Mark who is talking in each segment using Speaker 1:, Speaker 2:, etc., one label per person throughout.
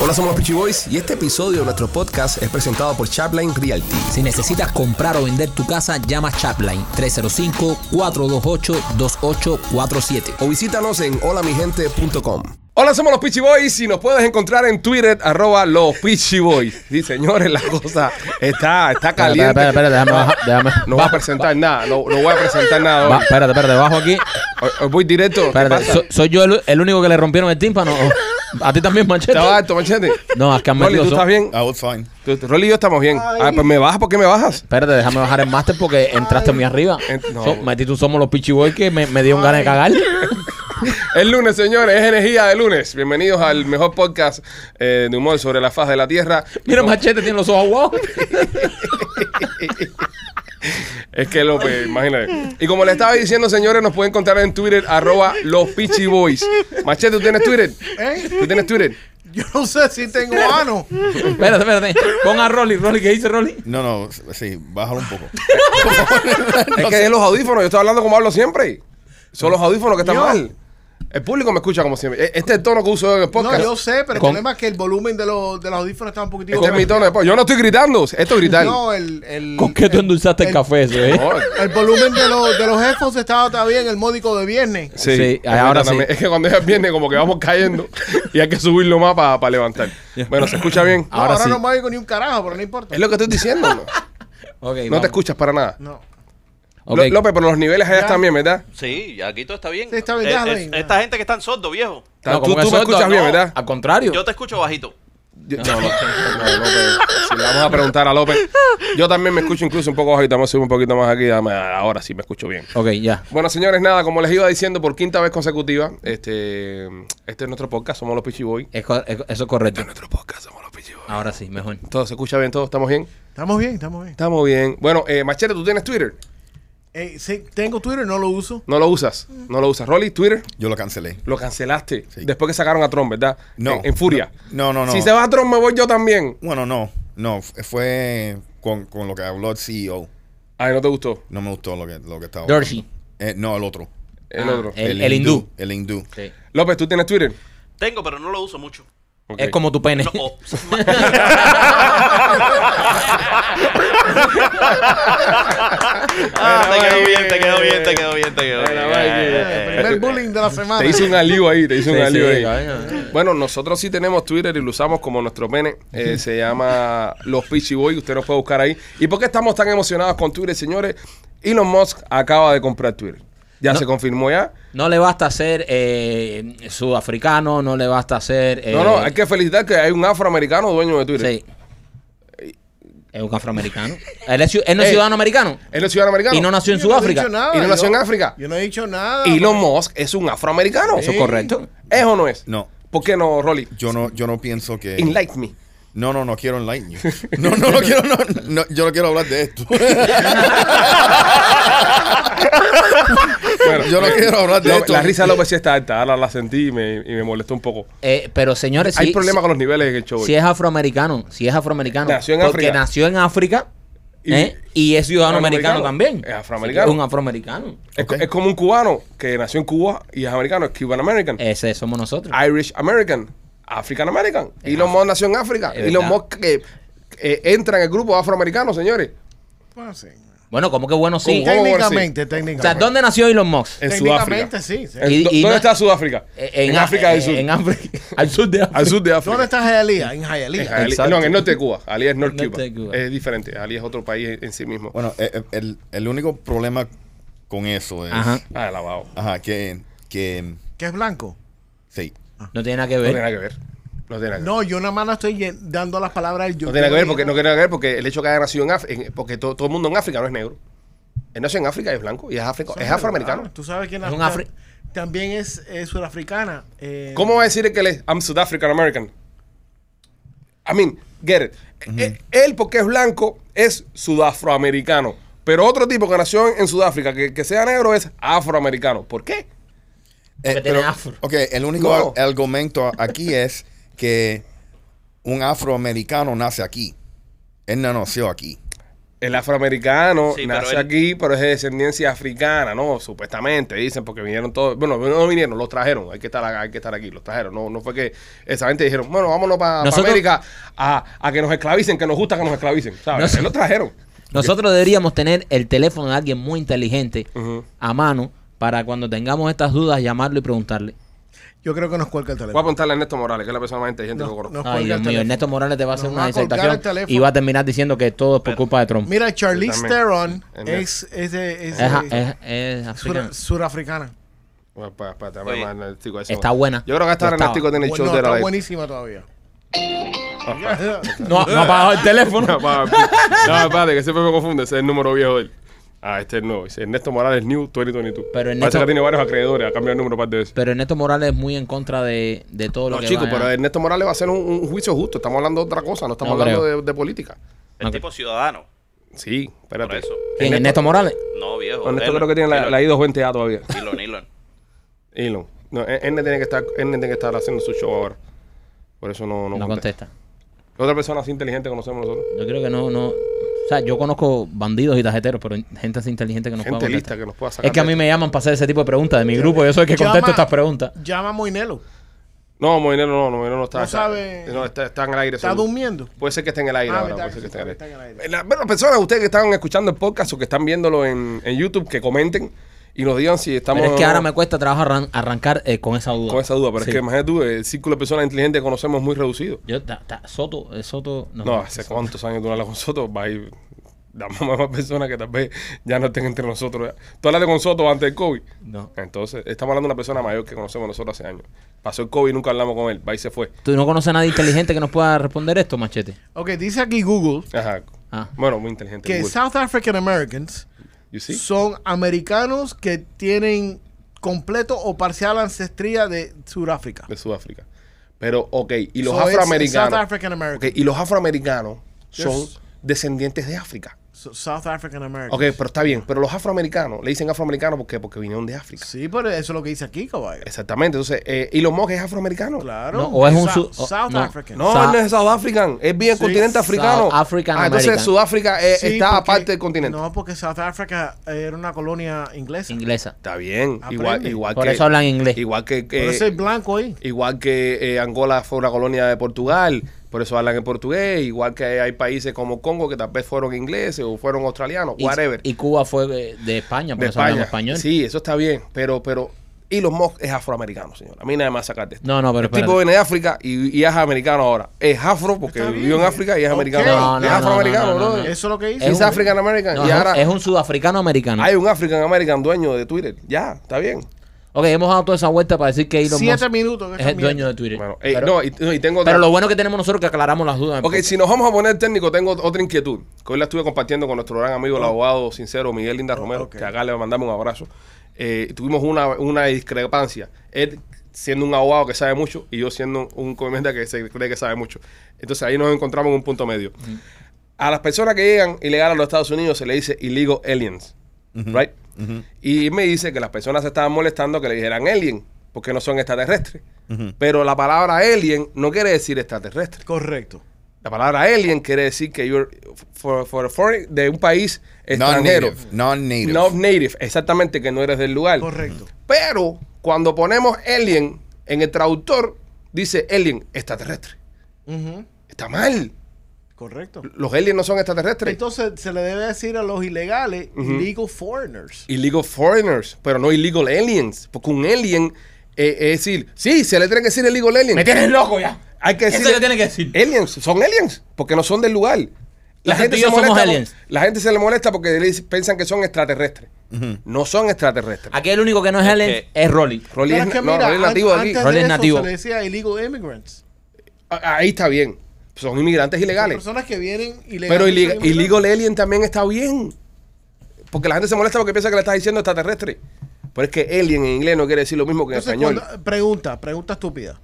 Speaker 1: Hola, somos los Peachy Boys y este episodio de nuestro podcast es presentado por Chapline Realty.
Speaker 2: Si necesitas comprar o vender tu casa, llama Chapline 305-428-2847.
Speaker 1: O visítanos en holamigente.com. Hola, somos los Peachy Boys y nos puedes encontrar en Twitter, arroba los Peachy Boys. Sí, señores, la cosa está, está
Speaker 3: Espera, espera,
Speaker 1: caliente.
Speaker 3: espera, déjame bajar, déjame.
Speaker 1: No voy a presentar nada, no, no voy a presentar nada.
Speaker 3: Va,
Speaker 1: hoy.
Speaker 3: espérate, espérate, bajo aquí.
Speaker 1: Hoy, hoy voy directo. ¿Qué
Speaker 3: Espérate,
Speaker 1: pasa?
Speaker 3: so- ¿soy yo el, el único que le rompieron el tímpano? ¿O- ¿A ti también, Machete?
Speaker 1: ¿Estaba alto, machete?
Speaker 3: No, es que han
Speaker 1: Rolly,
Speaker 3: metido
Speaker 1: ¿tú
Speaker 3: son- Ah.
Speaker 1: estás bien?
Speaker 4: I was fine.
Speaker 1: Tú- tú- Rolly y yo estamos bien. Ah, pues me bajas, ¿por qué me bajas?
Speaker 3: Espérate, déjame bajar el máster porque entraste muy arriba.
Speaker 1: En- no.
Speaker 3: So- metiste un somos los pichiboy que me, me dio un ganas de cagar.
Speaker 1: El lunes, señores, es energía de lunes. Bienvenidos al mejor podcast eh, de humor sobre la faz de la tierra.
Speaker 3: Mira,
Speaker 1: No,
Speaker 3: Machete tiene los ojos aguados.
Speaker 1: Es que López, imagínate. Y como le estaba diciendo, señores, nos pueden encontrar en Twitter, arroba los Peachy Boys. Machete, ¿tú tienes Twitter?
Speaker 5: ¿Eh?
Speaker 1: ¿Tú tienes Twitter?
Speaker 5: Yo no sé si tengo ano.
Speaker 3: Espérate, espérate. Pon a Rolly. Rolly, ¿qué dice Rolly?
Speaker 4: No, no, sí, bájalo un poco.
Speaker 1: Es que es los audífonos. Yo estoy hablando como hablo siempre. Son los audífonos que están
Speaker 5: Yo.
Speaker 1: mal. El público me escucha como siempre. E- Este es el tono que uso yo en el
Speaker 5: No,
Speaker 1: podcast.
Speaker 5: yo sé, pero el
Speaker 3: Con-
Speaker 5: problema es que el volumen de los, de los audífonos está un poquitito.
Speaker 1: este es mi tono de podcast. Yo no estoy gritando. Esto es gritar. Oh,
Speaker 5: No, el, el,
Speaker 3: ¿Con qué tú
Speaker 5: el,
Speaker 3: endulzaste el, café ese, eh?
Speaker 1: No,
Speaker 5: el volumen de, los de los headphones estaba todavía en el módico de viernes.
Speaker 1: Sí,
Speaker 3: Sí,
Speaker 1: es
Speaker 3: ahora
Speaker 1: verdad
Speaker 3: sí.
Speaker 1: también. Es que cuando es viernes como que vamos cayendo y hay que subirlo más para levantar. Bueno, ¿se escucha bien?
Speaker 5: No,
Speaker 3: Ahora
Speaker 5: ahora
Speaker 3: sí.
Speaker 5: no me oigo ni un carajo, pero no importa.
Speaker 1: Es lo que estoy diciendo. No,
Speaker 3: Ok,
Speaker 1: No
Speaker 3: vamos.
Speaker 1: te escuchas para nada.
Speaker 5: No.
Speaker 3: Ok.
Speaker 1: Lo- López, pero los niveles allá
Speaker 5: Ya.
Speaker 1: están bien, ¿verdad?
Speaker 6: Sí, aquí todo está bien. Eh,
Speaker 5: Sí, está bien, déjalo ahí.
Speaker 6: esta gente que están sordos, viejo.
Speaker 3: No,
Speaker 1: Tú-
Speaker 3: como que
Speaker 1: tú me
Speaker 3: sordo,
Speaker 1: escuchas
Speaker 3: no,
Speaker 1: bien, ¿verdad?
Speaker 3: Al contrario.
Speaker 6: Yo te escucho bajito.
Speaker 1: Yo- no, no, no, López. Si le vamos a preguntar a López. Yo también me escucho incluso un poco bajito. Vamos a subir un poquito más aquí. Dame- Ahora sí me escucho bien.
Speaker 3: Ok, ya.
Speaker 1: Bueno, señores, nada, como les iba diciendo por quinta vez consecutiva, este, este es nuestro podcast, somos los Pichiboy.
Speaker 3: Es co- es- eso es correcto.
Speaker 1: Nuestro podcast, somos los Pichiboy.
Speaker 3: Ahora sí, mejor.
Speaker 1: Todo se escucha bien, todos estamos bien.
Speaker 5: Estamos bien, estamos bien.
Speaker 1: Estamos bien. Bueno, eh, Machete, ¿tú tienes Twitter?
Speaker 5: Eh, sí, tengo Twitter, no lo uso.
Speaker 1: No lo usas. No lo usas. Rolly, Twitter,
Speaker 4: Yo lo cancelé.
Speaker 1: lo cancelaste.
Speaker 4: Sí.
Speaker 1: Después que sacaron a Trump, ¿verdad?
Speaker 4: No.
Speaker 1: En, en furia.
Speaker 4: No, no, no.
Speaker 1: Si se va a Trump, me voy yo también.
Speaker 4: Bueno, no, no, f- fue con, con lo que habló el CEO.
Speaker 1: Ay, no te gustó.
Speaker 4: No me gustó lo que, lo que estaba.
Speaker 3: Dorsey.
Speaker 4: Eh, no, el otro.
Speaker 1: El
Speaker 3: Ah,
Speaker 1: otro.
Speaker 3: eh. El- el hindú.
Speaker 4: El hindú.
Speaker 3: Sí.
Speaker 1: López, ¿tú tienes Twitter?
Speaker 6: Tengo, pero no lo uso mucho.
Speaker 1: Ok.
Speaker 3: Es como tu pene.
Speaker 6: No, oh, ah, te quedó bien, te quedó bien, te quedó bien, te quedó bien.
Speaker 1: Era, Mikey.
Speaker 6: Eh, eh, eh.
Speaker 5: Primer bullying de la semana.
Speaker 1: Te hice un alío ahí, te hice
Speaker 3: Sí,
Speaker 1: un
Speaker 3: sí,
Speaker 1: alío ahí.
Speaker 3: coño.
Speaker 1: Bueno, nosotros sí tenemos Twitter y lo usamos como nuestro pene. Eh, se llama Los Peachy Boy. Usted nos puede buscar ahí. ¿Y por qué estamos tan emocionados con Twitter, señores? Elon Musk acaba de comprar Twitter. Ya
Speaker 3: No.
Speaker 1: se confirmó ya.
Speaker 3: No le basta ser eh, sudafricano, no le basta ser. eh,
Speaker 1: No, no, hay que felicitar que hay un afroamericano dueño de Twitter.
Speaker 3: Sí. Es un afroamericano. Él, es ciu- él no es
Speaker 1: Ey.
Speaker 3: ciudadano americano.
Speaker 1: Él es ciudadano americano.
Speaker 3: Y no nació en
Speaker 5: Yo no he
Speaker 3: Sudáfrica.
Speaker 5: dicho nada,
Speaker 1: Y no nació en
Speaker 5: yo-
Speaker 1: África.
Speaker 5: Yo no he dicho nada.
Speaker 1: Ah, Elon Musk es un afroamericano.
Speaker 3: Eso es correcto. Eh.
Speaker 1: ¿Es o no es?
Speaker 4: No,
Speaker 1: ¿Por qué no, Rolly?
Speaker 4: yo no, yo no pienso que.
Speaker 1: Enlighten me.
Speaker 4: No, no, no quiero enlighten you. No, no, no quiero, no, no, yo no quiero hablar de esto.
Speaker 1: Bueno,
Speaker 4: Yo no quiero hablar de
Speaker 1: López-
Speaker 4: esto.
Speaker 1: La risa de López sí está alta. Ahora la sentí y me, y me molestó un poco.
Speaker 3: Eh, pero señores,
Speaker 1: hay
Speaker 3: si,
Speaker 1: problemas con los niveles en el show.
Speaker 3: si, si es afroamericano, si es afroamericano.
Speaker 1: Nació en
Speaker 3: porque
Speaker 1: África.
Speaker 3: nació en África
Speaker 1: Y-
Speaker 3: ¿eh? y, es ciudadano americano
Speaker 1: Afroamericano.
Speaker 3: también.
Speaker 1: Es afroamericano.
Speaker 3: Es un afroamericano.
Speaker 1: Es,
Speaker 4: Ok.
Speaker 1: es como un cubano que nació en Cuba y es americano, es Cuban American,
Speaker 3: Ese somos nosotros.
Speaker 1: Irish American, African American. Y los Musk nació en África.
Speaker 3: Es
Speaker 1: Y los
Speaker 3: verdad.
Speaker 1: Musk que eh, entra en el grupo afroamericano, señores.
Speaker 5: Bueno, sí.
Speaker 3: Bueno, como que bueno sí.
Speaker 1: ¿Cómo?
Speaker 5: Técnicamente,
Speaker 3: O sea,
Speaker 5: técnicamente.
Speaker 3: ¿dónde nació Elon Musk?
Speaker 1: En
Speaker 5: Técnicamente,
Speaker 1: Sudáfrica.
Speaker 5: sí. sí.
Speaker 1: En-
Speaker 3: Y-
Speaker 1: ¿dó-
Speaker 3: y
Speaker 1: ¿Dónde
Speaker 3: no-
Speaker 1: está Sudáfrica?
Speaker 3: Eh,
Speaker 1: En, África del Sur.
Speaker 3: En África. Al sur de África.
Speaker 1: al sur de África.
Speaker 5: ¿Dónde está Hialeah? En Hialeah.
Speaker 1: En Jalí-
Speaker 3: Exacto.
Speaker 1: no, en el norte de Cuba. Ali es North
Speaker 3: Norte
Speaker 1: Cuba.
Speaker 3: de Cuba.
Speaker 1: Es diferente. Ali es otro país en- en sí mismo.
Speaker 4: bueno, eh, eh, el, el único problema con eso es.
Speaker 3: Ajá.
Speaker 1: Ah, lavado.
Speaker 4: Ajá, que. que
Speaker 5: Que es blanco.
Speaker 4: sí.
Speaker 3: No tiene nada que
Speaker 1: No
Speaker 3: ver.
Speaker 1: tiene nada que ver. No tiene nada que ver.
Speaker 5: No, yo nada más no estoy llen- dando las palabras del yo.
Speaker 1: No tiene nada que ver porque no tiene nada que ver porque el hecho que haya nacido en África, porque to- todo el mundo en África no es negro. Él nació en África, es blanco y es, África, es afroamericano.
Speaker 5: Tú sabes quién
Speaker 3: Es un
Speaker 5: la-
Speaker 3: afri-
Speaker 5: también es eh, surafricana. eh,
Speaker 1: ¿Cómo va a decir que él es I'm South African American? I mean, get it. Eh, Él, porque es blanco, es sudafroamericano. Pero otro tipo que nació en, en Sudáfrica, que, que sea negro, es afroamericano. ¿Por qué?
Speaker 4: Eh,
Speaker 3: Porque tiene afro.
Speaker 4: Ok, el único
Speaker 1: No.
Speaker 4: ar- argumento aquí es que un afroamericano nace aquí. Él no nació aquí.
Speaker 1: El afroamericano
Speaker 6: Sí, pero
Speaker 1: nace
Speaker 6: él-
Speaker 1: aquí, pero es de descendencia africana, ¿no? Supuestamente, dicen, porque vinieron todos. Bueno, no vinieron, los trajeron. Hay que estar, acá, hay que estar aquí, los trajeron. No, no fue que esa gente dijeron, bueno, vámonos para
Speaker 3: Nosotros-
Speaker 1: América a, a que nos esclavicen, que nos gusta que nos esclavicen, ¿sabes?
Speaker 3: Nos-
Speaker 1: Él los trajeron.
Speaker 3: Nosotros deberíamos tener el teléfono de alguien muy inteligente a mano para cuando tengamos estas dudas llamarlo y preguntarle.
Speaker 5: Yo creo que nos cuelga el
Speaker 1: Voy a
Speaker 5: teléfono.
Speaker 1: apuntarle a Ernesto Morales, que es la persona más inteligente
Speaker 5: No,
Speaker 1: que conozco.
Speaker 5: no. Nos
Speaker 3: Ay,
Speaker 5: cuelga
Speaker 3: Dios
Speaker 5: el
Speaker 3: mío,
Speaker 5: teléfono.
Speaker 3: Ernesto Morales te va a hacer
Speaker 5: Nos
Speaker 3: una
Speaker 5: va a colgar
Speaker 3: disertación
Speaker 5: el teléfono.
Speaker 3: y va a terminar diciendo que todo es por culpa de Trump.
Speaker 5: Mira, Charlize
Speaker 1: Yo también.
Speaker 5: Theron
Speaker 1: En el-
Speaker 5: es, es de- es
Speaker 3: Es, a-
Speaker 5: de-
Speaker 3: es- es africana.
Speaker 5: sura- surafricana.
Speaker 1: Bueno, pues, pues, te voy a
Speaker 6: Oye,
Speaker 1: llamar al tico ese.
Speaker 3: está buena.
Speaker 1: Yo creo que hasta
Speaker 3: No
Speaker 1: ahora
Speaker 3: estaba.
Speaker 1: Ernesto tiene el
Speaker 5: Bueno,
Speaker 1: show
Speaker 5: Pues no,
Speaker 1: de
Speaker 5: está
Speaker 1: la
Speaker 5: buenísima todavía.
Speaker 3: No, no ha apagado el teléfono.
Speaker 1: No, pa- no, espérate, que siempre me confunde. Ese es el número viejo de él. Ah, este es el nuevo. Dice Ernesto Morales New 2022.
Speaker 3: Pero Ernesto-
Speaker 1: Parece que tiene varios acreedores. Ha cambiado el número un par de veces.
Speaker 3: Pero Ernesto Morales es muy en contra de, de todo lo
Speaker 1: No,
Speaker 3: que
Speaker 1: chicos,
Speaker 3: vaya-
Speaker 1: pero Ernesto Morales va a hacer un, un juicio justo. Estamos hablando de otra cosa, no estamos
Speaker 3: No
Speaker 1: hablando
Speaker 3: creo.
Speaker 1: de, de política.
Speaker 6: El
Speaker 3: Ok.
Speaker 6: tipo ciudadano.
Speaker 1: Sí, espérate.
Speaker 6: Por eso.
Speaker 3: ¿Quién, Ernesto Morales?
Speaker 6: No, viejo.
Speaker 1: Ernesto
Speaker 6: Elon,
Speaker 1: creo que tiene la,
Speaker 6: Elon.
Speaker 1: la I220A todavía.
Speaker 6: Elon, Elon.
Speaker 1: Elon. No, E- Erne tiene que estar, Erne tiene que estar haciendo su show ahora. Por eso no, no,
Speaker 3: No contesta.
Speaker 1: ¿Qué Otra persona así inteligente conocemos nosotros.
Speaker 3: Yo creo que no, no. O sea, yo conozco bandidos y tarjeteros, pero gente así inteligente que nos pueda
Speaker 1: Gente lista
Speaker 3: contestar.
Speaker 1: que nos pueda sacar.
Speaker 3: Es que a
Speaker 1: de
Speaker 3: mí
Speaker 1: esto.
Speaker 3: me llaman para hacer ese tipo de preguntas de mi grupo. Yo soy el que
Speaker 5: Llama-
Speaker 3: contesto estas preguntas.
Speaker 5: Llama a Moinelo.
Speaker 1: No, Moinero no, Moinero no está.
Speaker 5: No
Speaker 1: está-
Speaker 5: sabe-
Speaker 1: no, está, está en el aire.
Speaker 5: Está
Speaker 1: solo.
Speaker 5: durmiendo.
Speaker 1: Puede ser que esté en el aire
Speaker 5: Ah,
Speaker 1: ahora.
Speaker 5: verdad
Speaker 1: Puede ser que
Speaker 5: que
Speaker 1: esté en
Speaker 5: está
Speaker 1: el
Speaker 5: en el
Speaker 1: aire. La- Bueno, personas, ustedes que están escuchando el podcast o que están viéndolo en, en YouTube, que comenten y nos digan si estamos.
Speaker 3: Pero es que ahora me cuesta trabajo arran- arrancar eh, con esa duda.
Speaker 1: Con esa duda, pero
Speaker 3: Sí.
Speaker 1: es que imagínate tú, el círculo de personas inteligentes que conocemos es muy reducido.
Speaker 3: Yo, ta- ta- Soto, eh, Soto. No,
Speaker 1: No, hace cuántos años tú hablas con Soto, va a ir. Damos más personas que tal vez ya no estén entre nosotros. Tú hablaste con Soto antes del COVID.
Speaker 3: No.
Speaker 1: Entonces, estamos hablando de una persona mayor que conocemos nosotros hace años. Pasó el COVID y nunca hablamos con él. Va y se fue.
Speaker 3: ¿Tú no conoces a nadie inteligente que nos pueda responder esto, Machete?
Speaker 5: Ok, dice aquí Google
Speaker 1: Ajá.
Speaker 3: Ah.
Speaker 1: Bueno, muy inteligente.
Speaker 5: que
Speaker 1: Google.
Speaker 5: South African Americans
Speaker 1: You see?
Speaker 5: son americanos que tienen completo o parcial ancestría de Sudáfrica.
Speaker 1: de Sudáfrica. Pero, ok, y los
Speaker 5: So, it's-
Speaker 1: afroamericanos.
Speaker 5: it's South African American.
Speaker 1: Ok, y los afroamericanos son
Speaker 5: Yes.
Speaker 1: descendientes de África.
Speaker 5: So- South African Americans.
Speaker 1: Ok, pero está bien. Pero los afroamericanos, le dicen afroamericanos porque, porque vinieron de África.
Speaker 5: Sí, pero eso es lo que dice aquí, caballo.
Speaker 1: Exactamente. Entonces, eh, Elon Musk es afroamericano.
Speaker 5: Claro.
Speaker 3: No, o es un.
Speaker 5: Sa-
Speaker 3: su- o-
Speaker 5: South
Speaker 3: no.
Speaker 5: African.
Speaker 1: No,
Speaker 3: Sa-
Speaker 1: él no es South African. Es bien
Speaker 5: Sí.
Speaker 1: continente africano.
Speaker 3: South African
Speaker 1: ah, entonces
Speaker 3: American.
Speaker 1: Sudáfrica eh,
Speaker 5: Sí,
Speaker 1: está
Speaker 5: porque-
Speaker 1: aparte del continente.
Speaker 5: No, porque South Africa era una colonia inglesa.
Speaker 3: Inglesa.
Speaker 1: Está bien.
Speaker 5: Aprende.
Speaker 1: Igual, igual
Speaker 3: Por
Speaker 1: que.
Speaker 3: eso hablan inglés.
Speaker 1: Igual que. que-
Speaker 5: Pero ese es blanco ahí.
Speaker 1: Igual que eh, Angola fue una colonia de Portugal, por eso hablan en portugués, igual que hay, hay países como Congo que tal vez fueron ingleses o fueron australianos,
Speaker 3: Y,
Speaker 1: whatever.
Speaker 3: y Cuba fue de, de España, por
Speaker 1: de
Speaker 3: eso hablamos
Speaker 1: España.
Speaker 3: español.
Speaker 1: Sí, eso está bien, pero pero Elon Musk es afroamericano, señor. A mí nada más sacarte esto.
Speaker 3: No, no,
Speaker 1: El
Speaker 3: pero
Speaker 1: tipo
Speaker 3: espérate.
Speaker 1: viene de África y, y es americano ahora. Es afro porque
Speaker 5: Está bien.
Speaker 1: vivió en África y es
Speaker 5: Ok.
Speaker 1: americano.
Speaker 5: No,
Speaker 1: ahora.
Speaker 3: no,
Speaker 1: es
Speaker 3: no,
Speaker 1: afroamericano,
Speaker 3: no, no,
Speaker 1: brother.
Speaker 5: Eso es lo que dice.
Speaker 1: Es
Speaker 3: un-
Speaker 1: African American
Speaker 3: No,
Speaker 1: y
Speaker 3: es un-
Speaker 1: ahora
Speaker 3: es un sudafricano americano.
Speaker 1: hay un African American dueño de Twitter. Ya, está bien.
Speaker 3: Ok, hemos dado toda esa vuelta para decir que Elon
Speaker 5: Siete
Speaker 3: Musk
Speaker 5: minutos.
Speaker 3: es el dueño de Twitter.
Speaker 1: Bueno, eh,
Speaker 3: pero,
Speaker 1: no, y, no, y tengo otra-
Speaker 3: pero lo bueno que tenemos nosotros es que aclaramos las dudas.
Speaker 1: Ok, si nos vamos a poner técnico, tengo otra inquietud. Que hoy la estuve compartiendo con nuestro gran amigo, el abogado sincero Miguel Linda Romero,
Speaker 5: ok.
Speaker 1: que acá le mandamos un abrazo. Eh, tuvimos una, una discrepancia. Él siendo un abogado que sabe mucho y yo siendo un comediante que se cree que sabe mucho. Entonces ahí nos encontramos en un punto medio. A las personas que llegan ilegal a los Estados Unidos se le dice illegal aliens, right? Y me dice que las personas se estaban molestando que le dijeran alien porque no son extraterrestres. Pero la palabra alien no quiere decir extraterrestre.
Speaker 5: Correcto.
Speaker 1: La palabra alien quiere decir que you're for, for- for- de un país extranjero.
Speaker 4: Non-native. Non-native.
Speaker 1: No native, exactamente, que no eres del lugar.
Speaker 5: Correcto.
Speaker 1: Pero cuando ponemos alien en el traductor, dice alien extraterrestre.
Speaker 5: Ujú.
Speaker 1: Está mal.
Speaker 5: Correcto.
Speaker 1: Los aliens no son extraterrestres.
Speaker 5: Entonces se le debe decir a los ilegales legal foreigners.
Speaker 1: illegal foreigners, pero no illegal aliens. Porque un alien eh, es decir, sí, se le tiene que decir illegal alien.
Speaker 3: ¡Me tienes loco ya!
Speaker 1: Hay que
Speaker 3: Eso
Speaker 1: decir.
Speaker 3: que tiene que decir.
Speaker 1: Aliens, son aliens, porque no son del lugar. La
Speaker 3: Entonces, tú
Speaker 1: gente,
Speaker 3: y
Speaker 1: se
Speaker 3: yo somos
Speaker 1: molesta por-
Speaker 3: aliens.
Speaker 1: la gente se le molesta porque le dice- piensan que son extraterrestres. No son extraterrestres.
Speaker 3: Aquí el único que no es Alien
Speaker 6: que-
Speaker 3: es Rolly.
Speaker 1: Rolly
Speaker 5: Pero
Speaker 1: es,
Speaker 5: es que
Speaker 1: no,
Speaker 5: mira,
Speaker 1: Rolly es
Speaker 5: an-
Speaker 1: nativo de aquí.
Speaker 5: antes
Speaker 3: Rolly
Speaker 5: de
Speaker 3: es
Speaker 5: eso
Speaker 3: nativo.
Speaker 5: se le decía illegal immigrants.
Speaker 1: A- ah, Ahí está bien. Son inmigrantes
Speaker 5: Son
Speaker 1: ilegales.
Speaker 5: personas que vienen ilegales.
Speaker 1: Pero
Speaker 5: son
Speaker 1: ili-
Speaker 5: inmigrantes.
Speaker 1: illegal alien también está bien. Porque la gente se molesta porque piensa que le estás diciendo extraterrestre. Pero es que alien en inglés no quiere decir lo mismo que en
Speaker 5: Entonces,
Speaker 1: español.
Speaker 5: cuando- pregunta, pregunta estúpida.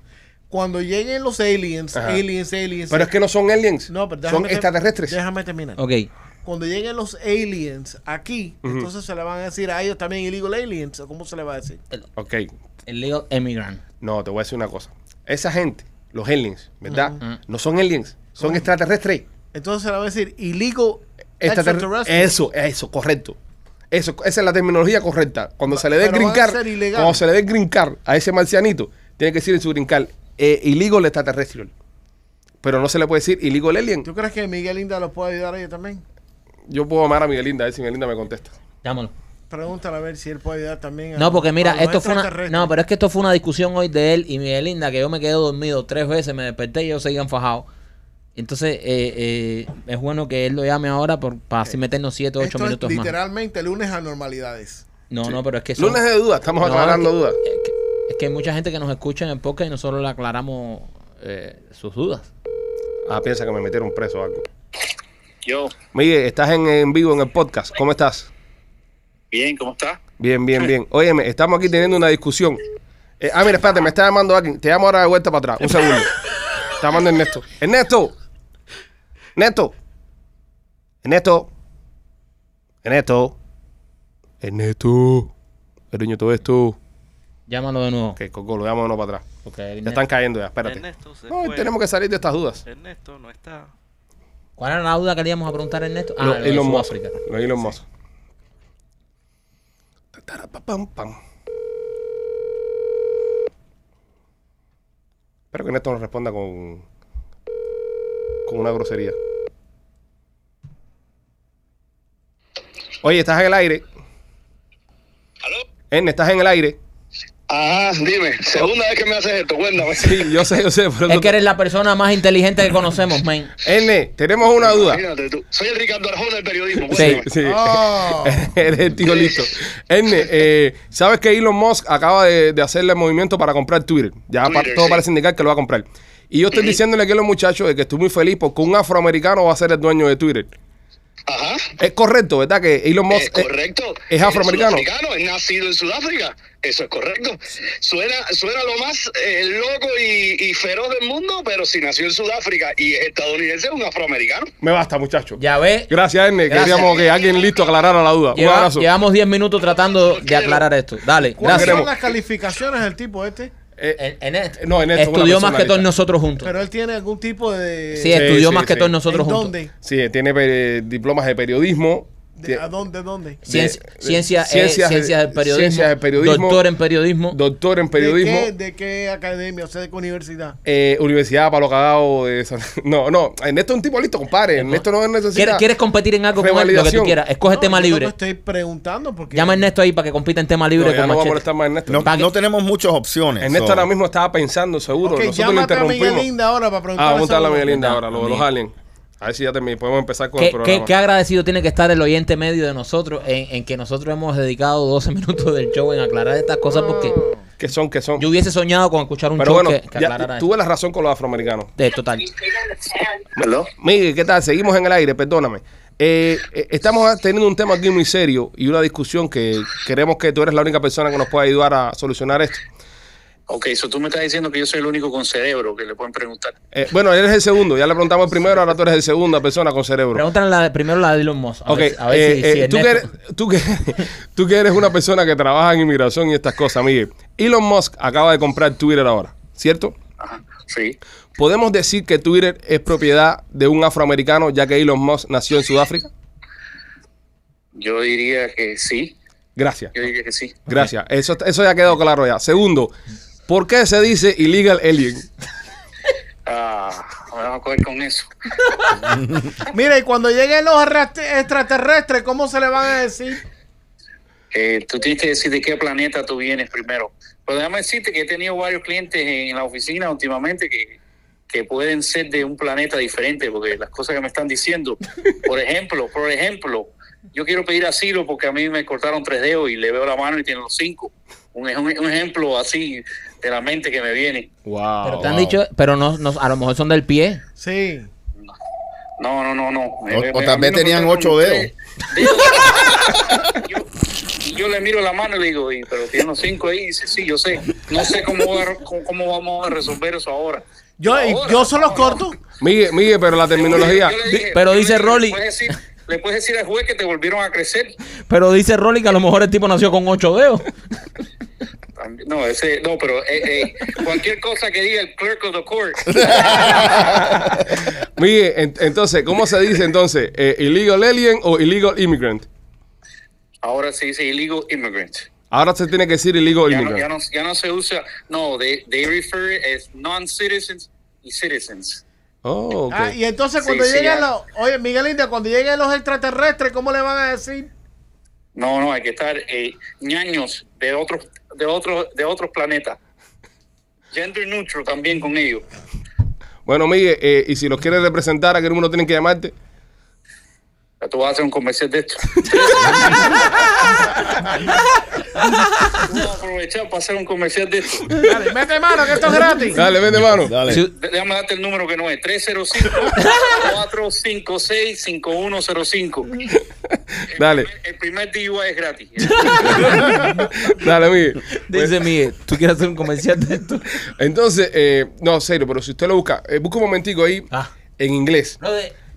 Speaker 5: Cuando lleguen los aliens,
Speaker 1: Ajá.
Speaker 5: aliens, aliens.
Speaker 1: Pero es que no son aliens.
Speaker 5: No, pero déjame
Speaker 1: son
Speaker 5: ter-
Speaker 1: extraterrestres.
Speaker 5: Déjame terminar.
Speaker 3: Ok.
Speaker 5: Cuando lleguen los aliens aquí, entonces se le van a decir a ellos también illegal aliens. ¿o ¿Cómo se le va a decir?
Speaker 3: Eh.
Speaker 1: Ok,
Speaker 3: Illegal Emigrant.
Speaker 1: No, te voy a decir una cosa. Esa gente, los aliens, ¿verdad? No son aliens, son extraterrestres.
Speaker 5: Entonces se le va a decir illegal
Speaker 1: extraterre-
Speaker 5: Extraterrestre.
Speaker 1: Eso, eso, correcto. Eso, esa es la terminología correcta. Cuando se le dé
Speaker 5: Pero va a
Speaker 1: grincar,
Speaker 5: ser ilegal.
Speaker 1: cuando se le dé grincar a ese marcianito, tiene que decir en su grincar, eh, illegal extraterrestre. Pero no se le puede decir illegal alien.
Speaker 5: ¿Tú crees que Miguel Inda los puede ayudar a ellos también?
Speaker 1: Yo puedo amar a Miguelinda, a ver si Miguelinda me contesta.
Speaker 3: Llámalo.
Speaker 5: Pregúntale a ver si él puede ayudar también. a-
Speaker 3: No, porque
Speaker 5: a
Speaker 3: mira,
Speaker 5: los
Speaker 3: esto fue una,
Speaker 5: extraterrestres.
Speaker 3: no, pero es que esto fue una discusión hoy de él y Miguelinda, que yo me quedé dormido tres veces, me desperté y ellos seguían fajados. Entonces, eh, eh, es bueno que él lo llame ahora por, para así meternos siete o
Speaker 5: Eh, Esto
Speaker 3: ocho
Speaker 5: es
Speaker 3: minutos más.
Speaker 5: literalmente lunes anormalidades.
Speaker 3: No, no, pero es que son-
Speaker 1: Lunes de dudas, estamos
Speaker 3: No,
Speaker 1: aclarando
Speaker 3: es que-
Speaker 1: dudas.
Speaker 3: Es que, es que hay mucha gente que nos escucha en el podcast y nosotros le aclaramos eh, sus dudas.
Speaker 1: Ah, piensa que me metieron preso o algo.
Speaker 7: Yo,
Speaker 1: Miguel, estás en, en vivo en el podcast. ¿Cómo estás?
Speaker 7: bien, ¿cómo está?
Speaker 1: Bien, bien, bien. Óyeme, estamos aquí teniendo una discusión. Eh, ah, mira, espérate, me está llamando alguien. Te llamo ahora de vuelta para atrás. Un segundo. Está llamando Ernesto. Ernesto. Ernesto. Ernesto. Ernesto. Ernesto. Eruño, todo esto.
Speaker 3: Llámalo de nuevo.
Speaker 1: Que coco, lo llámanos para atrás.
Speaker 3: porque
Speaker 1: Ya están cayendo ya, espérate.
Speaker 6: Ernesto se
Speaker 1: No,
Speaker 6: fue.
Speaker 1: tenemos que salir de estas dudas.
Speaker 6: Ernesto no está.
Speaker 3: ¿Cuál era la duda que le íbamos a preguntar a Ernesto? Ah,
Speaker 1: Lo-
Speaker 3: lo de
Speaker 1: Elon Musk.
Speaker 3: Sudáfrica.
Speaker 1: Lo de Elon Musk. Tatarapapam-pam. Espero que Néstor nos responda con, con una grosería. Oye, estás en el aire.
Speaker 7: ¿Aló?
Speaker 1: Erne, estás en el aire.
Speaker 7: Ajá, dime, segunda vez que me haces esto, cuéntame.
Speaker 1: Sí, yo sé, yo sé. Por
Speaker 3: Es que eres la persona más inteligente que conocemos, men.
Speaker 1: Erne, tenemos una duda.
Speaker 7: Imagínate tú. Soy el Ricardo Arjona del periodismo.
Speaker 3: Sí.
Speaker 7: cuéntame.
Speaker 1: Sí.
Speaker 5: Oh.
Speaker 1: Eres el tío listo. Erne, eh, ¿sabes que Elon Musk acaba de, de hacerle el movimiento para comprar Twitter? Ya
Speaker 7: Twitter,
Speaker 1: pa- todo
Speaker 7: sí.
Speaker 1: parece indicar que lo va a comprar. Y yo estoy diciéndole aquí a los muchachos de que estoy muy feliz porque un afroamericano va a ser el dueño de Twitter.
Speaker 7: Ajá.
Speaker 1: Es correcto, ¿verdad? Que Elon
Speaker 7: Es
Speaker 1: Musk. eh,
Speaker 7: correcto.
Speaker 1: es afroamericano.
Speaker 7: Es sudafricano, es nacido en Sudáfrica. Eso es correcto. Suena, suena lo más eh, loco y, y feroz del mundo, pero si nació en Sudáfrica y es estadounidense, es un afroamericano.
Speaker 1: me basta, muchachos.
Speaker 3: Ya ves,
Speaker 1: Gracias, Erne.
Speaker 3: Gracias.
Speaker 1: Queríamos que alguien listo aclarara la duda.
Speaker 3: lleva-
Speaker 1: un abrazo.
Speaker 3: llevamos 10 minutos tratando de aclarar esto. Dale,
Speaker 5: ¿Cuáles
Speaker 3: gracias.
Speaker 5: son las calificaciones del tipo este?
Speaker 1: Eh,
Speaker 3: En- Ernesto
Speaker 1: No, Ernesto es una
Speaker 3: estudió
Speaker 1: persona
Speaker 3: más que todos
Speaker 1: lista.
Speaker 3: nosotros juntos.
Speaker 5: Pero él tiene algún tipo de...
Speaker 3: sí, estudió
Speaker 1: sí,
Speaker 3: más que
Speaker 1: sí.
Speaker 3: todos nosotros
Speaker 5: ¿En
Speaker 3: juntos.
Speaker 5: dónde?
Speaker 1: sí, tiene eh, diplomas de periodismo.
Speaker 5: De-
Speaker 1: Tie-
Speaker 5: ¿A dónde? ¿Dónde?
Speaker 3: Ciencia,
Speaker 1: de-
Speaker 3: ciencia, eh,
Speaker 1: ciencias-
Speaker 3: ciencias, del periodismo,
Speaker 1: ciencias del periodismo.
Speaker 3: doctor en periodismo,
Speaker 1: Doctor en
Speaker 5: ¿De
Speaker 1: periodismo.
Speaker 5: qué, de qué academia? O sea, ¿de qué universidad?
Speaker 1: Eh, Universidad Palo Cagao de San- No, no, Ernesto es un tipo listo, compadre. Ernesto no necesita.
Speaker 3: ¿Quieres, quieres competir en algo con él? Lo que tú
Speaker 1: Revalidación.
Speaker 3: quieras. Escoge
Speaker 5: No,
Speaker 3: tema
Speaker 5: yo no
Speaker 3: este libre.
Speaker 5: me estoy preguntando porque...
Speaker 3: Llama a Ernesto ahí para que compita en tema libre
Speaker 1: No, ya
Speaker 3: con
Speaker 1: no va a
Speaker 3: Machete.
Speaker 1: molestar más a Ernesto.
Speaker 4: No,
Speaker 3: Pague-
Speaker 4: no tenemos muchas opciones.
Speaker 1: Ernesto
Speaker 4: so-
Speaker 1: ahora mismo estaba pensando, seguro.
Speaker 5: Ok,
Speaker 1: Nosotros lo
Speaker 5: llámate a Miguel
Speaker 1: interrumpimos.
Speaker 5: Inda ahora para preguntar.
Speaker 1: Ah, vamos a la Miguelinda
Speaker 3: No,
Speaker 1: ahora, lo de los
Speaker 3: mira.
Speaker 1: aliens. A ver si ya termi- podemos empezar con el
Speaker 3: ¿Qué, qué,
Speaker 1: programa.
Speaker 3: qué agradecido tiene que estar el oyente medio de nosotros en, en que nosotros hemos dedicado 12 minutos del show en aclarar estas cosas porque
Speaker 1: Que son, que son.
Speaker 3: yo hubiese soñado con escuchar un
Speaker 1: Pero
Speaker 3: show
Speaker 1: bueno,
Speaker 3: que, que aclarara
Speaker 1: ya, tuve la razón con los afroamericanos.
Speaker 3: esto. De total.
Speaker 7: ¿Aló?
Speaker 1: Miguel, ¿qué tal? Seguimos en el aire, perdóname. Eh, eh, estamos teniendo un tema aquí muy serio y una discusión que queremos que tú eres la única persona que nos pueda ayudar a solucionar esto.
Speaker 7: Ok, eso tú me estás diciendo que yo soy el único con cerebro que le pueden preguntar.
Speaker 1: Eh, bueno, él es el segundo, ya le preguntamos el primero, ahora tú eres el segunda persona con cerebro.
Speaker 3: Pregúntale la- primero la de Elon Musk. A
Speaker 1: Ok,
Speaker 3: ver, a ver
Speaker 1: eh,
Speaker 3: si, si
Speaker 1: eh, tú, que eres,
Speaker 3: Ernesto-
Speaker 1: tú, que, tú que eres una persona que trabaja en inmigración y estas cosas, Miguel. Elon Musk acaba de comprar Twitter ahora, ¿cierto?
Speaker 7: Ajá, sí.
Speaker 1: ¿Podemos decir que Twitter es propiedad de un afroamericano ya que Elon Musk nació en Sudáfrica?
Speaker 7: Yo diría que sí.
Speaker 1: Gracias,
Speaker 7: Yo diría que sí.
Speaker 1: gracias. Eso, eso ya quedó claro ya. Segundo, ¿por qué se dice illegal alien?
Speaker 7: Ah, me vas a coger con eso.
Speaker 5: Mira, y cuando lleguen los arrast- extraterrestres, ¿cómo se le van a decir?
Speaker 7: Eh, tú tienes que decir de qué planeta tú vienes primero. Pero déjame decirte que he tenido varios clientes en la oficina últimamente que, que pueden ser de un planeta diferente, porque las cosas que me están diciendo, por ejemplo, por ejemplo, yo quiero pedir asilo porque a mí me cortaron tres dedos y le veo la mano y tiene los cinco. Un, ej- un ejemplo así de la mente que me viene.
Speaker 1: Oh, Wow.
Speaker 3: Pero te han dicho, pero no, no- a lo mejor son del pie.
Speaker 5: Sí.
Speaker 7: No, no, no, Eh, no.
Speaker 4: O- o tal vez tenían ocho dedos.
Speaker 7: Yo, yo le miro la mano y le digo, "Y, pero tiene los cinco ahí. Y dice, sí, yo sé. No sé cómo, va a- cómo, cómo vamos a resolver eso ahora.
Speaker 5: Yo, y
Speaker 7: Ahora,
Speaker 5: yo se los
Speaker 7: no,
Speaker 5: corto.
Speaker 1: Miguel, Miguel, pero la terminología.
Speaker 7: Yo le
Speaker 1: di-
Speaker 7: dije,
Speaker 3: pero
Speaker 7: yo le
Speaker 3: dice
Speaker 7: dije,
Speaker 3: Rolly-
Speaker 7: Le puedes, decir, le puedes decir al juez que te volvieron a crecer.
Speaker 3: Pero dice Rolly que a lo mejor el tipo nació con ocho dedos.
Speaker 7: No, ese, no pero eh, eh, cualquier cosa que diga el clerk of the court.
Speaker 1: Miguel, en- entonces, ¿cómo se dice entonces? Eh, ¿Illegal alien o illegal immigrant?
Speaker 7: Ahora se dice illegal immigrant.
Speaker 1: Ahora se tiene que decir illegal
Speaker 7: Ya no,
Speaker 1: immigrant.
Speaker 7: ya, no, ya no se usa. No, they, they refer it as non-citizens y citizens.
Speaker 1: Oh, ok.
Speaker 5: Ah, y entonces
Speaker 7: Sí,
Speaker 5: cuando
Speaker 7: sí,
Speaker 5: lleguen
Speaker 7: ya.
Speaker 5: los... Oye, Miguelinda, cuando lleguen los extraterrestres, ¿cómo le van a decir?
Speaker 7: No, no, hay que estar eh, ñaños de otros de otros de otros planetas. Gender neutral también con ellos.
Speaker 1: Bueno, Miguel, eh, y si los quieres representar, ¿a qué número tienen que llamarte?
Speaker 7: Ya Tú vas a hacer un comercial de esto. Vamos a aprovechar para hacer un comercial de esto.
Speaker 5: Dale, mete mano, que esto es gratis.
Speaker 1: Dale, vende mano.
Speaker 4: Dale.
Speaker 3: Sí.
Speaker 7: De- Déjame darte el número que no es. 305-456-5105.
Speaker 1: Dale,
Speaker 7: El primer DUI es gratis.
Speaker 1: dale, Miguel.
Speaker 3: Dice Miguel, ¿tú quieres hacer un comercial de esto?
Speaker 1: Entonces, eh, no, serio, pero si usted lo busca, eh, busca un momentico ahí
Speaker 3: Ah.
Speaker 1: en inglés.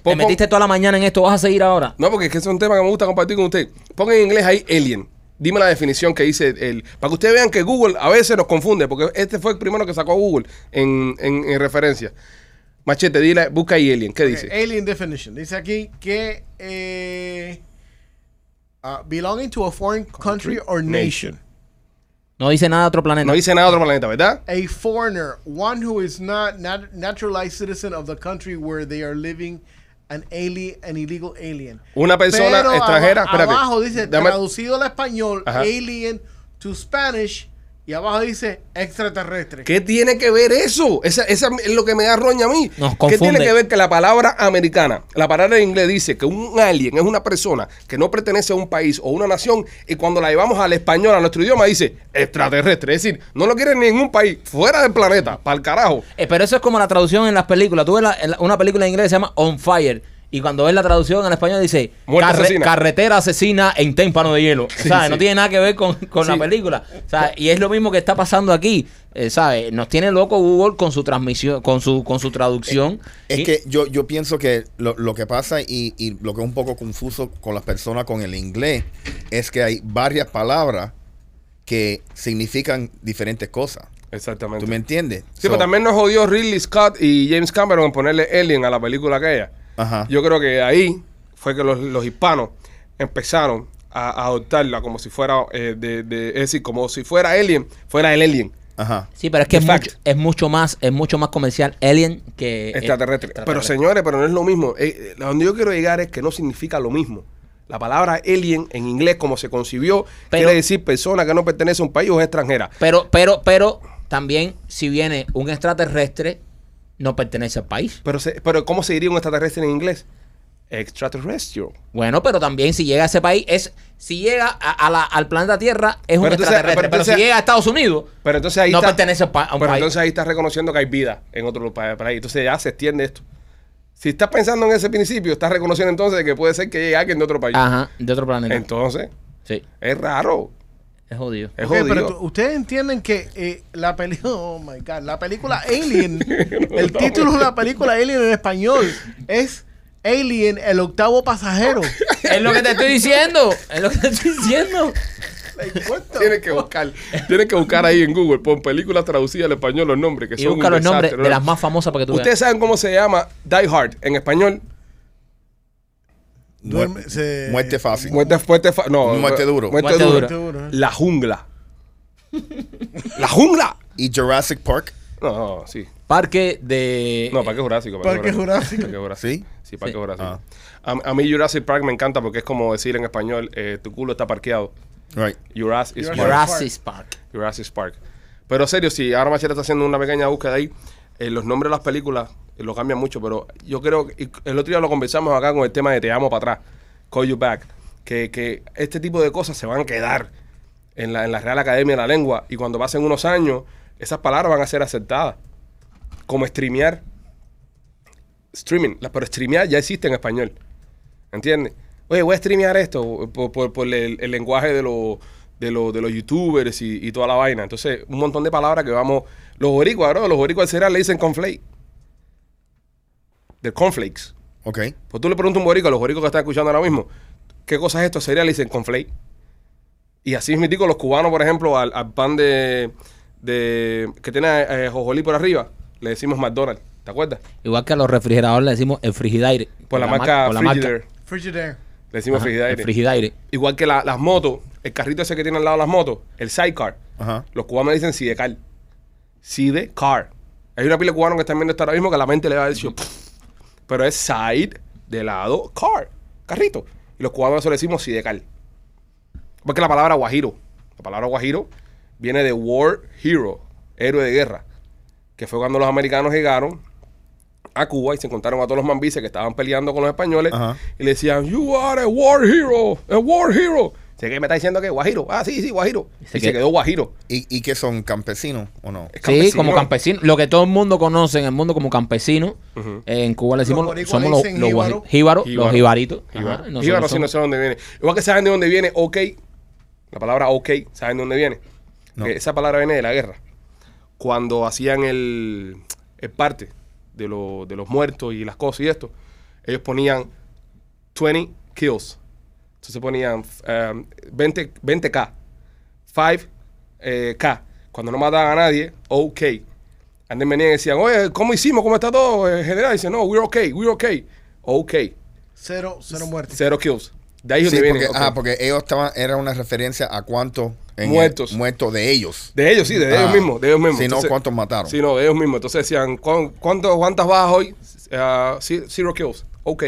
Speaker 3: te metiste toda la mañana en esto, vas a seguir ahora.
Speaker 1: No, porque es que es un tema que me gusta compartir con usted. Ponga en inglés ahí alien. Dime la definición que dice el. Para que ustedes vean que Google a veces nos confunde, porque este fue el primero que sacó Google en, en- en referencia. Machete, dile, busca ahí alien. ¿Qué dice?
Speaker 5: Alien definition. Dice aquí que eh, ah, belonging to a foreign country or nation.
Speaker 3: No dice nada de otro planeta.
Speaker 1: No dice nada de otro planeta, ¿verdad?
Speaker 5: A foreigner, one who is not nat- naturalized citizen of the country where they are living, an alien, an illegal alien.
Speaker 1: Una persona
Speaker 5: Pero
Speaker 1: extranjera.
Speaker 5: aba-
Speaker 1: espérate.
Speaker 5: Abajo dice
Speaker 1: Dame-
Speaker 5: traducido al español,
Speaker 1: Ajá.
Speaker 5: alien to Spanish, y abajo dice extraterrestre.
Speaker 1: ¿Qué tiene que ver eso? Esa, esa es lo que me da roña a mí.
Speaker 3: Nos
Speaker 1: ¿Qué
Speaker 3: confunde.
Speaker 1: tiene que ver que la palabra americana, la palabra en inglés dice que un alien es una persona que no pertenece a un país o una nación y cuando la llevamos al español, a nuestro idioma, dice extraterrestre. Es decir, no lo quiere en ningún país, fuera del planeta, para el carajo.
Speaker 3: Eh, pero eso es como la traducción en las películas. Tú ves la- en la- una película en inglés que se llama On Fire. Y cuando ves la traducción en español dice
Speaker 1: Muerte
Speaker 3: "Carre-
Speaker 1: asesina".
Speaker 3: carretera asesina en témpano de hielo. ¿Sabes? No tiene nada que ver con, con la
Speaker 1: Sí.
Speaker 3: película. ¿Sabes? Y es lo mismo que está pasando aquí. Eh, ¿Sabes? Nos tiene loco Google con su transmisión, con su, con su traducción.
Speaker 4: Es
Speaker 3: Y-
Speaker 4: que yo, yo pienso que lo, lo que pasa y, y lo que es un poco confuso con las personas con el inglés es que hay varias palabras que significan diferentes cosas.
Speaker 1: Exactamente.
Speaker 4: ¿Tú me entiendes?
Speaker 1: Sí,
Speaker 4: So,
Speaker 1: pero también nos jodió Ridley Scott y James Cameron en ponerle alien a la película aquella.
Speaker 4: Ajá.
Speaker 1: Yo creo que ahí fue que los, los hispanos empezaron a, a adoptarla como si fuera, eh, de, de- es decir, como si fuera alien, fuera el alien.
Speaker 4: Ajá.
Speaker 3: Sí, pero es que
Speaker 1: The
Speaker 3: es
Speaker 1: fact.
Speaker 3: mucho, es mucho más, es mucho más comercial Alien que
Speaker 1: extraterrestre. Pero señores, pero no es lo mismo. Eh, eh, a donde yo quiero llegar es que no significa lo mismo. La palabra alien en inglés, como se concibió,
Speaker 3: Pero-
Speaker 1: quiere decir persona que no pertenece a un país o es extranjera.
Speaker 3: Pero, pero, pero también si viene un extraterrestre, no pertenece al país.
Speaker 1: Pero, se- pero ¿cómo se diría un extraterrestre en inglés? Extraterrestre.
Speaker 3: Bueno, pero también si llega a ese país, es si llega a, a la- al planeta Tierra, es un
Speaker 1: Pero entonces-
Speaker 3: extraterrestre.
Speaker 1: pero
Speaker 3: Pero,
Speaker 1: entonces-
Speaker 3: si llega a Estados Unidos,
Speaker 1: Pero entonces ahí
Speaker 3: no
Speaker 1: está-
Speaker 3: pertenece a, pa- a un
Speaker 1: Pero
Speaker 3: país.
Speaker 1: entonces ahí estás reconociendo que hay vida en otro pa- país. Entonces ya se extiende esto. Si estás pensando en ese principio, estás reconociendo entonces que puede ser que llegue alguien de otro país.
Speaker 3: Ajá, de otro planeta.
Speaker 1: Entonces,
Speaker 3: sí,
Speaker 1: es raro.
Speaker 3: es jodido.
Speaker 1: Es
Speaker 5: Ok,
Speaker 1: jodido.
Speaker 5: pero tú- ustedes entienden que eh, la película, oh my god, la película Alien, el título de la película Alien en español es Alien, el octavo pasajero.
Speaker 3: es lo que te estoy diciendo. Es lo que te estoy diciendo.
Speaker 1: Tienes que buscar, tienes que buscar ahí en Google, pon películas traducidas al español los nombres que
Speaker 3: Y
Speaker 1: son
Speaker 3: busca
Speaker 1: un
Speaker 3: los nombres
Speaker 1: desastre,
Speaker 3: de
Speaker 1: ¿no?
Speaker 3: las más famosas para que tú
Speaker 1: Ustedes saben cómo se llama Die Hard en español.
Speaker 5: Duerme-
Speaker 4: Muer-
Speaker 5: se-
Speaker 4: Muerte fácil.
Speaker 1: Eh, Muerte, muerte, fa- no,
Speaker 4: Muerte duro.
Speaker 1: Muerte,
Speaker 3: Muerte
Speaker 1: duro.
Speaker 5: duro. eh.
Speaker 1: La jungla. La jungla.
Speaker 4: Y Jurassic Park.
Speaker 1: No, no, sí.
Speaker 3: veas. Parque de.
Speaker 1: No, Parque Jurásico.
Speaker 5: Parque Jurásico.
Speaker 1: Parque Jurásico.
Speaker 4: ¿Sí?
Speaker 1: Sí, Parque
Speaker 3: Sí.
Speaker 1: Jurásico. A, a mí Jurassic Park me encanta porque es como decir en español, eh, tu culo está parqueado.
Speaker 4: Right.
Speaker 1: Jurassic
Speaker 5: Jurassic
Speaker 1: Park.
Speaker 3: Jurassic Park.
Speaker 1: Jurassic Park. Pero serio, si ahora Machete está haciendo una pequeña búsqueda ahí, eh, los nombres de las películas eh, lo cambian mucho, pero yo creo que y el otro día lo conversamos acá con el tema de Te amo para atrás, Call You Back, que, que este tipo de cosas se van a quedar en la, en la Real Academia de la Lengua y cuando pasen unos años, esas palabras van a ser aceptadas. Como streamear. Streaming, la- pero streamear ya existe en español. ¿Entiendes? Oye, voy a streamear esto por, por- por el, el lenguaje de, los de, los- de los youtubers y, y toda la vaina. Entonces, un montón de palabras que vamos. Los boricuas, bro, los boricuas al cereal le dicen conflake. De cornflakes.
Speaker 4: Ok.
Speaker 1: Pues tú le preguntas a un boricua, a los boricos que están escuchando ahora mismo, ¿qué cosa es esto? Cereal le dicen conflake. Y así es mitico los cubanos, por ejemplo, al, al pan de, de que tiene eh, jojolí por arriba, le decimos McDonald's. ¿Te acuerdas?
Speaker 3: Igual que a los refrigeradores le decimos el frigidaire.
Speaker 1: Por la, marca
Speaker 3: por la
Speaker 1: Frigidaire.
Speaker 5: Frigidaire.
Speaker 1: Le decimos
Speaker 3: Ajá,
Speaker 1: Frigidaire.
Speaker 3: El frigidaire.
Speaker 1: Igual que la- las motos, el carrito ese que tiene al lado las motos, el sidecar.
Speaker 4: Ajá.
Speaker 1: Los cubanos dicen sidecar. Sidecar. Hay una pila de cubanos que están viendo esto ahora mismo que la mente le va a decir, "Pff", pero es side de lado car, carrito. Y los cubanos eso le decimos sidecar. Porque la palabra guajiro, la palabra guajiro viene de war hero, héroe de guerra, que fue cuando los americanos llegaron a Cuba y se encontraron a todos los mambises que estaban peleando con los españoles
Speaker 4: Ajá.
Speaker 1: y le decían, you are a war hero, a war hero. Dice, ¿qué me está diciendo que guajiro? Ah, sí, sí, guajiro. Y se,
Speaker 3: que-
Speaker 1: quedó guajiro.
Speaker 4: ¿Y, y que son campesinos o no?
Speaker 1: Es
Speaker 3: Sí, como campesino. Lo que todo el mundo conoce en el mundo como campesino. eh, en Cuba le
Speaker 5: Los
Speaker 3: decimos,
Speaker 5: boricuas
Speaker 3: somos
Speaker 5: le
Speaker 3: los,
Speaker 5: dicen
Speaker 3: los
Speaker 5: jíbaro.
Speaker 3: guaji- jíbaros,
Speaker 1: Jíbaro.
Speaker 3: los jibaritos.
Speaker 1: Jíbaro, Jíbaro sí no sé dónde viene. Igual que saben de dónde viene, ok. La palabra ok, ¿saben de dónde viene?
Speaker 4: No.
Speaker 1: Que esa palabra viene de la guerra. Cuando hacían el, el parte de, lo- de los muertos y las cosas y esto, ellos ponían 20 kills. Entonces ponían um, 20, 20k, 5k. eh, Cuando no mataban a nadie, ok. Anden venían y decían, oye, ¿cómo hicimos? ¿Cómo está todo, eh, general? dice, no, we're okay, we're okay. Ok.
Speaker 5: Cero, cero muertes.
Speaker 1: Cero kills. De ahí es
Speaker 4: Sí,
Speaker 1: donde viene.
Speaker 4: porque,
Speaker 1: ok.
Speaker 4: ajá, porque ellos estaban, era una referencia a cuántos en-
Speaker 1: Muertos.
Speaker 4: muertos de ellos.
Speaker 1: De ellos, sí, de ellos
Speaker 4: Ah,
Speaker 1: mismos. De ellos mismos.
Speaker 4: Si no,
Speaker 1: Entonces-
Speaker 4: ¿cuántos mataron?
Speaker 1: Sí, no, de ellos mismos. Entonces decían, "¿Cuán- cuánto- ¿cuántas bajas hoy? Ah, ci- zero kills. Ok.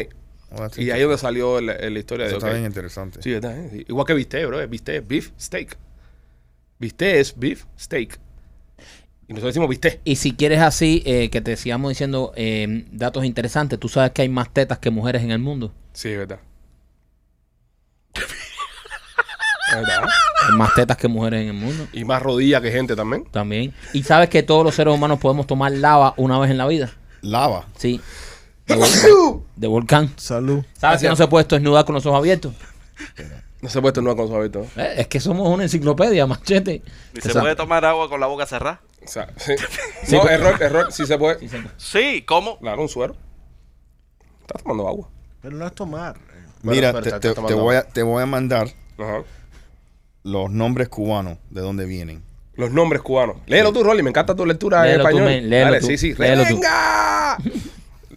Speaker 4: Oh, that's
Speaker 1: Y ahí es donde salió la, eh, la historia
Speaker 4: Eso
Speaker 1: de
Speaker 4: está
Speaker 1: ok.
Speaker 4: bien este. interesante.
Speaker 1: Sí, ¿verdad? eh? Igual que viste, bro. Viste beef steak. Viste es beef steak. Y nosotros decimos viste.
Speaker 3: Y si quieres así, eh, que te sigamos diciendo eh, datos interesantes, tú sabes que hay más tetas que mujeres en el mundo.
Speaker 1: Sí, es verdad. Es verdad.
Speaker 3: Hay más tetas que mujeres en el mundo.
Speaker 1: Y más rodilla que gente también.
Speaker 3: También. Y sabes que todos los seres humanos podemos tomar lava una vez en la vida.
Speaker 4: Lava.
Speaker 3: Sí. De, volcán. De volcán.
Speaker 5: Salud.
Speaker 3: ¿Sabes que no se puede estornudar con los ojos abiertos?
Speaker 1: No se puede estornudar con su hábito.
Speaker 3: Eh, es que somos una enciclopedia, machete.
Speaker 6: Ni
Speaker 3: O
Speaker 6: se
Speaker 3: sea,
Speaker 6: puede tomar agua con la boca cerrada.
Speaker 1: O sea, sí. no, error, error. Sí se puede.
Speaker 6: Sí, ¿cómo?
Speaker 1: Claro, un suero. Estás tomando agua.
Speaker 5: Pero no es tomar.
Speaker 1: Bueno,
Speaker 4: Mira,
Speaker 1: pero
Speaker 4: te,
Speaker 1: está-
Speaker 4: te-
Speaker 1: está
Speaker 4: te
Speaker 1: mandado.
Speaker 4: voy a, te voy a mandar
Speaker 1: Ajá.
Speaker 4: los nombres cubanos, de dónde vienen.
Speaker 1: Los nombres cubanos. Léelo tú, Rolly. Me encanta tu lectura en
Speaker 3: Léelo tú,
Speaker 1: español.
Speaker 3: men, léelo
Speaker 1: Dale,
Speaker 3: tú,
Speaker 1: sí, sí.
Speaker 3: léelo tú.
Speaker 1: ¡Venga!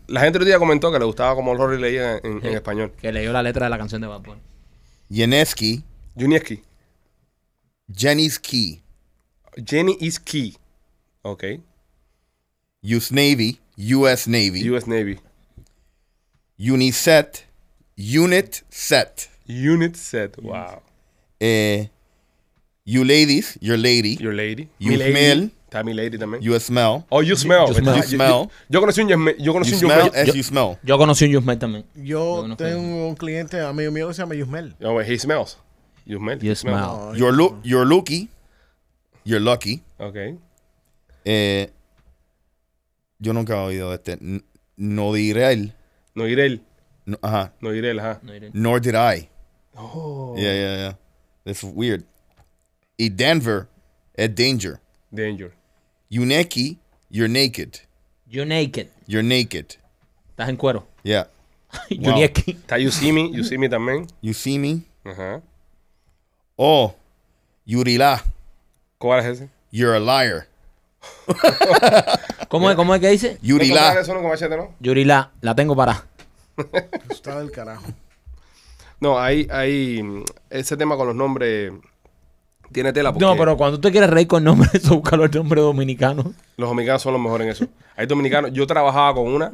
Speaker 1: La gente el otro día comentó que le gustaba como Rolly leía en, en- en español.
Speaker 3: Que leyó la letra de la canción de Vapor.
Speaker 4: Yeneski,
Speaker 1: Junieski.
Speaker 4: Jenny's Key,
Speaker 1: Jenny is key. Ok.
Speaker 4: US Navy, US Navy,
Speaker 1: US Navy.
Speaker 4: Uniset, Unit Set,
Speaker 1: Unit set. Wow.
Speaker 4: eh, You Ladies, Your Lady,
Speaker 1: Your lady.
Speaker 4: You
Speaker 1: Mi lady.
Speaker 4: smell.
Speaker 1: Está mi lady también.
Speaker 4: You Smell.
Speaker 1: oh, you smell.
Speaker 3: you smell.
Speaker 1: Yo-
Speaker 4: You smell.
Speaker 1: Yo, yo conocí un yesme- yo
Speaker 4: You
Speaker 1: conocí un
Speaker 4: Smell
Speaker 1: yesme-
Speaker 4: as
Speaker 1: yo-
Speaker 4: You Smell.
Speaker 3: Yo conocí un Yusmel también.
Speaker 5: Yo
Speaker 3: no
Speaker 5: tengo
Speaker 3: creo.
Speaker 5: un cliente, amigo mío, que se llama Yusmel.
Speaker 1: Oh, he smells. You smell.
Speaker 3: You smell.
Speaker 5: No,
Speaker 4: You're, lu- you're Lucky, You're Lucky.
Speaker 1: Ok.
Speaker 4: Eh, yo nunca he oído de este. N- No diré él.
Speaker 1: No iré él.
Speaker 4: No- ajá.
Speaker 1: No iré él, ajá.
Speaker 3: No iré.
Speaker 4: Nor did I. Oh. Yeah, yeah, yeah. That's weird. Y Denver at danger.
Speaker 1: Danger.
Speaker 4: You neki, you're naked.
Speaker 3: You naked.
Speaker 4: You're naked.
Speaker 3: Estás en cuero.
Speaker 4: Yeah.
Speaker 3: You
Speaker 4: Wow.
Speaker 3: naked.
Speaker 1: Está You See Me, You See Me también.
Speaker 4: You see me?
Speaker 1: Ajá.
Speaker 4: Oh, Yurila,
Speaker 1: ¿Cuál es ese?
Speaker 4: you're a liar.
Speaker 3: ¿Cómo es, ¿Cómo es que dice?
Speaker 1: ¿No
Speaker 4: Yurila.
Speaker 1: eso no con machete, no?
Speaker 3: Yurila, la tengo para.
Speaker 1: Ah,
Speaker 5: Está del carajo.
Speaker 1: No, ahí, ahí, mm, ese tema con los nombres tiene tela porque
Speaker 3: No, pero cuando tú te quieres reír con nombre, eso búscalo el nombre dominicano.
Speaker 1: los dominicanos son los mejores en eso. Hay dominicanos, yo trabajaba con una,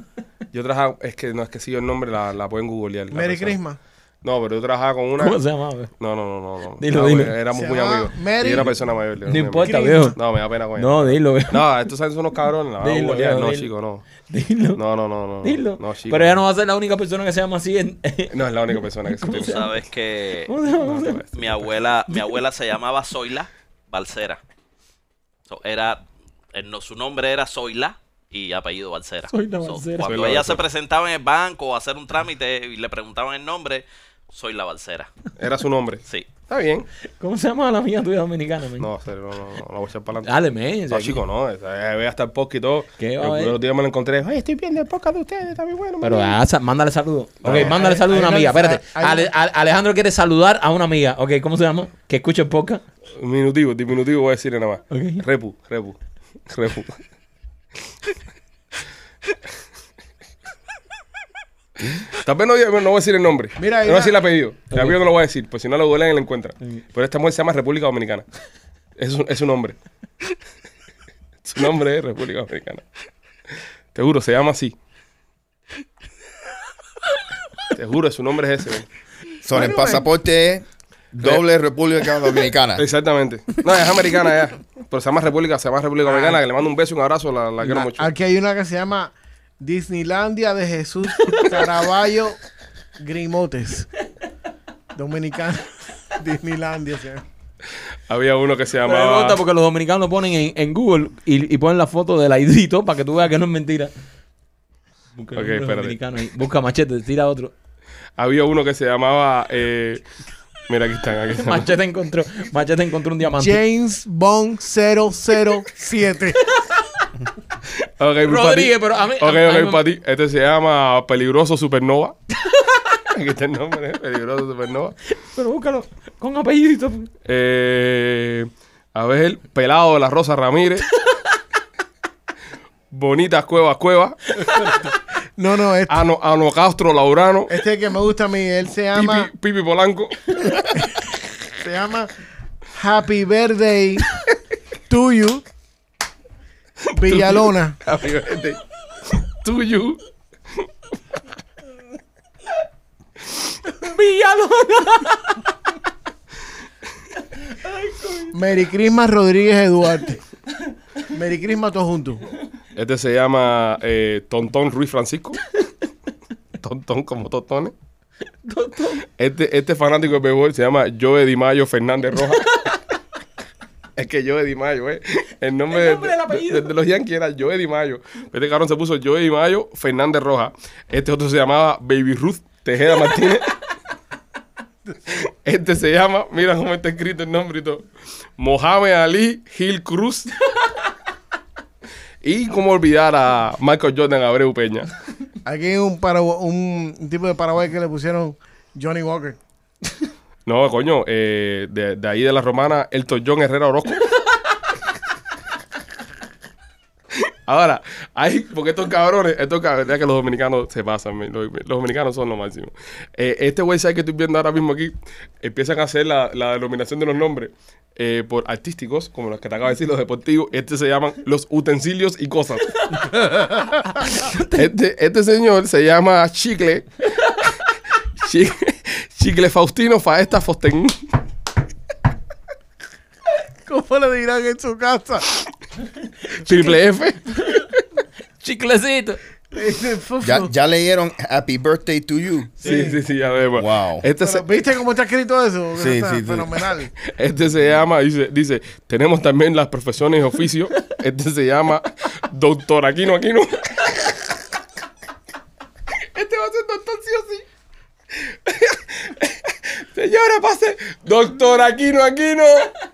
Speaker 1: yo trabajaba, es que no es que si yo el nombre la, la pueden googlear. la
Speaker 5: Merry
Speaker 1: persona.
Speaker 5: Christmas.
Speaker 1: No, pero yo trabajaba con una.
Speaker 3: ¿Cómo se llama? bro?
Speaker 1: No, no, no, no. no.
Speaker 3: Dilo,
Speaker 1: Ah,
Speaker 3: dilo.
Speaker 1: Éramos
Speaker 5: Se
Speaker 1: muy
Speaker 5: llama
Speaker 1: amigos.
Speaker 5: Mary-
Speaker 1: Y era persona mayor.
Speaker 3: No importa,
Speaker 5: Christmas.
Speaker 3: viejo.
Speaker 1: No, me da pena con ella.
Speaker 3: No, dilo, viejo.
Speaker 1: No, estos son unos cabrones. La van a
Speaker 3: Dilo,
Speaker 1: googlear.
Speaker 3: dilo,
Speaker 1: no,
Speaker 3: dilo.
Speaker 1: chico, no.
Speaker 3: Dilo.
Speaker 1: No, no, no, no.
Speaker 3: Dilo.
Speaker 1: No, chico.
Speaker 3: Pero ella no va a ser la única persona que se llama así. En...
Speaker 1: No es la única persona que se
Speaker 6: Tú sabes que
Speaker 3: ¿Cómo se llama?
Speaker 6: mi abuela, mi abuela se llamaba Zoila Balcera. So, era, el no- su nombre era Zoila y apellido Balcera.
Speaker 3: Zoila Balsera.
Speaker 6: cuando
Speaker 1: Zoila
Speaker 6: ella
Speaker 1: Balsera.
Speaker 6: se presentaba en el banco a hacer un trámite y le preguntaban el nombre, Zoila Balcera.
Speaker 1: Era su nombre.
Speaker 6: Sí.
Speaker 1: Está bien.
Speaker 3: ¿Cómo se llama la amiga tuya dominicana? men?
Speaker 1: No, serio, no, no, no, no la voy a echar para adelante.
Speaker 3: Dale, men.
Speaker 1: No,
Speaker 3: aquí-
Speaker 1: chico, no. esa- eh, Voy hasta el podcast y todo.
Speaker 3: ¿Qué
Speaker 1: Yo-
Speaker 3: va a
Speaker 1: yo
Speaker 3: haber?
Speaker 1: El otro día me lo encontré. Oye, estoy viendo el podcast de ustedes, está muy bueno.
Speaker 3: Pero
Speaker 1: muy bien".
Speaker 3: ah, sa- mándale saludo. Ok,
Speaker 1: Bueno,
Speaker 3: mándale
Speaker 5: hay-
Speaker 3: saludo a una
Speaker 5: hay
Speaker 3: amiga.
Speaker 5: una-
Speaker 3: Espérate.
Speaker 5: hay una-
Speaker 3: Ale- Ale- Alejandro quiere saludar a una amiga. Ok, ¿cómo se llama? Que escuche el podcast.
Speaker 1: Minutivo, diminutivo voy a decirle nada más.
Speaker 3: Ok.
Speaker 1: Repu, repu, repu. Tal vez no, diga- no voy a decir el nombre. no
Speaker 5: Mira,
Speaker 1: voy
Speaker 5: mira.
Speaker 1: a decir el apellido. El apellido no lo voy a decir, pues si no lo duelen, lo encuentra. Pero esta mujer se llama República Dominicana. Es un, es un nombre. Su nombre es República Dominicana. Te juro, se llama así. Te juro, su nombre es ese. güey.
Speaker 4: Son el pasaporte es doble República Dominicana.
Speaker 1: Exactamente. No, es americana ya. Pero se llama República, se llama
Speaker 3: Ah.
Speaker 1: República Dominicana. Que le mando un beso, un abrazo, la, la quiero mucho.
Speaker 5: Aquí hay una que se llama Disneylandia de Jesús Caraballo Grimotes. Dominicana. Disneylandia se llama.
Speaker 1: Había uno que se
Speaker 3: Me gusta
Speaker 1: llamaba.
Speaker 3: porque los dominicanos ponen en, en Google y, y ponen la foto del aidito para que tú veas que no es mentira. Busca,
Speaker 1: Ok,
Speaker 3: nombres
Speaker 1: espérate.
Speaker 3: dominicanos ahí. Busca machete, tira otro.
Speaker 1: Había uno que se llamaba. eh, mira, aquí están, aquí están.
Speaker 3: Machete encontró, machete encontró un diamante.
Speaker 5: James Bond 007.
Speaker 1: Ok,
Speaker 3: Rodríguez,
Speaker 1: para ti.
Speaker 3: pero a mí-
Speaker 1: Ok,
Speaker 3: a- a mí
Speaker 1: ok,
Speaker 3: me-
Speaker 1: para ti. Este se llama Peligroso Supernova. Aquí está el nombre, ¿eh? Peligroso Supernova.
Speaker 3: Pero búscalo con apellidito.
Speaker 1: Eh, a ver, Pelado de la Rosa Ramírez. Bonitas Cuevas Cuevas.
Speaker 5: No, no, este,
Speaker 1: Ano, Ano Castro Laurano.
Speaker 5: este que me gusta a mí, él se llama,
Speaker 1: Pipi, Pipi Polanco.
Speaker 5: se llama Happy Birthday to you. Villalona.
Speaker 1: Happy birthday to you.
Speaker 3: Villalona.
Speaker 5: Merry Christmas Rodríguez Duarte. Merry Christmas todos juntos.
Speaker 1: Este se llama eh, Tontón Ruiz Francisco. Tontón como Totones. Este, este fanático de béisbol se llama Joe Di Mayo Fernández Rojas. es que Joe Di Mayo, eh. El nombre,
Speaker 3: El nombre,
Speaker 1: de,
Speaker 3: el apellido.
Speaker 1: de- de los Yankees era Joe Di Mayo. Este cabrón se puso Joe Di Mayo Fernández Rojas. Este otro se llamaba Baby Ruth Tejeda Martínez. Este se llama, mira cómo está escrito el nombre y todo. Mohamed Ali Gil Cruz. Y cómo olvidar a Michael Jordan Abreu Peña.
Speaker 5: Aquí hay un, paragua- un tipo de Paraguay que le pusieron Johnny Walker.
Speaker 1: No, coño, eh, de, de ahí de la romana, Elton John Herrera Orozco. Ahora, hay, porque estos cabrones, estos cabrones, que los dominicanos se pasan, men, los, los dominicanos son lo máximo. Eh, este website que estoy viendo ahora mismo aquí, empiezan a hacer la, la denominación de los nombres eh, por artísticos, como los que te acabo de decir, los deportivos, este se llaman los utensilios y cosas. este, este señor se llama Chicle. Chi- Chicle Faustino Faesta Fostén.
Speaker 5: ¿Cómo le dirán en su casa?
Speaker 1: Triple F.
Speaker 3: Chiclecito.
Speaker 5: Le dicen, "Fufu".
Speaker 4: Ya, ya leyeron Happy Birthday to you.
Speaker 1: Sí, sí, sí, ya vemos.
Speaker 4: Wow.
Speaker 1: Este se,
Speaker 5: Pero, ¿Viste cómo está escrito eso?
Speaker 4: Sí,
Speaker 5: Está
Speaker 4: sí, sí.
Speaker 5: fenomenal.
Speaker 1: este se llama, dice, dice, tenemos también las profesiones y oficios. Este se llama Doctor Aquino Aquino. Este va a ser doctor sí o sí. Señora, pase. Doctor Aquino Aquino.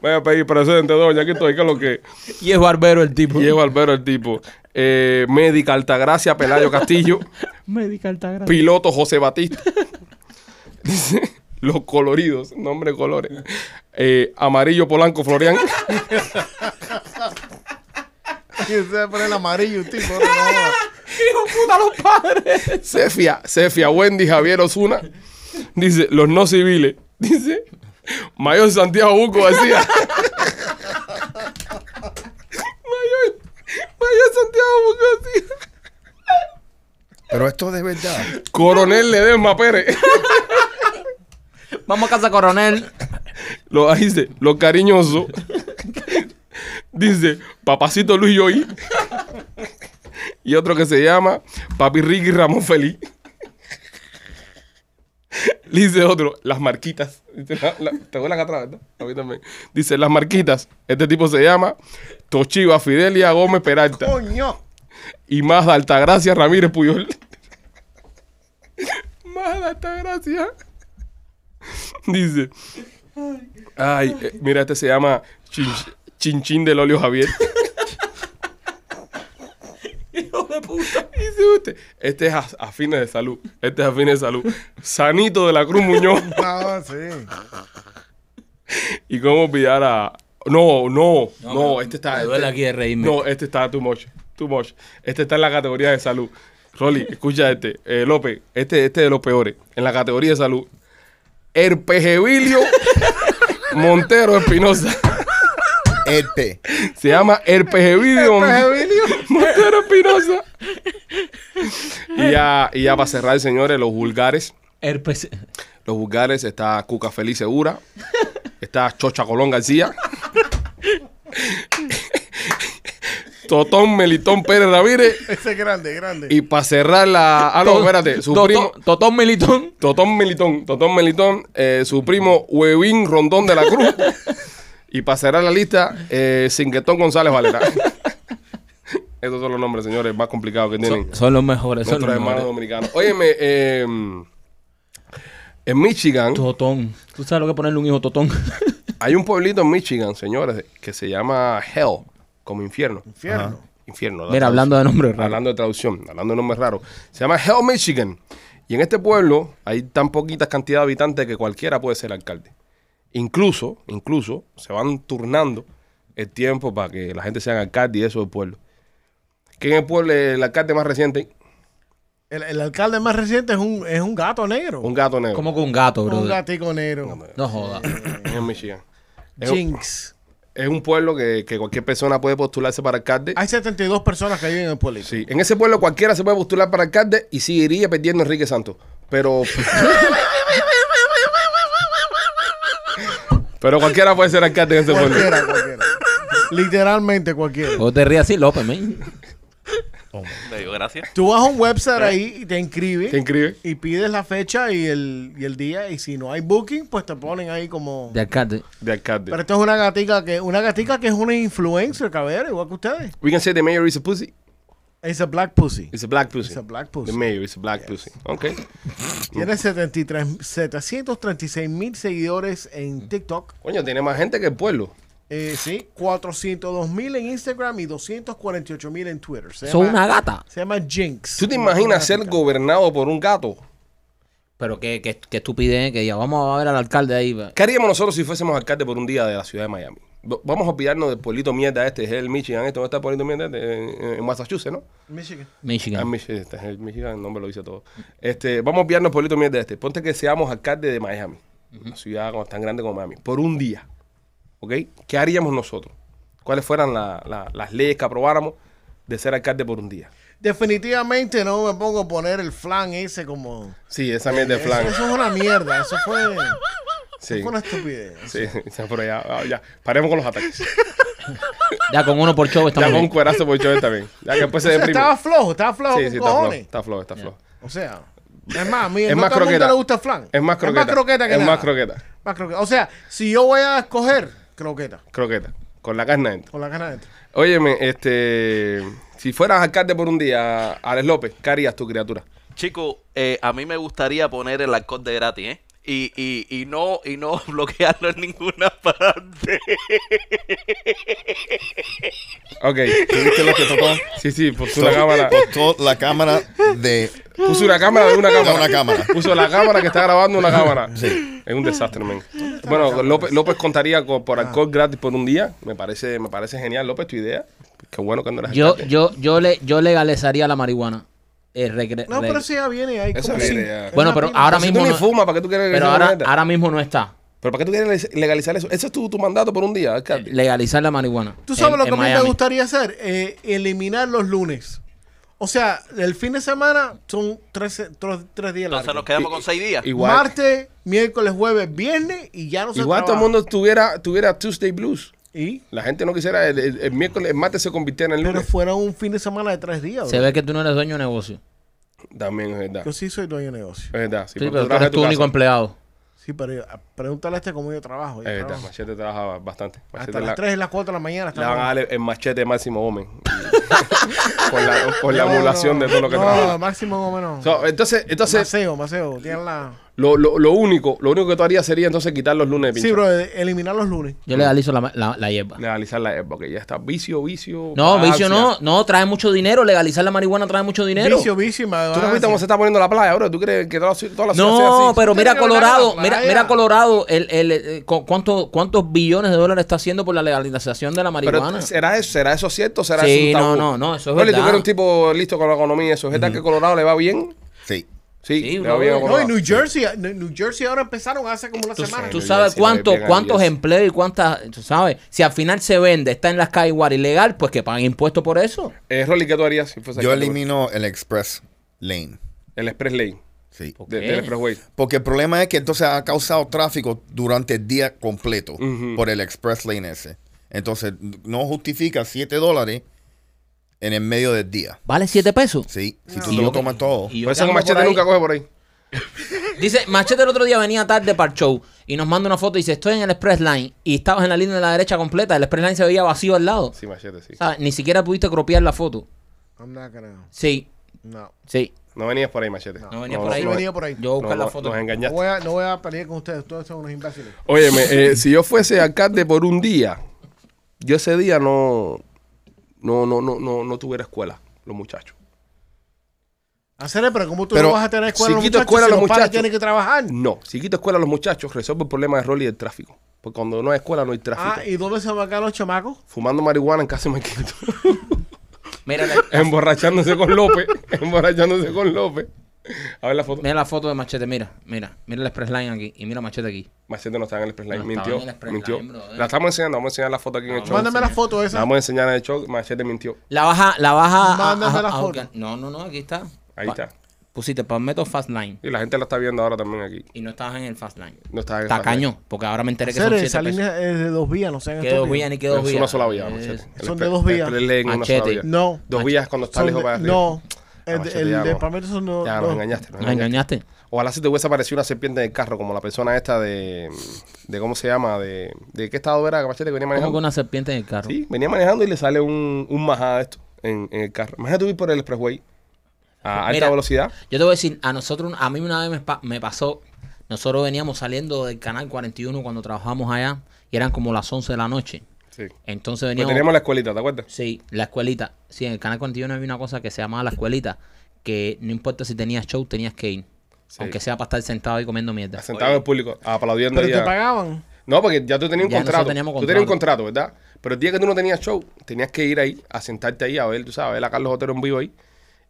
Speaker 1: Voy a pedir presente, doña, aquí estoy, que es lo que...
Speaker 3: Y es barbero el tipo.
Speaker 1: Llevo al ver el tipo. Eh, médica Altagracia Pelayo Castillo.
Speaker 3: Médica Altagracia.
Speaker 1: Piloto José Batista. Dice, los coloridos, nombre de colores. Eh, amarillo Polanco Florian.
Speaker 5: Y se va a poner el amarillo un tipo. no, no.
Speaker 3: ¡Hijo puta, los padres!
Speaker 1: Cefia, Cefia Wendy Javier Osuna. Dice, los no civiles. Dice, Mayor Santiago Buco García. Mayor, Mayor Santiago Buco García.
Speaker 4: Pero esto de verdad.
Speaker 1: Coronel Ledesma Pérez.
Speaker 3: Vamos a casa, coronel.
Speaker 1: Lo, ahí dice, lo cariñoso. dice, papacito Luis Yoí. y otro que se llama Papi Ricky Ramón Feliz. Le dice otro, las marquitas. Dice, la- la- te acuerdas acá atrás, ¿verdad? A mí también. Dice, las marquitas. Este tipo se llama Tochiva Fidelia Gómez Peralta.
Speaker 5: Coño.
Speaker 1: Y más Altagracia Ramírez Puyol. más Altagracia. Dice. Ay, eh, mira, este se llama Chin- Chinchín del Olio Javier.
Speaker 3: ¡Hijo de puta!
Speaker 1: Dice usted. Este es a, a fines de salud. Este es a fines de salud. Sanito de la Cruz Muñoz.
Speaker 5: No, sí.
Speaker 1: Y cómo olvidar a. No, no, no, este está.
Speaker 3: Me duele
Speaker 1: este-
Speaker 3: aquí de reírme.
Speaker 1: No, este está too much. too much. Este está en la categoría de salud. Rolly, escucha este. Eh, López, este, este es de los peores. En la categoría de salud. Herpejevilio Montero Espinosa.
Speaker 4: Este.
Speaker 1: Se llama Herpejevilio Montero Espinosa. Y ya, y ya para cerrar, señores, los vulgares.
Speaker 3: Herpes.
Speaker 1: Los vulgares está Cuca Feliz Segura. Está Chocha Colón García. Totón Melitón Pérez Ramírez.
Speaker 5: Ese es grande, grande.
Speaker 1: Y para cerrar la. Ah, no, espérate. Su
Speaker 3: Totón-
Speaker 1: primo.
Speaker 3: Totón Militón.
Speaker 1: Totón Melitón. Totón Melitón. eh, su primo Huevín Rondón de la Cruz. y para cerrar la lista, eh, Cinquetón González Valera. Esos son los nombres, señores, más complicados que tienen.
Speaker 3: Son, son los mejores. Son
Speaker 1: nuestros
Speaker 3: los
Speaker 1: hermanos
Speaker 3: mejores.
Speaker 1: dominicanos. Óyeme, eh, en Michigan.
Speaker 3: Totón. ¿Tú sabes lo que es ponerle un hijo Totón?
Speaker 1: Hay un pueblito en Michigan, señores, que se llama Hell, como infierno.
Speaker 5: Infierno.
Speaker 1: Infierno. la
Speaker 3: Mira,
Speaker 1: traducción.
Speaker 3: hablando de nombres raros.
Speaker 1: Hablando de traducción, hablando de nombres raros. Se llama Hell, Michigan. Y en este pueblo hay tan poquitas cantidad de habitantes que cualquiera puede ser alcalde. Incluso, incluso, se van turnando el tiempo para que la gente sea alcalde y eso del pueblo. ¿Quién es el pueblo, el alcalde más reciente?
Speaker 5: El, el alcalde más reciente es un, es un gato negro.
Speaker 1: Un
Speaker 5: Un,
Speaker 1: gato negro.
Speaker 3: Como con un gato, bro.
Speaker 5: gatico negro.
Speaker 3: No joda.
Speaker 1: En Michigan. Es un,
Speaker 5: Jinx.
Speaker 1: es un pueblo que, que cualquier persona puede postularse para alcalde.
Speaker 5: Hay 72 personas que viven en el pueblo.
Speaker 1: Sí, en ese pueblo cualquiera se puede postular para alcalde y seguiría perdiendo Enrique Santos. Pero. Pero cualquiera puede ser alcalde en ese pueblo.
Speaker 5: Cualquiera, cualquiera. Literalmente cualquiera.
Speaker 3: O te rías así, López, men.
Speaker 6: Le digo gracias.
Speaker 5: Tú vas a un website ahí y te inscribes.
Speaker 1: ¿Te inscribe?
Speaker 5: y pides la fecha y el, y el día. Y si no hay booking, pues te ponen ahí como.
Speaker 3: De alcalde.
Speaker 1: De alcalde.
Speaker 5: Pero esto es una gatica que, una gatica que es una influencer, cabrera, igual que ustedes.
Speaker 1: We can say the mayor is a pussy.
Speaker 5: Es a black pussy.
Speaker 1: It's a black pussy.
Speaker 5: It's a black pussy.
Speaker 1: The mayor is a black pussy. Ok.
Speaker 5: Tiene 73, 736 mil seguidores en TikTok.
Speaker 1: Coño, tiene más gente que el pueblo.
Speaker 5: Eh, sí, 402 mil en Instagram y 248 mil en Twitter. Se,
Speaker 3: Son
Speaker 5: llama,
Speaker 3: una gata.
Speaker 5: se llama Jinx.
Speaker 1: ¿Tú te
Speaker 5: Una
Speaker 1: imaginas ser
Speaker 5: gatica.
Speaker 1: gobernado por un gato?
Speaker 3: Pero qué, qué, qué estupidez, que ya vamos a ver al alcalde ahí. va.
Speaker 1: ¿Qué haríamos nosotros si fuésemos alcalde por un día de la ciudad de Miami? V- Vamos a olvidarnos del pueblito mierda este, es el Michigan, este, ¿dónde está el pueblito mierda este? En- en Massachusetts, ¿no?
Speaker 5: Michigan.
Speaker 1: Ah,
Speaker 3: Michigan.
Speaker 1: Michigan, este, el Michigan, el nombre lo dice todo. Este, vamos a obviarnos por el mierda este. Ponte que seamos alcalde de Miami, una ciudad como- tan grande como Miami, por un día. ¿Ok? ¿Qué haríamos nosotros? ¿Cuáles fueran la- la- las leyes que aprobáramos de ser alcalde por un día?
Speaker 5: Definitivamente no me pongo a poner el flan ese como.
Speaker 1: Sí, esa mierda de flan.
Speaker 5: Eso es una mierda. Eso fue,
Speaker 1: Sí.
Speaker 5: fue una estupidez.
Speaker 1: Sí, sí, pero ya, ah, ya, paremos con los ataques.
Speaker 3: Ya con uno por show
Speaker 1: Ya
Speaker 3: estamos
Speaker 1: con un
Speaker 3: bien.
Speaker 1: cuerazo por Joel también. Ya que después
Speaker 5: O
Speaker 1: se
Speaker 5: sea,
Speaker 1: deprime.
Speaker 5: estaba flojo, estaba flojo
Speaker 1: Sí,
Speaker 5: con
Speaker 1: sí, está flojo,
Speaker 5: cojones.
Speaker 1: está flojo, está flojo.
Speaker 5: O sea, es más, a mí
Speaker 1: Es
Speaker 5: no
Speaker 1: más
Speaker 5: todo el mundo
Speaker 1: croqueta.
Speaker 5: le gusta el flan.
Speaker 1: Es más croqueta.
Speaker 5: Es más croqueta que
Speaker 1: Es
Speaker 5: nada.
Speaker 1: más croqueta.
Speaker 5: Más croqueta. O sea, si yo voy a escoger croqueta
Speaker 1: Croqueta, con la carne adentro.
Speaker 5: con la gana dentro.
Speaker 1: Óyeme, este. Si fueras alcalde por un día, Alex López, ¿qué harías tu criatura?
Speaker 6: Chico, eh, a mí me gustaría poner el alcohol de gratis, ¿eh? Y, y, y no y no bloquearlo en ninguna parte.
Speaker 1: Ok.
Speaker 4: ¿Tú viste lo que tocó?
Speaker 1: Sí, sí, puso
Speaker 4: Tocó-
Speaker 1: la cámara.
Speaker 4: tocó la cámara de
Speaker 1: Puso una cámara de una
Speaker 4: de
Speaker 1: cámara.
Speaker 4: una cámara.
Speaker 1: Puso la cámara que está grabando una cámara. Sí. Es un desastre, men. Bueno, López, López contaría con- por alcohol gratis por un día. Me parece, me parece genial, López, tu idea. Qué bueno que no eres
Speaker 3: Yo,
Speaker 1: alcalde.
Speaker 3: yo, yo, le, yo legalizaría la marihuana. Eh, regre-
Speaker 5: No, pero
Speaker 3: regre-
Speaker 5: si ya viene ahí.
Speaker 1: Esa
Speaker 5: como
Speaker 1: es la
Speaker 5: si-
Speaker 1: idea.
Speaker 5: es
Speaker 3: Bueno,
Speaker 5: una
Speaker 3: pero
Speaker 5: pila.
Speaker 3: ahora
Speaker 1: si
Speaker 3: mismo.
Speaker 1: tú ni
Speaker 3: No,
Speaker 1: fumas, ¿para qué tú quieres
Speaker 3: pero
Speaker 1: legalizar
Speaker 3: ahora,
Speaker 1: la mierda?
Speaker 3: ahora mismo no está.
Speaker 1: ¿Pero para qué tú quieres legalizar eso? Ese es tu, tu mandato por un día, alcalde.
Speaker 3: Legalizar la marihuana.
Speaker 5: Tú sabes
Speaker 3: en-
Speaker 5: lo
Speaker 3: en
Speaker 5: que a mí me
Speaker 3: Miami.
Speaker 5: gustaría hacer, eh, eliminar los lunes. O sea, el fin de semana son tres, tres, tres días
Speaker 6: Entonces nos
Speaker 5: largos.
Speaker 6: quedamos con seis días.
Speaker 1: igual
Speaker 5: Martes, miércoles, jueves, viernes y ya no se
Speaker 1: igual todo el
Speaker 5: trabaja.
Speaker 1: mundo tuviera, tuviera Tuesday Blues.
Speaker 5: Y,
Speaker 1: La gente no quisiera el, el- el miércoles, el martes se convirtiera en el
Speaker 5: pero
Speaker 1: lunes.
Speaker 5: fuera un fin de semana de tres días.
Speaker 3: Se
Speaker 5: bro.
Speaker 3: ve que tú no eres dueño de negocio.
Speaker 1: También es verdad.
Speaker 5: Yo
Speaker 1: Es
Speaker 5: sí soy dueño de negocio.
Speaker 1: verdad. Sí,
Speaker 3: Sí,
Speaker 1: porque
Speaker 3: pero tú
Speaker 1: trabajas
Speaker 3: eres
Speaker 1: en tu
Speaker 3: tu
Speaker 1: casa.
Speaker 3: único empleado.
Speaker 5: Sí, pero ah, pregúntale a este cómo yo trabajo. yo
Speaker 1: Es verdad,
Speaker 5: trabajo
Speaker 1: Machete trabaja bastante. Machete
Speaker 5: Hasta las
Speaker 1: pues. la-
Speaker 5: 3 y las 4 de la
Speaker 1: Le
Speaker 5: mañana.
Speaker 1: van a
Speaker 5: estamos-
Speaker 1: dar el machete máximo Gómez. por la, por la
Speaker 5: No,
Speaker 1: emulación
Speaker 5: no,
Speaker 1: de todo lo que
Speaker 5: no,
Speaker 1: trabaja.
Speaker 5: máximo o menos.
Speaker 1: So, entonces, entonces
Speaker 5: Maceo, Maceo, tienen la...
Speaker 1: Lo, lo, lo único, lo único que tú harías sería entonces quitar los lunes de pincho.
Speaker 5: Sí, bro, eh, eliminar los lunes.
Speaker 3: Yo legalizo la, la, la hierba.
Speaker 1: Legalizar la época, que ya está. Vicio, vicio.
Speaker 3: No, vicio
Speaker 1: ansia.
Speaker 3: no. No, trae mucho dinero. Legalizar la marihuana trae mucho dinero.
Speaker 5: Vicio, vicio, y
Speaker 1: ¿Tú no viste cómo se está poniendo la playa, bro? ¿Tú crees que toda la, ci- toda la ciudad sea
Speaker 3: No,
Speaker 1: así?
Speaker 3: pero mira
Speaker 5: Tiene que volver a
Speaker 3: Colorado,
Speaker 5: la
Speaker 3: mira,
Speaker 5: playa.
Speaker 3: mira Colorado, el, el, eh, cu- cuánto- ¿cuántos billones de dólares está haciendo por la legalización de la
Speaker 1: Pero,
Speaker 3: marihuana?
Speaker 1: ¿será, eso, ¿Será eso cierto? ¿Será
Speaker 3: Sí,
Speaker 1: eso un tabú?
Speaker 3: no, no, no, eso es
Speaker 1: Rolly,
Speaker 3: verdad.
Speaker 1: tú que eres un tipo listo con la economía, eso. ¿Es verdad que Colorado le va bien?
Speaker 4: Sí.
Speaker 1: Sí,
Speaker 3: Sí,
Speaker 1: le va
Speaker 3: bro.
Speaker 1: bien a
Speaker 5: No, y
Speaker 1: Colorado.
Speaker 5: New Jersey, eh, New Jersey ahora empezaron hace como una
Speaker 3: Tú,
Speaker 5: semana.
Speaker 3: tú
Speaker 1: New
Speaker 3: sabes
Speaker 1: Jersey, lo
Speaker 3: cuánto,
Speaker 1: despliegan a
Speaker 3: cuántos
Speaker 1: New Jersey.
Speaker 3: empleos y cuántas, tú sabes, si al final se vende, está en las calles igual ilegal, pues que paguen impuestos por eso.
Speaker 1: Eh, Rolly, ¿qué tú harías si fuese
Speaker 4: Yo
Speaker 1: aquí?
Speaker 4: elimino el Express Lane.
Speaker 1: El Express Lane.
Speaker 4: Sí.
Speaker 1: de-
Speaker 3: Ok.
Speaker 1: del Expressway.
Speaker 4: Porque el problema es que entonces ha causado tráfico durante el día completo
Speaker 1: Ujú.
Speaker 4: por el Express Lane ese. Entonces, no justifica 7 dólares en el medio del día.
Speaker 3: Vale 7 pesos.
Speaker 4: Sí, si
Speaker 3: Y
Speaker 4: tú te
Speaker 3: yo
Speaker 4: lo
Speaker 3: que-
Speaker 4: tomas todo.
Speaker 3: y yo
Speaker 1: Por eso
Speaker 3: que
Speaker 1: que
Speaker 3: ando por
Speaker 1: Machete
Speaker 3: ahí-
Speaker 1: nunca coge por ahí.
Speaker 3: Dice, Machete el otro día venía tarde para el show y nos manda una foto y dice, estoy en el Express Line y estabas en la línea de la derecha completa, el Express Line se veía vacío al lado.
Speaker 1: Sí, Machete, sí.
Speaker 3: ¿Sabes? Ni siquiera pudiste cropear la foto.
Speaker 5: I'm not gonna-
Speaker 3: Sí,
Speaker 5: No.
Speaker 3: sí.
Speaker 1: No venías por ahí, Machete.
Speaker 3: No venía
Speaker 5: no,
Speaker 3: por ahí.
Speaker 5: no venía por ahí.
Speaker 3: Yo voy a buscar
Speaker 1: no,
Speaker 3: la foto.
Speaker 1: Nos
Speaker 5: No
Speaker 1: engañaste.
Speaker 5: voy, a, no voy a pelear con ustedes, todos son unos imbéciles.
Speaker 1: Óyeme, eh, si yo fuese alcalde por un día, yo ese día no, no, no, no, no, no tuviera escuela, los muchachos.
Speaker 5: Hacerle, pero ¿cómo tú
Speaker 1: Pero
Speaker 5: no vas a tener escuela
Speaker 1: si quito escuela
Speaker 5: si
Speaker 1: a los
Speaker 5: padres
Speaker 1: muchachos-
Speaker 5: tienen que trabajar?
Speaker 1: No, si quito escuela a los muchachos, resuelvo el problema de rol y del tráfico. Porque cuando no hay escuela no hay tráfico.
Speaker 5: Ah, ¿y dónde se van a quedar los chamacos?
Speaker 1: Fumando marihuana en casa de Marquito.
Speaker 3: Mira la,
Speaker 1: emborrachándose con López. emborrachándose con López. A ver la foto.
Speaker 3: mira la foto de Machete, mira, mira, mira el Express Line aquí y mira Machete aquí.
Speaker 1: Machete no estaba en el Express Line.
Speaker 3: No estaba
Speaker 1: mintió.
Speaker 3: en el Express
Speaker 1: mintió.
Speaker 3: Line, brother.
Speaker 1: la estamos enseñando. Vamos a enseñar la foto aquí en el show.
Speaker 5: Mándame la foto
Speaker 1: La
Speaker 5: esa.
Speaker 1: vamos a enseñar en el show. Machete mintió.
Speaker 3: La baja, la baja. ah, a-
Speaker 5: Mándame
Speaker 3: a-
Speaker 5: la
Speaker 3: a-
Speaker 5: foto.
Speaker 3: a- No, no, no, aquí está.
Speaker 1: Ahí
Speaker 3: Pa-
Speaker 1: está.
Speaker 3: Pusiste Palmetto Fast Line
Speaker 1: Y la gente la está viendo ahora también aquí.
Speaker 3: y no estabas en el Fast Line.
Speaker 1: No está en el Express Line.
Speaker 3: Tacaño, porque ahora me enteré que son
Speaker 5: Hacer
Speaker 3: 7
Speaker 5: esa
Speaker 3: pesos.
Speaker 5: línea es de dos vías, no sean
Speaker 3: Que dos
Speaker 5: estúpidos.
Speaker 3: vías ni que dos
Speaker 1: Es
Speaker 3: vías.
Speaker 1: una sola vía,
Speaker 3: Es-
Speaker 1: Machete. El
Speaker 5: Son
Speaker 1: Express-
Speaker 5: de dos vías.
Speaker 1: el Express Line es una sola
Speaker 3: Machete.
Speaker 1: vía.
Speaker 5: No.
Speaker 1: Dos vías cuando estás
Speaker 5: Son
Speaker 1: lejos
Speaker 5: de-
Speaker 1: para arriba.
Speaker 5: No,
Speaker 1: Ah,
Speaker 5: el,
Speaker 1: machete,
Speaker 5: el
Speaker 1: ya
Speaker 5: de
Speaker 1: no.
Speaker 5: Palmetto son dos.
Speaker 1: Ya,
Speaker 5: dos.
Speaker 1: nos engañaste. Nos
Speaker 3: Nos
Speaker 1: engañaste.
Speaker 3: engañaste.
Speaker 1: Ojalá se te hubiese aparecido una serpiente en el carro, como la persona esta de. de ¿Cómo se llama? ¿De, de qué estado era Machete que venía
Speaker 3: Como
Speaker 1: manejando?
Speaker 3: con una serpiente en el carro.
Speaker 1: Sí, venía manejando y le sale un, un majada de esto en, en el carro. Imagínate tú ir por el expressway a alta
Speaker 3: Mira.
Speaker 1: velocidad.
Speaker 3: Yo te voy a decir, a nosotros, a mí una vez me, pa- me pasó, nosotros veníamos saliendo del canal 41 cuando trabajamos allá y eran como las 11 de la noche.
Speaker 1: Sí.
Speaker 3: Entonces
Speaker 1: Pues
Speaker 3: veníamos.
Speaker 1: teníamos la escuelita, ¿te acuerdas?
Speaker 3: Sí, la escuelita. Sí, en el canal 41 había una cosa que se llamaba la escuelita, que no importa si tenías show, tenías que ir.
Speaker 1: Sí.
Speaker 3: Aunque sea para estar sentado ahí comiendo mierda.
Speaker 1: Sentado en el público, aplaudiendo.
Speaker 5: Pero
Speaker 1: ahí
Speaker 5: te
Speaker 1: a-
Speaker 5: pagaban.
Speaker 1: No, porque ya tú tenías un
Speaker 3: Ya nosotros
Speaker 1: contrato.
Speaker 3: teníamos
Speaker 1: Tú tenías un
Speaker 3: contrato.
Speaker 1: contrato, ¿verdad? Pero el día que tú no tenías show, tenías que ir ahí, a sentarte ahí, a ver, tú sabes, a ver a Carlos Otero en vivo ahí.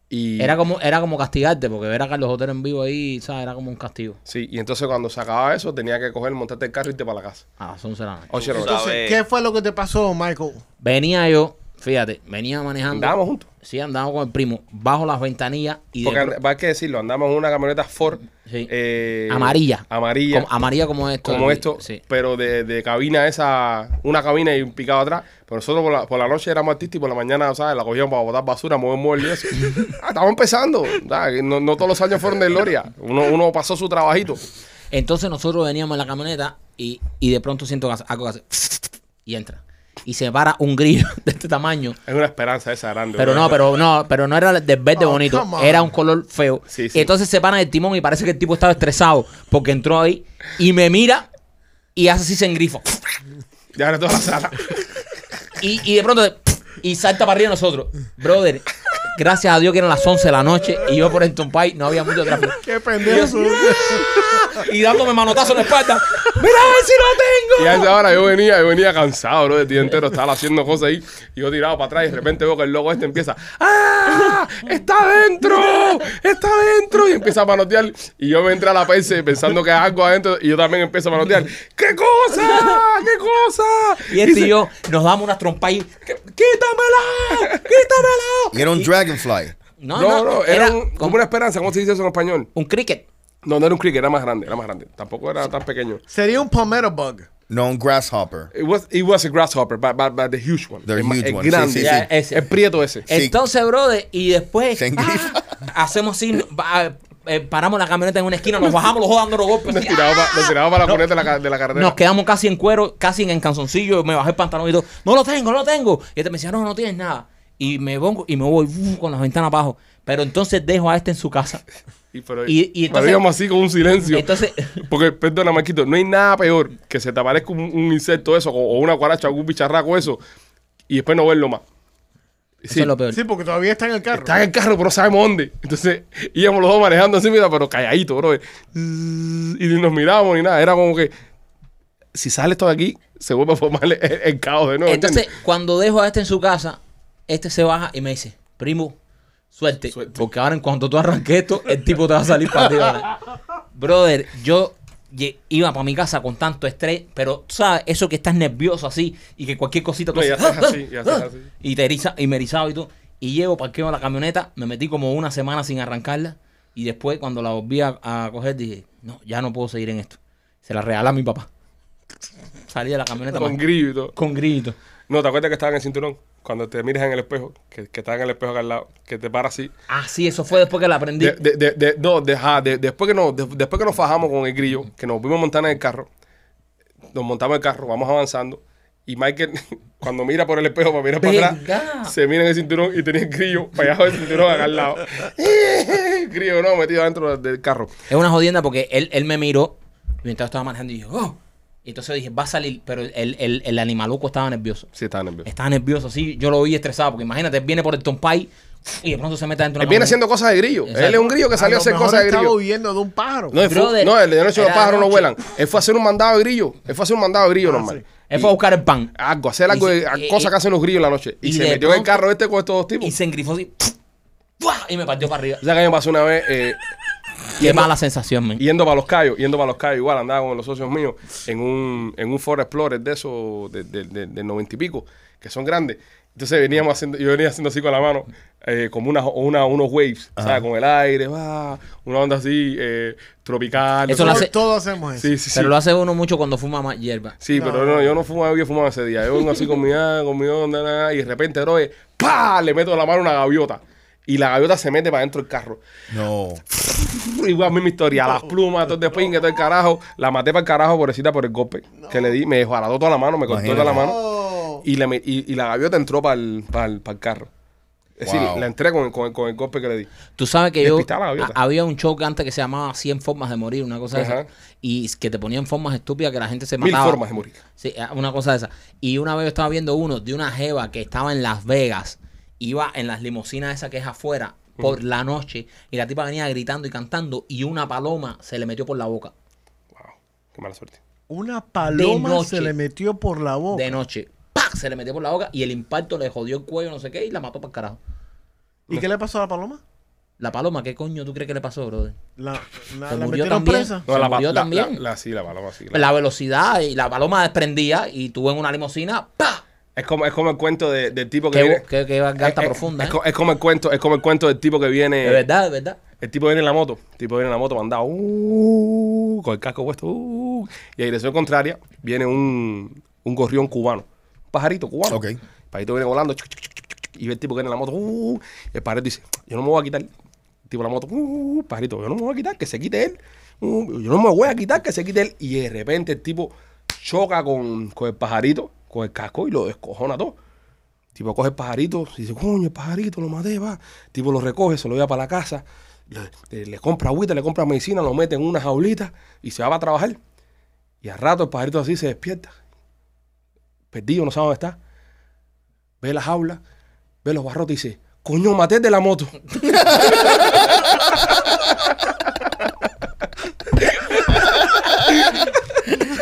Speaker 1: Y,
Speaker 3: Era como, era como castigarte, porque ver a Carlos Otero en vivo ahí, ¿sabes? Era como un castigo.
Speaker 1: Sí, y entonces cuando se acababa eso, tenía que coger, montarte el carro y irte para la casa. Oh,
Speaker 3: A las 11 de la noche.
Speaker 1: Oye,
Speaker 6: Tú
Speaker 1: Roberto,
Speaker 5: Entonces,
Speaker 6: sabes.
Speaker 5: ¿qué fue lo que te pasó, Michael?
Speaker 3: Venía yo, fíjate, venía manejando.
Speaker 1: andábamos juntos.
Speaker 3: Sí, andaba con el primo, bajo las ventanillas y de
Speaker 1: Porque
Speaker 3: pro-
Speaker 1: and- hay que decirlo, andamos en una camioneta Ford
Speaker 3: Sí.
Speaker 1: eh,
Speaker 3: amarilla.
Speaker 1: Amarilla.
Speaker 3: Como, amarilla como esto.
Speaker 1: como
Speaker 3: Sí,
Speaker 1: esto,
Speaker 3: Sí.
Speaker 1: pero de, de cabina esa, una cabina y un picado atrás. Pero nosotros por la, por la noche éramos artistas y por la mañana, ¿sabes? La cogíamos para botar basura, mover muebles y eso. Ah, Estábamos empezando. ¿sabes? No, no todos los años fueron de gloria. Uno, uno pasó su trabajito.
Speaker 3: Entonces nosotros veníamos en la camioneta y, y de pronto siento que hace- algo que hace y entra. Y se para un grillo de este tamaño.
Speaker 1: Es una esperanza esa grande.
Speaker 3: Pero
Speaker 1: ¿verdad?
Speaker 3: no, pero no, pero no era de verde
Speaker 5: Oh,
Speaker 3: bonito,
Speaker 5: come on.
Speaker 3: era un color feo.
Speaker 1: Sí, sí.
Speaker 3: Entonces se para el timón y parece que el tipo estaba estresado porque entró ahí y me mira y hace así se engrifa.
Speaker 1: Ya era toda la sala.
Speaker 3: Y, y de pronto y salta para arriba de nosotros. Brother, gracias a Dios que eran las 11 de la noche y yo por el Pay no había mucho tráfico.
Speaker 5: Qué pendejo.
Speaker 3: Y dándome manotazo en la espalda. ¡Mira a ver si
Speaker 1: Y
Speaker 3: lo tengo!
Speaker 1: a esa hora yo venía, yo venía cansado, bro, el día entero estaba haciendo cosas ahí. Y yo tirado para atrás y de repente veo que el loco este empieza, ¡ah! ¡Está adentro! ¡Está adentro! Y empieza a manotear. Y yo me entra a la PC pensando que es algo adentro. Y yo también empiezo a manotear. ¡Qué cosa! ¡Qué cosa!
Speaker 3: Y este y yo nos damos unas trompas y ¡Quítamela! ¡Quítamela!
Speaker 4: Y era un Dragonfly.
Speaker 1: No, no, era, un- como una esperanza, ¿cómo se dice eso en español?
Speaker 3: un cricket.
Speaker 1: No, no era un cricket, era más grande, era más grande. Tampoco era tan pequeño.
Speaker 5: Sería un palmetto bug.
Speaker 4: No, un Grasshopper.
Speaker 1: It was, it was a grasshopper, but, but, but the huge one.
Speaker 4: The
Speaker 1: el, ma-
Speaker 4: huge
Speaker 1: el
Speaker 4: one, sí,
Speaker 1: grande.
Speaker 4: sí, sí.
Speaker 3: Ya, ese.
Speaker 1: El prieto ese.
Speaker 4: Sí.
Speaker 3: Entonces, brother, y después
Speaker 4: Se engrifa.
Speaker 3: ah, hacemos así, va- eh, paramos la camioneta en una esquina, nos bajamos los dos dándonos golpes.
Speaker 1: Nos
Speaker 3: así,
Speaker 1: tiraba
Speaker 3: ¡ah!
Speaker 1: pa- nos tiraba para la cuneta de la, ca- de la carretera.
Speaker 3: Nos quedamos casi en cuero, casi en canzoncillo, me bajé el pantalón y todo, no lo tengo, no lo tengo. Y este me decía, no, no tienes nada. Y me pongo y me voy uf, con las ventanas abajo. Pero entonces dejo a este en su casa.
Speaker 1: Y, pero,
Speaker 3: Y- y
Speaker 1: pero
Speaker 3: entonces-
Speaker 1: íbamos así con un silencio.
Speaker 3: Entonces,
Speaker 1: Porque, perdona, Marquito, no hay nada peor que se te aparezca un, un insecto eso, o, o una cuaracha, algún bicharraco eso, y después no verlo más.
Speaker 3: eso es lo peor.
Speaker 5: Sí, porque todavía está en el carro.
Speaker 1: Está en el carro, pero no sabemos dónde. Entonces íbamos los dos manejando así, mira, pero calladito, bro. Y ni nos mirábamos ni nada. Era como que si sale esto de aquí, se vuelve a formar el, el caos de nuevo.
Speaker 3: Entonces,
Speaker 1: ¿entiendes?
Speaker 3: cuando dejo a este en su casa, este se baja y me dice, primo, suerte.
Speaker 1: Suerte.
Speaker 3: Porque ahora en cuanto tú arranques esto, el tipo te va a salir para ti. ¿verdad?". Brother, yo lle- iba para mi casa con tanto estrés, pero tú sabes, eso que estás nervioso así y que cualquier cosita tú
Speaker 1: No, ya
Speaker 3: haces,
Speaker 1: estás así, ya estás así.
Speaker 3: y te eriza, y me erizaba y todo. Y llego, parqueo la camioneta, me metí como una semana sin arrancarla. Y después, cuando la volví a, a coger, dije, no, ya no puedo seguir en esto. Se la regalé a mi papá. Salí de la camioneta
Speaker 1: Con
Speaker 3: man-
Speaker 1: grillo y todo.
Speaker 3: con grito.
Speaker 1: No, ¿te acuerdas que estaba en el cinturón? Cuando te miras en el espejo, que, que estaba en el espejo acá al lado, que te para así.
Speaker 3: Ah, sí, eso fue después que la aprendí.
Speaker 1: De- de- de- de- no, de- ajá, de- después, que no, de- después que nos fajamos con el grillo, que nos vimos montar en el carro, nos montamos en el carro, vamos avanzando. Y Michael, cuando mira por el espejo para mirar para
Speaker 3: Venga.
Speaker 1: atrás, se mira en el cinturón y tenía el grillo para allá del cinturón acá al lado. El grillo, no, metido adentro del carro.
Speaker 3: Es una jodienda porque él, él me miró mientras estaba manejando y yo, oh. Y entonces dije, va a salir, pero el, el, el animaluco estaba nervioso.
Speaker 1: Sí, estaba nervioso.
Speaker 3: Estaba nervioso, sí, yo lo vi estresado, porque imagínate, él viene por el Tompay y de pronto se mete dentro de
Speaker 1: Él
Speaker 3: una
Speaker 1: viene
Speaker 3: camioneta.
Speaker 1: haciendo cosas de grillo.
Speaker 3: Exacto.
Speaker 1: Él es un grillo que
Speaker 5: A
Speaker 1: salió a
Speaker 5: lo
Speaker 1: hacer
Speaker 5: mejor
Speaker 1: cosas de
Speaker 5: estaba
Speaker 1: grillo.
Speaker 5: huyendo de un pájaro.
Speaker 1: No, él fue-
Speaker 3: Brother,
Speaker 1: no, el de noche los
Speaker 3: era
Speaker 1: pájaros no
Speaker 3: noche. Ah,
Speaker 1: vuelan. Él fue a hacer un mandado de grillo. Él fue a hacer un mandado de grillo normal.
Speaker 3: Él fue
Speaker 1: Y- Ah.
Speaker 3: a buscar el pan.
Speaker 1: Algo, hacer algo, de-
Speaker 3: Y se-
Speaker 1: cosas
Speaker 3: y-
Speaker 1: que hacen los grillos en la noche. Y,
Speaker 3: y
Speaker 1: se
Speaker 3: de
Speaker 1: metió en el
Speaker 3: pronto-
Speaker 1: carro este con estos dos tipos.
Speaker 3: Y se engrifó así. ¡fua! Y me partió para arriba.
Speaker 1: O sea, que a mí me pasó una vez eh,
Speaker 3: Qué mala sensación, man.
Speaker 1: yendo para los Cayos, yendo para los Cayos, igual andaba con los socios míos en un, en un Ford Explorer de esos de- de- de- del noventa y pico, que son grandes. Entonces veníamos haciendo, yo venía haciendo así con la mano, eh, como una, una, unos waves, ¿sabes? Con el aire, va, una onda así, eh, tropical. no
Speaker 3: Eso
Speaker 1: sé
Speaker 3: lo
Speaker 1: qué.
Speaker 3: hace-
Speaker 5: Todos hacemos eso.
Speaker 1: Sí, sí, sí.
Speaker 3: Pero lo hace uno mucho cuando fuma más hierba.
Speaker 1: Sí, pero no, yo no fumaba, yo fumaba ese día. Yo vengo así con mi ah, con mi onda, nada, y de repente, bro, eh, ¡pa! Le meto la mano a una gaviota. Y la gaviota se mete para dentro del carro.
Speaker 4: No.
Speaker 1: Igual misma historia, las plumas, todo de pingue, todo el carajo. La maté para el carajo, pobrecita, por el golpe que le di. Me desbarató toda la mano, me cortó toda la
Speaker 4: Imagínate.
Speaker 1: mano. Y, la me- y, y la gaviota entró para el, para el, para el carro. Es
Speaker 4: Wow.
Speaker 1: decir, la entré con, con- con el golpe que le di.
Speaker 3: Tú sabes que yo
Speaker 1: Despistada la gaviota.
Speaker 3: a- había un show que antes que se llamaba 100 formas de morir, una cosa de
Speaker 1: Ajá.
Speaker 3: esa, y que te ponían formas estúpidas que la gente se
Speaker 1: Mil
Speaker 3: mataba.
Speaker 1: formas de morir.
Speaker 3: Sí, ah, una cosa de esa. Y una vez yo estaba viendo uno de una jeva que estaba en Las Vegas, iba en las limusinas esa que es afuera por la noche y la tipa venía gritando y cantando y una paloma se le metió por la boca
Speaker 1: Wow, qué mala suerte.
Speaker 5: Una paloma
Speaker 3: noche.
Speaker 5: se le metió por la boca.
Speaker 3: de noche. ¡Pac! Se le metió por la boca y el impacto le jodió el cuello, no sé qué, y la mató para carajo.
Speaker 5: ¿Y qué le pasó a la paloma?
Speaker 3: La paloma, ¿qué coño tú crees que le pasó, brother?
Speaker 5: La, la,
Speaker 3: Se
Speaker 5: la
Speaker 3: murió
Speaker 5: metieron
Speaker 3: también.
Speaker 5: presa.
Speaker 3: Se murió
Speaker 1: la,
Speaker 3: también.
Speaker 1: la- la- sí, la paloma, sí. la-
Speaker 3: la velocidad y la paloma desprendía y tú en una limusina, ¡pa!
Speaker 1: Es, como, es como el cuento de- del tipo que
Speaker 3: Qué,
Speaker 1: viene.
Speaker 3: qué, qué garganta
Speaker 1: es, es-
Speaker 3: profunda,
Speaker 1: es
Speaker 3: ¿eh?
Speaker 1: co- es como el cuento, es como el cuento del tipo que viene.
Speaker 3: De verdad, de verdad.
Speaker 1: El tipo viene en la moto. El tipo viene en la moto mandado. uh, con el casco puesto. uh, y a dirección contraria viene un, un gorrión cubano. Un pajarito cubano.
Speaker 4: Ok.
Speaker 1: El pajarito viene volando. chuc, chuc, chuc, chuc, chuc, y ve el tipo que viene en la moto. uh, el pajarito dice, yo no me voy a quitar. El tipo en la moto. Uh, pajarito, yo no me voy a quitar, que se quite él. Uh, yo no me voy a quitar, que se quite él. Y de repente el tipo choca con, con el pajarito, con el casco y lo descojona todo. Tipo, coge el pajarito, y dice, coño, el pajarito, lo maté, va. Tipo, lo recoge, se lo lleva para la casa, le, eh, le compra agüita, le compra medicina, lo mete en una jaulita y se va para trabajar. Y al rato el pajarito así se despierta. Perdido, no sabe dónde está. Ve la jaula, ve los barrotes y dice, coño, maté el de la moto.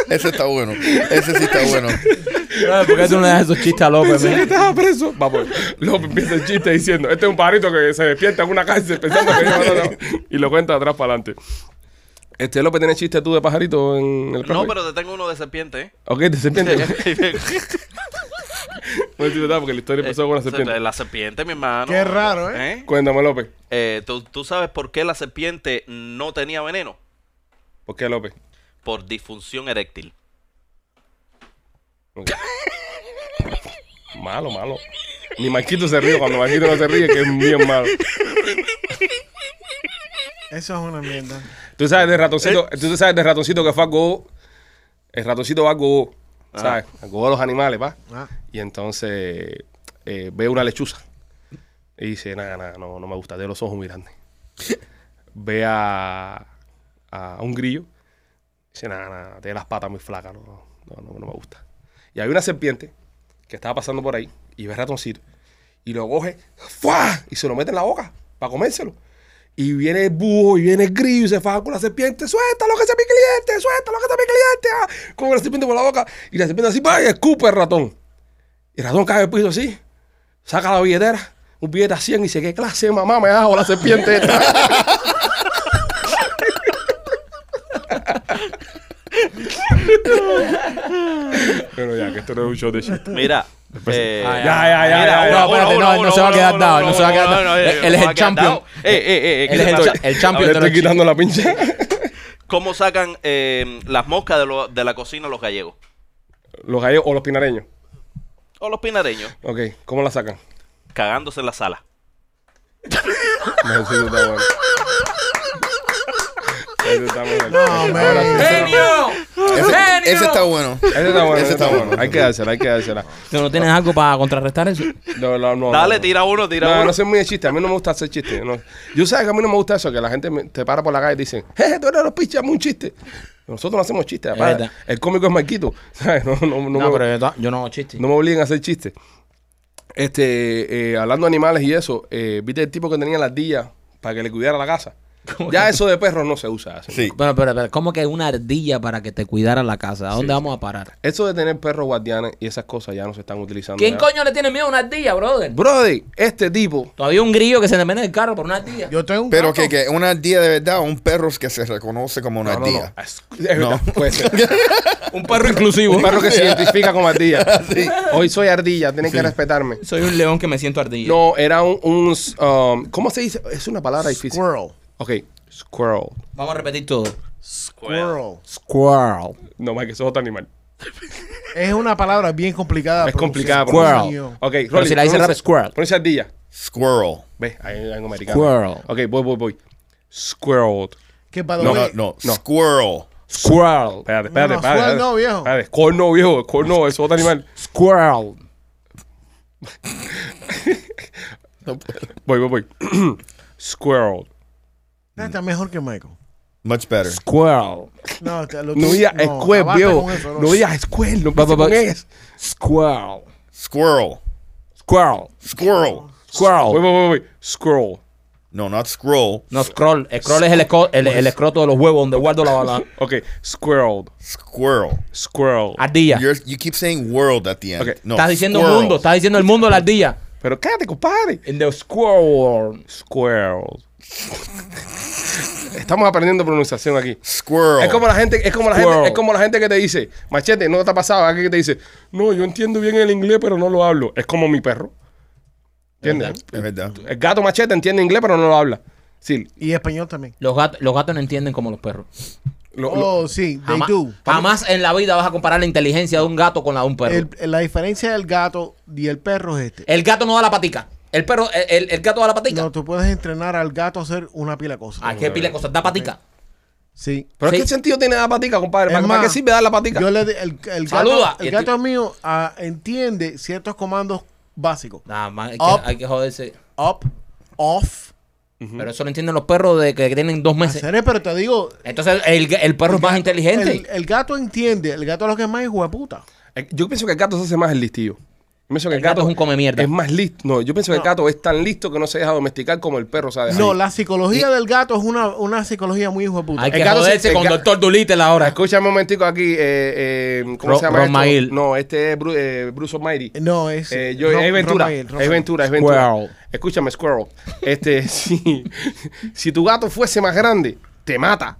Speaker 4: Ese está bueno. Ese sí está bueno.
Speaker 3: ¿Por qué tú no le das esos chistes a López?
Speaker 1: Pensé que estaba preso. Vamos, López empieza el chiste diciendo, este es un pajarito que se despierta en una cárcel pensando que no, no, no. Y lo cuenta de atrás para adelante. Este López, ¿tienes chiste tú de pajarito en el
Speaker 6: No,
Speaker 1: programa?
Speaker 6: pero te tengo uno de serpiente, ¿eh?
Speaker 1: Ok, de serpiente.
Speaker 6: serpiente.
Speaker 1: No es verdad, porque la historia empezó con una serpiente.
Speaker 6: La serpiente, mi hermano.
Speaker 5: Qué raro, ¿eh?
Speaker 1: Cuéntame, López.
Speaker 6: Eh, ¿tú, tú sabes por qué la serpiente no tenía veneno?
Speaker 1: ¿Por qué López?
Speaker 6: Por disfunción eréctil.
Speaker 1: Ok. malo, malo. Ni Marquito se ríe. Cuando Marquito no se ríe, que es bien malo.
Speaker 5: Eso es una mierda.
Speaker 1: Tú sabes de ratoncito,
Speaker 6: Eh.
Speaker 1: tú sabes de ratoncito que fue a Gogó. El ratoncito va a Gogó,
Speaker 6: Ah.
Speaker 1: ¿sabes? A Gogó a los animales, va.
Speaker 5: Ah.
Speaker 1: Y entonces eh, ve una lechuza. Y dice, nada, nada, no, no me gusta, de los ojos muy grandes. ve a, a un grillo. Dice, nada, nada, tiene las patas muy flacas, no, no, no, no me gusta. Y hay una serpiente que estaba pasando por ahí y ve ratoncito y lo coge ¡fua! y se lo mete en la boca para comérselo. Y viene el búho y viene el grillo y se faja con la serpiente. ¡Suelta lo que sea mi cliente! ¡Suelta lo que sea mi cliente! ¡Ah! Con la serpiente por la boca. Y la serpiente así, ¡vaya! Escupe el ratón. Y el ratón cae al piso así. Saca la billetera. Un billete a 100 y dice, ¿qué clase de mamá me hago la serpiente esta? Pero ya, que esto no es un show de chiste.
Speaker 6: Mira.
Speaker 3: Pues,
Speaker 6: eh,
Speaker 3: ah,
Speaker 1: Ya, ya, ya, ya,
Speaker 6: mira, uno,
Speaker 1: ya.
Speaker 3: No,
Speaker 6: uno,
Speaker 3: espérate,
Speaker 6: uno,
Speaker 3: no, no
Speaker 6: uno,
Speaker 3: se va a
Speaker 6: uno,
Speaker 3: quedar
Speaker 6: uno,
Speaker 3: dado,
Speaker 6: uno,
Speaker 3: no se va a
Speaker 6: uno,
Speaker 3: quedar
Speaker 6: uno,
Speaker 3: dado.
Speaker 6: eh,
Speaker 3: Él-
Speaker 6: no
Speaker 3: él es
Speaker 6: se
Speaker 3: el
Speaker 6: va a quedar dado.
Speaker 3: champion.
Speaker 6: Eh, eh, eh,
Speaker 3: Él
Speaker 6: ¿qué
Speaker 3: es el
Speaker 6: pasa?
Speaker 3: cha- el champion
Speaker 1: Le
Speaker 6: A ver,
Speaker 3: de los
Speaker 1: estoy quitando la pinche.
Speaker 6: ¿Cómo sacan eh, las moscas de, lo- de la cocina los gallegos?
Speaker 1: Los gallegos o los pinareños.
Speaker 6: O los pinareños,
Speaker 1: Ok, ¿cómo la sacan?
Speaker 6: cagándose en la sala.
Speaker 1: No, eso sí está bueno. Eso está bueno.
Speaker 5: man.
Speaker 1: Ahora sí, eso está-
Speaker 4: Ese, ese está bueno.
Speaker 1: Eso está bueno. Eso
Speaker 4: Ese está
Speaker 1: está bueno.
Speaker 4: bueno.
Speaker 1: Hay que dársela, hay que dársela.
Speaker 3: ¿Tú no tienes algo para contrarrestar eso?
Speaker 1: No, no, no,
Speaker 6: Dale,
Speaker 1: no.
Speaker 6: tira uno, tira
Speaker 1: No,
Speaker 6: uno.
Speaker 1: no soy muy de chiste. A mí no me gusta hacer chistes. no. Yo sabes que a mí no me gusta eso, que la gente me- te para por la calle y dicen, jeje, tú eres los pichas, hazme un chiste. Nosotros no hacemos chistes.
Speaker 3: Es
Speaker 1: aparte,
Speaker 3: verdad.
Speaker 1: El cómico es Marquito. ¿sabes? No, no, no
Speaker 3: No,
Speaker 1: me-
Speaker 3: pero yo, ta- yo no hago chistes.
Speaker 1: No me obliguen a hacer chistes. Este, eh, hablando de animales y eso, eh, ¿viste el tipo que tenía las dillas para que le cuidara la casa? Ya eso de perros no se usa. así.
Speaker 4: Sí.
Speaker 3: Bueno, pero, pero, ¿cómo que una ardilla para que te cuidara la casa? ¿A dónde vamos a parar?
Speaker 1: Eso de tener perros guardianes y esas cosas ya no se están utilizando.
Speaker 3: ¿Quién
Speaker 1: ya.
Speaker 3: coño le tiene miedo a una ardilla, brother?
Speaker 1: Brody, este tipo.
Speaker 3: Todavía un grillo que se le mete en el carro por una ardilla.
Speaker 5: Yo tengo un
Speaker 4: Pero
Speaker 5: gato.
Speaker 4: que, que una ardilla de verdad o un perro que se reconoce como una
Speaker 1: No, no, no.
Speaker 4: ardilla.
Speaker 1: Es- es verdad, puede ser.
Speaker 3: un perro inclusivo.
Speaker 1: Un perro que se identifica como ardilla. Hoy soy ardilla, tienen que respetarme.
Speaker 3: Soy un león que me siento ardilla.
Speaker 1: No, era un. un, um, ¿Cómo se dice? Es una palabra difícil.
Speaker 5: Squirrel.
Speaker 1: Ok, squirrel.
Speaker 3: Vamos a repetir todo.
Speaker 5: Squirrel.
Speaker 3: Squirrel.
Speaker 1: No, más que eso es otro animal.
Speaker 5: Es una palabra bien complicada. de
Speaker 1: Es complicada.
Speaker 5: pronunciar.
Speaker 1: pero-
Speaker 5: Coño.
Speaker 1: Ok,
Speaker 3: Pero si la dice rápido, squirrel.
Speaker 1: Pronuncia ardilla.
Speaker 4: Squirrel.
Speaker 1: Ve, hay algo americano.
Speaker 3: Squirrel.
Speaker 1: Ok, voy, voy, voy. Squirrel.
Speaker 5: Que para
Speaker 4: No, no, no.
Speaker 1: No.
Speaker 4: Squirrel.
Speaker 3: Squirrel.
Speaker 1: Espérate, espérate, espérate.
Speaker 5: no, squirrel
Speaker 1: espérate.
Speaker 5: no, viejo.
Speaker 1: Espérate, corno, viejo. Corno, eso es otro animal.
Speaker 3: Squirrel.
Speaker 1: Voy, voy, voy. Squirrel.
Speaker 5: Nah, Ah, Está mejor que Michael.
Speaker 4: Much better.
Speaker 3: Squirrel.
Speaker 5: No, te- lo
Speaker 1: No
Speaker 5: tú-
Speaker 1: digas
Speaker 5: no,
Speaker 1: squirrel,
Speaker 5: acabaste
Speaker 1: viejo.
Speaker 5: con eso,
Speaker 1: No digas squirrel. No empieces con es.
Speaker 3: Squirrel.
Speaker 4: Squirrel.
Speaker 3: Squirrel.
Speaker 4: Squirrel.
Speaker 1: Voy,
Speaker 3: Squirrel.
Speaker 1: voy, voy, voy. Squirrel.
Speaker 4: No, not scroll.
Speaker 3: No, scroll. Scroll es el, esco- el, el escroto de los huevos donde guardo la, la
Speaker 1: Ok, squirrel.
Speaker 4: Squirrel.
Speaker 1: Squirrel.
Speaker 5: Ah.
Speaker 3: ardilla.
Speaker 4: You're, you keep saying world at the end.
Speaker 1: Okay.
Speaker 4: No,
Speaker 3: estás diciendo
Speaker 4: squirrel.
Speaker 3: mundo. Estás diciendo el mundo de la ardilla.
Speaker 1: Pero cállate, compadre.
Speaker 3: In the squirrel.
Speaker 1: Squirrel. Estamos aprendiendo pronunciación aquí.
Speaker 4: Squirrel.
Speaker 1: Es como la gente, es como la
Speaker 3: Squirrel.
Speaker 1: gente, es como la gente que te dice, machete, no te ha pasado, alguien que te dice, no, yo entiendo bien el inglés, pero no lo hablo. Es como mi perro. ¿Entiendes?
Speaker 4: Es verdad.
Speaker 1: El gato machete entiende inglés, pero no lo habla. Sí,
Speaker 5: Y español también.
Speaker 3: Los gatos, los gatos no entienden como los perros.
Speaker 1: lo- lo-
Speaker 5: Oh, sí, they
Speaker 3: Jamás, Ah,
Speaker 5: do.
Speaker 3: jamás en la vida vas a comparar la inteligencia de un gato con la de un perro.
Speaker 5: El-
Speaker 3: El,
Speaker 5: la diferencia del gato y el perro es este.
Speaker 3: gato no da la patica. El perro, el, el- el gato da la patica.
Speaker 5: No, tú puedes entrenar al gato a hacer una pila de cosas.
Speaker 3: Ay, Ah, qué pila de cosas. Da patica.
Speaker 5: Sí.
Speaker 1: pero
Speaker 3: sí.
Speaker 1: ¿qué sentido tiene la patica, compadre? ¿Para,
Speaker 5: Es
Speaker 1: para
Speaker 5: más,
Speaker 1: qué sirve dar la patica?
Speaker 5: Yo le di- el, el
Speaker 3: Saluda. Este-
Speaker 5: gato, el
Speaker 3: Y el
Speaker 5: gato mío ah, entiende ciertos comandos básicos.
Speaker 3: Nah, man, hay,
Speaker 5: Up.
Speaker 3: que, hay que joderse.
Speaker 5: Up, off,
Speaker 3: Pero eso lo entienden los perros de que tienen dos meses.
Speaker 5: hacer, pero te digo,
Speaker 3: Entonces el, el perro es más inteligente.
Speaker 5: el, el gato entiende, el gato lo que es más hijo de puta.
Speaker 1: Eh, Yo pienso que el gato se hace más el listillo. Yo pienso que
Speaker 3: El gato es un come mierda.
Speaker 1: Es más listo. No, yo pienso que el gato es tan listo que no se deja domesticar como el perro sabe.
Speaker 5: No, la psicología del gato es una, una psicología muy hijo de puta.
Speaker 3: hay
Speaker 1: el
Speaker 3: que
Speaker 1: gato se-
Speaker 3: joderse
Speaker 1: el
Speaker 3: con
Speaker 1: ga-
Speaker 3: Doctor Dolittle ahora.
Speaker 1: Escúchame un momentico aquí. eh, eh, ¿Cómo
Speaker 3: Ro-
Speaker 1: se llama
Speaker 3: Ron
Speaker 1: esto?
Speaker 3: Mail.
Speaker 1: No, este es Bru- eh, Bruce Almighty.
Speaker 5: No, es.
Speaker 1: Eh, yo,
Speaker 5: Ro-
Speaker 1: es Ventura,
Speaker 5: Romael,
Speaker 1: es
Speaker 5: Romael.
Speaker 1: Ventura, es Ventura.
Speaker 3: Squirrel.
Speaker 1: Escúchame, Squirrel. Este, si, si tu gato fuese más grande, te mata.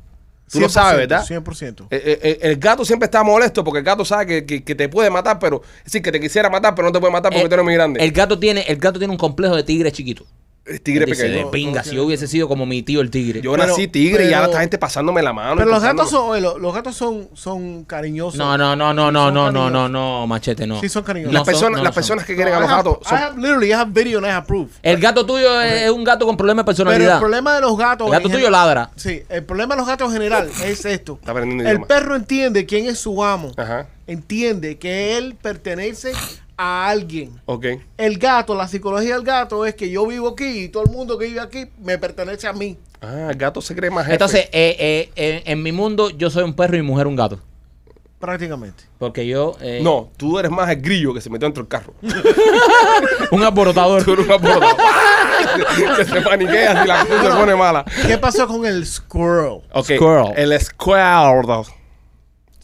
Speaker 1: Tú lo sabes,
Speaker 5: 100%,
Speaker 1: ¿verdad?
Speaker 5: 100%.
Speaker 1: Eh, eh, el gato siempre está molesto porque el gato sabe que, que- que te puede matar, pero es decir, que te quisiera matar, pero no te puede matar porque
Speaker 3: El-
Speaker 1: tú eres muy grande.
Speaker 3: Eh, El gato tiene, el gato tiene un complejo de tigre chiquito.
Speaker 1: El, tigre
Speaker 3: Dice, eh,
Speaker 1: pequeño.
Speaker 3: de pinga, si yo hubiese sido como mi tío el tigre.
Speaker 1: Yo
Speaker 5: Pero-
Speaker 1: nací tigre y ahora
Speaker 5: pero-
Speaker 1: esta gente pasándome la mano. y
Speaker 5: Pero los
Speaker 1: pasándome-
Speaker 5: gatos son, oye, lo- los, gatos son, son cariñosos.
Speaker 3: no, no, no, no, no,
Speaker 5: Son
Speaker 3: no, no,
Speaker 5: cariñosos.
Speaker 3: no, no, machete, no.
Speaker 5: Sí, son cariñosos.
Speaker 1: Las,
Speaker 3: No son-
Speaker 1: personas,
Speaker 3: no
Speaker 1: las
Speaker 3: son.
Speaker 1: personas que quieren a
Speaker 5: I
Speaker 1: los
Speaker 5: have-
Speaker 1: gatos
Speaker 5: I
Speaker 1: son.
Speaker 5: have, literally, I have video and I have proof.
Speaker 3: El gato tuyo es, es un gato con problemas de
Speaker 5: Pero el
Speaker 3: personalidad.
Speaker 5: problema de los gatos.
Speaker 3: El gato
Speaker 5: en gen-
Speaker 3: tuyo ladra.
Speaker 5: Sí, el problema de los gatos en general es esto.
Speaker 1: Está aprendiendo
Speaker 5: El
Speaker 1: idioma.
Speaker 5: perro entiende quién es su amo.
Speaker 1: Ajá.
Speaker 5: Entiende que él pertenece a alguien.
Speaker 1: Ok.
Speaker 5: El gato, la psicología del gato es que yo vivo aquí y todo el mundo que vive aquí me pertenece a mí.
Speaker 1: Ah, el gato se cree más jefe.
Speaker 3: Entonces, eh, eh, eh, en mi mundo, yo soy un perro y mi mujer un gato.
Speaker 5: prácticamente.
Speaker 3: Porque yo. eh,
Speaker 1: No, tú eres más el grillo que se metió dentro del carro.
Speaker 3: Un
Speaker 1: Tú
Speaker 3: alborotador.
Speaker 1: eres una porra. que se paniquea y la cosa se pone mala.
Speaker 5: ¿Qué pasó con el squirrel?
Speaker 1: Ok,
Speaker 3: Squirrel.
Speaker 1: El squirrel.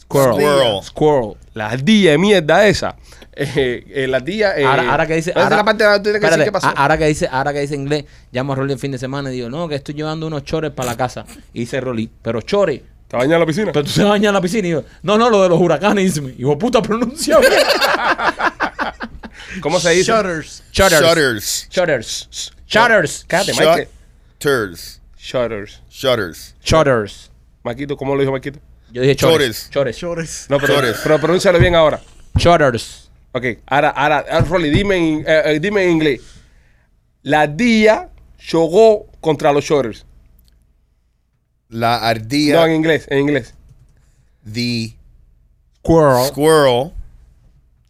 Speaker 3: Squirrel.
Speaker 4: Squirrel.
Speaker 1: Squirrel. La ardilla de mierda esa. Eh, eh, la ardilla. eh,
Speaker 3: ahora, ahora que dice.
Speaker 1: esa es
Speaker 3: Ahora,
Speaker 1: la parte de la- tú tienes que decir
Speaker 3: espérate,
Speaker 1: qué pasó.
Speaker 3: a- ahora que dice, ahora que dice inglés, llamo a Rolly el fin de semana y digo, no, que estoy llevando unos chores para la casa. Y dice Rolly, pero chores.
Speaker 1: ¿Te bañas en la piscina?
Speaker 3: Pero tú se bañas en la piscina y yo, no, no, lo de los huracanes. Y dice, hijo de puta, pronuncia bien".
Speaker 1: ¿Cómo se dice?
Speaker 5: Shutters.
Speaker 3: Shutters.
Speaker 4: Shutters.
Speaker 3: Shutters. Shutters.
Speaker 1: Cállate, Mike.
Speaker 4: Shutters.
Speaker 1: Shutters.
Speaker 4: Shutters.
Speaker 3: Shutters.
Speaker 1: Maquito, ¿cómo lo dijo Maquito?
Speaker 3: Yo dije chores.
Speaker 4: Chores.
Speaker 3: Chores.
Speaker 5: Chores.
Speaker 1: No, pero,
Speaker 4: Shutters.
Speaker 1: pero pronúncialo bien ahora.
Speaker 3: Shutters.
Speaker 1: Ok, ahora, ahora, ahora, Rolly, dime en, eh, eh, dime en inglés. La ardilla chocó contra los shutters.
Speaker 4: La
Speaker 1: No, en
Speaker 4: ardilla.
Speaker 1: inglés, en inglés.
Speaker 4: The
Speaker 3: Squirrel.
Speaker 4: squirrel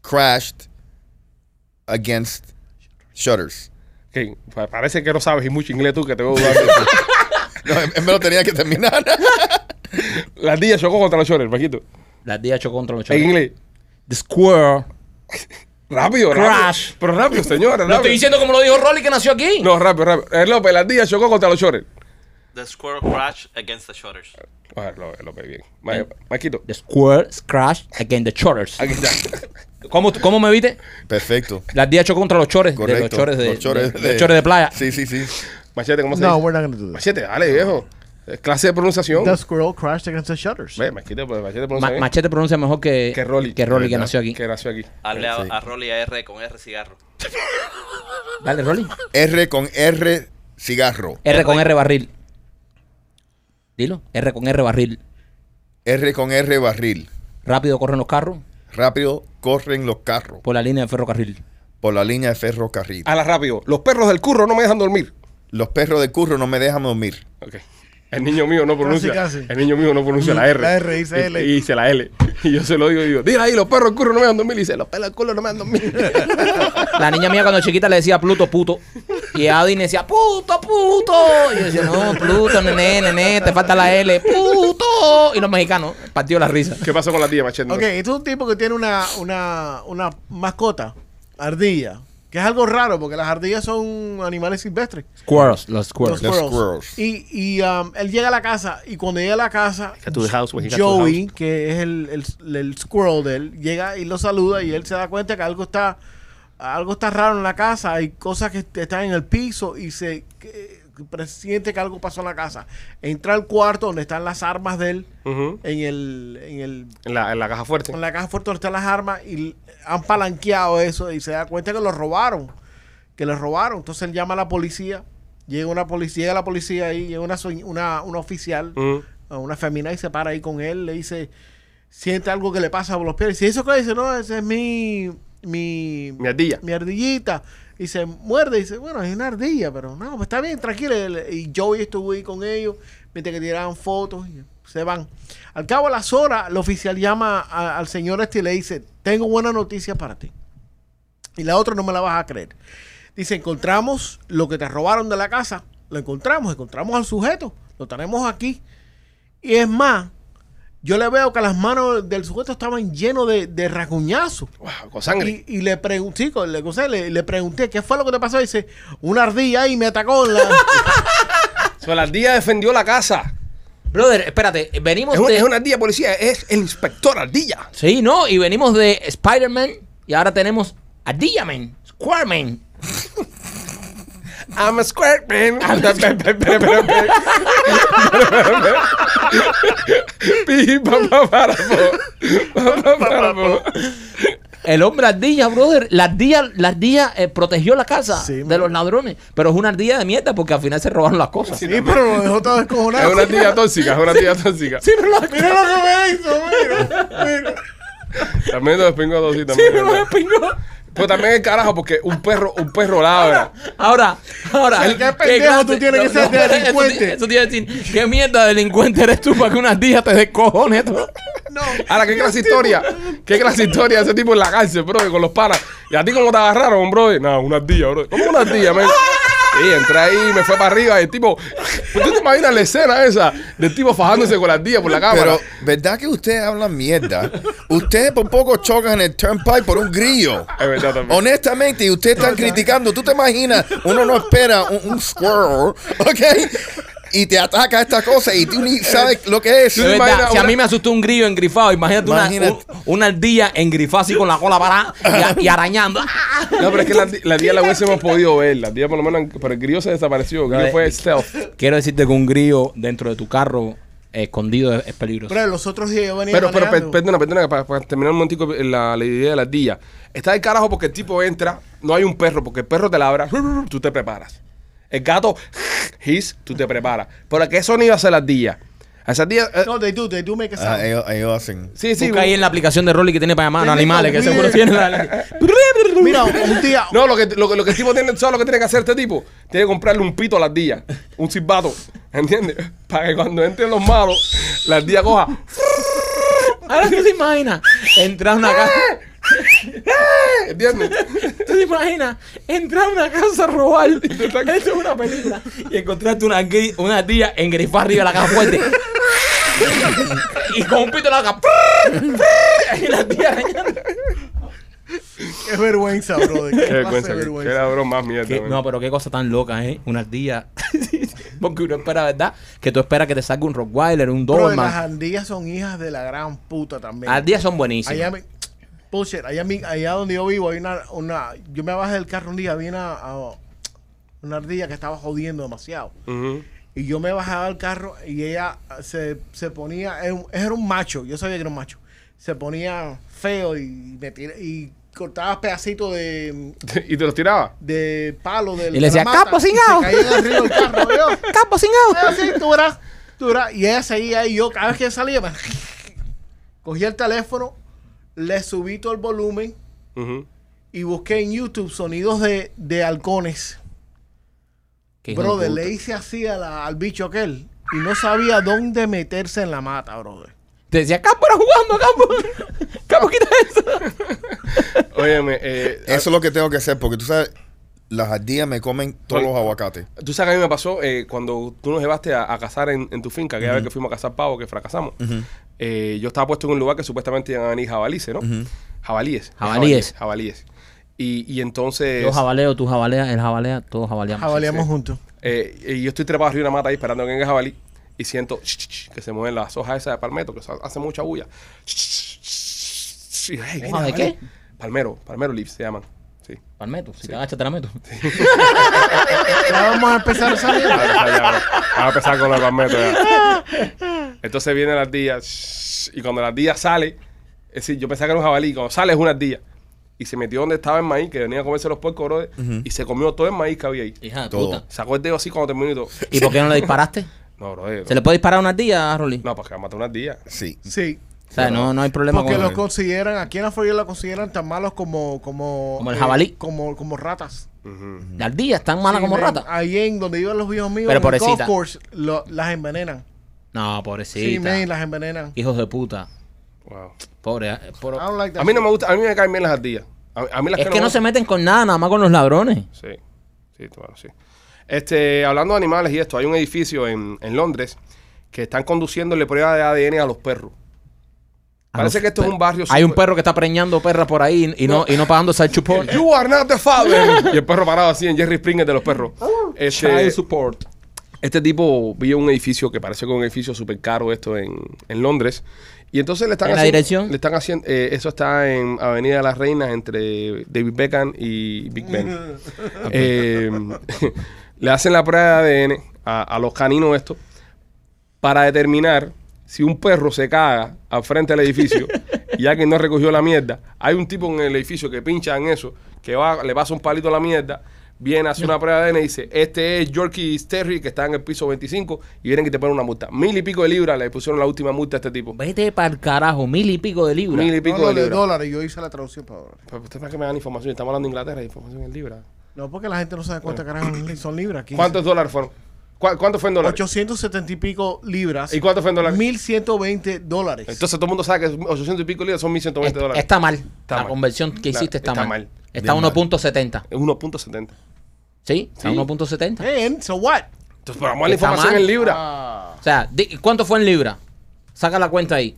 Speaker 4: crashed against shutters.
Speaker 1: Ok, pa- parece que no sabes y mucho inglés tú que te voy a dudar.
Speaker 4: No, él- él me lo tenía que terminar.
Speaker 1: la ardilla chocó contra los shutters, Maquito.
Speaker 3: La tía chocó contra los
Speaker 1: En
Speaker 3: chores.
Speaker 1: inglés.
Speaker 3: The squirrel.
Speaker 1: Rápido,
Speaker 3: Crash.
Speaker 1: rápido. Pero rápido, señora.
Speaker 3: No estoy
Speaker 1: rápido.
Speaker 3: diciendo como lo dijo Rolly que nació aquí.
Speaker 1: No, rápido, rápido. Eh, López, la ardilla chocó contra los shutters.
Speaker 6: The squirrel crash against the shutters.
Speaker 1: Ah, López, López, bien.
Speaker 3: Eh.
Speaker 1: Ma- Maquito.
Speaker 3: The squirrel crashed against the chores.
Speaker 1: Aquí está.
Speaker 3: ¿Cómo, ¿Cómo me viste?
Speaker 4: Perfecto.
Speaker 3: La tía chocó contra los chores. De los
Speaker 4: Correcto.
Speaker 3: chores de,
Speaker 4: Los chores
Speaker 3: de- los chores de playa.
Speaker 4: Sí, sí, sí.
Speaker 1: Machete, ¿cómo se
Speaker 5: No,
Speaker 1: dice?
Speaker 5: we're not going to do this.
Speaker 1: Machete, dale, viejo. Eh, Clase de pronunciación.
Speaker 5: The squirrel crashed against the shutters.
Speaker 1: Ve, Maquito, pues, Machete pronuncia
Speaker 3: Ma-
Speaker 1: bien.
Speaker 3: machete pronuncia mejor que,
Speaker 1: Que Rolly.
Speaker 3: Que Rolly que
Speaker 4: ¿Verdad?
Speaker 3: nació aquí.
Speaker 1: Que nació aquí.
Speaker 6: Hazle a,
Speaker 4: Sí.
Speaker 6: a Rolly a R con R cigarro.
Speaker 3: Dale, Rolly.
Speaker 4: R con R cigarro.
Speaker 3: R con R barril. Dilo. R con R barril.
Speaker 4: R con R barril.
Speaker 3: Rápido corren los carros
Speaker 4: Rápido corren los carros
Speaker 3: por la línea de ferrocarril.
Speaker 4: por la línea de ferrocarril.
Speaker 1: A la rápido. Los perros del curro no me dejan dormir.
Speaker 4: Los perros de curro no me dejan dormir.
Speaker 1: Ok. El niño mío no pronuncia.
Speaker 5: casi.
Speaker 1: El niño mío no pronuncia la R.
Speaker 5: La R, dice
Speaker 1: Y-
Speaker 5: L.
Speaker 1: Y dice la L. Y yo se lo digo y digo, dile ahí, los perros del curro no me dejan dormir. Y dice, los perros del curro no me dejan dormir.
Speaker 3: La niña mía cuando chiquita le decía Pluto, puto. Y a Adin decía, puto, puto. Y yo decía, no, Pluto, nene, nene, te falta la L, puto. Y los mexicanos, partió la risa.
Speaker 1: ¿Qué pasó con la tía, Machete?
Speaker 5: Ok, este es un tipo que tiene una, una, una mascota, ardilla, que es algo raro porque las ardillas son animales silvestres.
Speaker 3: Squirrels, los squirrels.
Speaker 5: Los
Speaker 4: Los
Speaker 5: squirrels.
Speaker 4: squirrels.
Speaker 5: Y, y um, él llega a la casa y cuando llega a la casa,
Speaker 8: Get to the house, when he got to the
Speaker 5: Joey, que es el, el, el squirrel de él, llega y lo saluda y él se da cuenta que algo está algo está raro en la casa, hay cosas que están en el piso y se que- que siente que algo pasó en la casa. Entra al cuarto donde están las armas de él,
Speaker 1: Ujú.
Speaker 5: en el, en el
Speaker 1: En la, en la caja fuerte.
Speaker 5: en la caja fuerte donde están las armas y l- han palanqueado eso y se da cuenta que lo robaron, que les robaron. Entonces él llama a la policía, llega una policía, llega la policía ahí, llega una, soñ- una, una oficial,
Speaker 1: Ujú.
Speaker 5: a una femina y se para ahí con él, le dice, siente algo que le pasa por los pies. Y dice, ¿eso qué? Dice, no, ese es mi... Mi,
Speaker 1: Mi ardilla.
Speaker 5: mi ardillita. Y se muerde y dice, bueno, es una ardilla, pero no, pues está bien, tranquilo. Y- Y Joey estuvo ahí con ellos, mientras que tiraban fotos y se van. Al cabo de las horas, el oficial llama a- al señor este y le dice, tengo buena noticia para ti. Y la otra no me la vas a creer. Dice, encontramos lo que te robaron de la casa. Lo encontramos, encontramos al sujeto. Lo tenemos aquí. Y es más, yo le veo que las manos del sujeto estaban llenos de, de rasguñazos.
Speaker 1: Wow, con sangre.
Speaker 5: Y, y le pregunté, chico, le, o sea, le, le pregunté, ¿qué fue lo que te pasó? Y dice, una ardilla y me atacó en la...
Speaker 1: O sea, la ardilla defendió la casa.
Speaker 3: Brother, espérate, venimos
Speaker 1: Es, un-
Speaker 3: de.
Speaker 1: es una ardilla policía. Es el inspector ardilla.
Speaker 3: Sí, no, y venimos de Spider-Man y ahora tenemos a Diaman, Squareman.
Speaker 1: I'm a square man. Pi, pa, pa, para, po. Pa, pa, para, po.
Speaker 3: El hombre ardilla, brother. La ardilla, la ardilla eh, protegió la casa
Speaker 5: Sí,
Speaker 3: de
Speaker 5: man.
Speaker 3: los ladrones. Pero es una ardilla de mierda porque al final se robaron las cosas.
Speaker 5: Sí, pero lo dejó todo
Speaker 1: Es
Speaker 5: descojonado.
Speaker 1: una ardilla tóxica, es una ardilla tóxica.
Speaker 3: Sí, pero los-
Speaker 5: Mira lo que me hizo, mira.
Speaker 1: También lo despingó a dos y
Speaker 3: sí,
Speaker 1: también.
Speaker 3: pero los
Speaker 1: ¿verdad?
Speaker 3: espingó.
Speaker 1: Pero también el carajo, porque un perro, un perro ladra.
Speaker 3: Ahora, ahora.
Speaker 5: O sea, ¿qué pendejo tú tienes que ser
Speaker 3: eso
Speaker 5: delincuente?
Speaker 3: te- Eso, te iba a decir, ¿qué mierda de delincuente eres tú para que una ardilla te descojone todo?
Speaker 5: No.
Speaker 1: Ahora, qué clase de historia. Qué clase de historia de ese tipo en la cárcel, bro, con los panas. ¿Y a ti cómo te agarraron, bro? No, una ardilla, bro. ¿Cómo una ardilla, man? Y entré ahí y me fue para arriba. Y el tipo, ¿tú te imaginas la escena esa del tipo fajándose con las días por la cámara?
Speaker 4: Pero, ¿verdad que ustedes hablan mierda? Ustedes por poco chocan en el turnpike por un grillo.
Speaker 1: es verdad también.
Speaker 4: Honestamente, y ustedes están criticando. Tú te imaginas, uno no espera un, un squirrel, ¿ok? Y te ataca esta cosa y tú ni sabes lo que es.
Speaker 1: ¿Tú te
Speaker 3: Es
Speaker 1: imaginas
Speaker 3: verdad, si
Speaker 1: una-
Speaker 3: a mí me asustó un grillo engrifado, imagínate, una-
Speaker 4: Imagínate.
Speaker 3: un- una ardilla engrifada así con la cola parada y a- y, arañando. ¡Ah!
Speaker 1: Oh, No, pero es que la, la tía la hubiésemos podido ver. La tía por lo menos, pero el grillo se desapareció. El grillo
Speaker 3: No,
Speaker 1: fue
Speaker 3: es-
Speaker 1: stealth.
Speaker 3: Quiero decirte que un grillo dentro de tu carro eh, escondido es, es peligroso.
Speaker 5: Pero los otros días yo venía
Speaker 1: Pero, pero, per-
Speaker 5: manejando.
Speaker 1: perdona, perdona, para, para terminar un momentico eh, la, la idea de la ardilla. Está el carajo porque el tipo entra, no hay un perro, porque el perro te labra, tú te preparas. El gato, his, tú te preparas. Pero ¿a qué sonido hace la ardilla? A esa ardilla... eh,
Speaker 5: No, they do, they do make a sound.
Speaker 4: Ah, ellos, ellos hacen.
Speaker 1: sí, sí.
Speaker 3: Busca ahí en la aplicación de Rolly que tiene para llamar a los animales, que seguro tiene la...
Speaker 5: Mira, un día,
Speaker 1: No, lo que, lo, que- lo que el tipo tiene, ¿sabes lo que tiene que hacer este tipo? Tiene que comprarle un pito a la ardilla, un silbato, ¿entiendes? Para que cuando entren los malos, la ardilla coja...
Speaker 3: Ahora tú te imaginas entrar a una casa,
Speaker 1: ¿Entiendes?
Speaker 3: tú te imaginas entrar a una casa a robar, esto es una película, y encontrarte una, gri- una ardilla engrifada arriba de la caja fuerte. y con un pito en la caja, y la ardilla arañando.
Speaker 5: qué vergüenza, brother. Qué,
Speaker 1: Qué vergüenza.
Speaker 5: clase de
Speaker 1: que- Que
Speaker 5: vergüenza.
Speaker 1: era broma más mierda.
Speaker 3: Que-
Speaker 1: man.
Speaker 3: no, pero qué cosa tan loca, ¿eh? Una ardilla. Porque uno espera, ¿verdad? Que tú esperas que te salga un Rottweiler, un
Speaker 5: Bro, las
Speaker 3: Doberman.
Speaker 5: andillas son hijas de la gran puta también.
Speaker 3: Ardillas son
Speaker 5: Allá
Speaker 3: buenísimas.
Speaker 5: me- bullshit, allá, mi- allá donde yo vivo hay una, una- Yo me bajé del carro un día, vi una, a- una ardilla que estaba jodiendo demasiado.
Speaker 1: Ujú.
Speaker 5: Y yo me bajaba del carro y ella se, se ponía... Era un, era un macho, yo sabía que era un macho. Se ponía feo y, me tira- y cortaba pedacitos de,
Speaker 1: Y te los tiraba.
Speaker 5: de palo del
Speaker 3: Y le decía, "Capo, sin
Speaker 5: cingado.
Speaker 3: ao".
Speaker 5: Se caían arriba del carro. Yo,
Speaker 3: Campo sin
Speaker 5: "Ah, sí, tú verás, tú verás". Y ella seguía ahí. Yo, cada vez que salía, me- cogía el teléfono, le subí todo el volumen
Speaker 1: Ujú.
Speaker 5: y busqué en YouTube sonidos de, de halcones.
Speaker 3: Qué hijo de
Speaker 5: brother,
Speaker 3: puta.
Speaker 5: le hice así a la- al bicho aquel. Y no sabía dónde meterse en la mata, brother.
Speaker 3: Te decía, Campo era jugando, Campo. Campo, quita eso.
Speaker 1: Óyeme, eh,
Speaker 4: Eso es lo que tengo que hacer porque tú sabes, las ardillas me comen todos los aguacates.
Speaker 1: tú sabes que a mí me pasó eh, cuando tú nos llevaste a, a cazar en, en tu finca, aquella vez que fuimos a cazar pavo, que fracasamos. Eh, yo estaba puesto en un lugar que supuestamente iban a venir jabalices, ¿no? Jabalíes.
Speaker 3: Jabalíes.
Speaker 1: Jabalíes. Y, y entonces.
Speaker 3: Yo jabaleo, tú jabaleas, él jabalea, todos jabaleamos.
Speaker 5: Jabaleamos Ah, juntos.
Speaker 1: eh, y yo estoy trepado arriba de una mata ahí esperando que venga el jabalí. Y siento ch, ch, ch, que se mueven las hojas esas de palmeto, que hace mucha bulla. Ch, ch, ch, ch, y, "Hey, viene
Speaker 3: ¿Hojas de
Speaker 1: jabalí".
Speaker 3: qué?
Speaker 1: Palmero, palmero leaves se llaman. Sí.
Speaker 3: Palmeto, si te agachas, te la meto.
Speaker 5: Ya vamos a empezar a salir.
Speaker 1: Ahora está ya, ahora. Vamos a empezar con los palmetos ya. Entonces viene la ardilla shhh, y cuando la ardilla sale, es decir, yo pensaba que era un jabalí, cuando sale es una ardilla. Y se metió donde estaba el maíz, que venía a comerse los puercos, brother, y se comió todo el maíz que había ahí.
Speaker 3: Hija de
Speaker 4: Todo.
Speaker 3: puta.
Speaker 1: Sacó el dedo así cuando terminó y todo.
Speaker 3: ¿Y por qué no le disparaste?
Speaker 1: No, brother.
Speaker 3: ¿Se le puede disparar a una ardilla, Rolly?
Speaker 1: No, porque mató una ardilla.
Speaker 4: Sí.
Speaker 5: Sí.
Speaker 3: O sea, no, no hay problema
Speaker 5: Porque
Speaker 3: con
Speaker 5: los consideran, aquí en la Florida los consideran tan malos como... Como, eh,
Speaker 3: Como el jabalí.
Speaker 5: Como, como ratas.
Speaker 1: Ujú.
Speaker 3: La ardilla es tan mala
Speaker 5: Sí,
Speaker 3: como
Speaker 5: men,
Speaker 3: rata.
Speaker 5: Ahí en donde iban los viejos míos,
Speaker 3: Pero
Speaker 5: en el golf
Speaker 3: pobrecita.
Speaker 5: course, lo- las envenenan.
Speaker 3: No,
Speaker 5: Sí,
Speaker 3: pobrecita.
Speaker 5: men, las envenenan.
Speaker 3: Hijos de puta.
Speaker 1: Wow.
Speaker 3: Pobre. eh, pobre.
Speaker 5: I don't like that
Speaker 1: A mí no
Speaker 5: shit.
Speaker 1: me gusta, a mí me caen bien las ardillas. A, a mí las
Speaker 3: Es que no
Speaker 1: me-
Speaker 3: se meten con nada, nada más con los ladrones.
Speaker 1: Sí, sí, claro, sí. Este, hablando de animales y esto, hay un edificio en, en Londres que están conduciéndole prueba de ADN a los perros.
Speaker 3: A
Speaker 1: Parece
Speaker 3: los
Speaker 1: que esto es
Speaker 3: per-
Speaker 1: un barrio.
Speaker 3: Hay un
Speaker 1: súper-
Speaker 3: perro que está preñando perras por ahí y no, y no pagándose el chupón.
Speaker 1: You are not the father. y el perro parado así en Jerry Springer de los perros.
Speaker 3: Oh.
Speaker 1: Este,
Speaker 3: support.
Speaker 1: este tipo vio un edificio que parece que es un edificio súper caro esto en, en Londres. Y entonces le están
Speaker 3: ¿En la
Speaker 1: haciendo-
Speaker 3: dirección?
Speaker 1: Le están haciendo. eh, eso está en Avenida de las Reinas entre David Beckham y Big Ben. Eh, le hacen la prueba de ADN a, a los caninos estos para determinar si un perro se caga al frente del edificio y alguien no recogió la mierda. Hay un tipo en el edificio que pincha en eso, que va, le pasa un palito a la mierda, viene, hace una prueba de ADN y dice, este es Yorkie Terry que está en el piso 25 y vienen y te ponen una multa. Mil y pico de libras le pusieron la última multa a este tipo.
Speaker 3: Vete para el carajo, mil y pico de libras.
Speaker 1: Mil y
Speaker 5: No,
Speaker 1: pico
Speaker 5: no,
Speaker 1: de
Speaker 5: de
Speaker 1: libras.
Speaker 5: dólares. Yo hice la traducción para dólares.
Speaker 1: Pero usted para que me dan información, estamos hablando de Inglaterra, información en libras.
Speaker 5: No, porque la gente no sabe cuántas carajo son libras. Aquí
Speaker 1: ¿Cuántos dólares fueron? ¿Cuá- ¿Cuánto fue en dólares?
Speaker 5: 870 y pico libras.
Speaker 1: ¿Y cuánto fue en dólares?
Speaker 5: 1120 dólares.
Speaker 1: Entonces todo el mundo sabe que 800 y pico libras son 1120
Speaker 3: Est-
Speaker 1: dólares.
Speaker 3: Está mal.
Speaker 1: Está
Speaker 3: la
Speaker 1: mal.
Speaker 3: conversión que
Speaker 1: Claro,
Speaker 3: hiciste está,
Speaker 1: está
Speaker 3: mal.
Speaker 1: mal.
Speaker 3: Está
Speaker 4: Bien mal.
Speaker 3: 1.70.
Speaker 1: Es 1.70.
Speaker 3: Sí, está a 1.70.
Speaker 5: Man, so what?
Speaker 1: Entonces, pero vamos a la
Speaker 3: Está
Speaker 1: información
Speaker 3: mal.
Speaker 1: en libra.
Speaker 5: Ah.
Speaker 3: O sea, di- ¿cuánto fue en libra? Saca la cuenta ahí.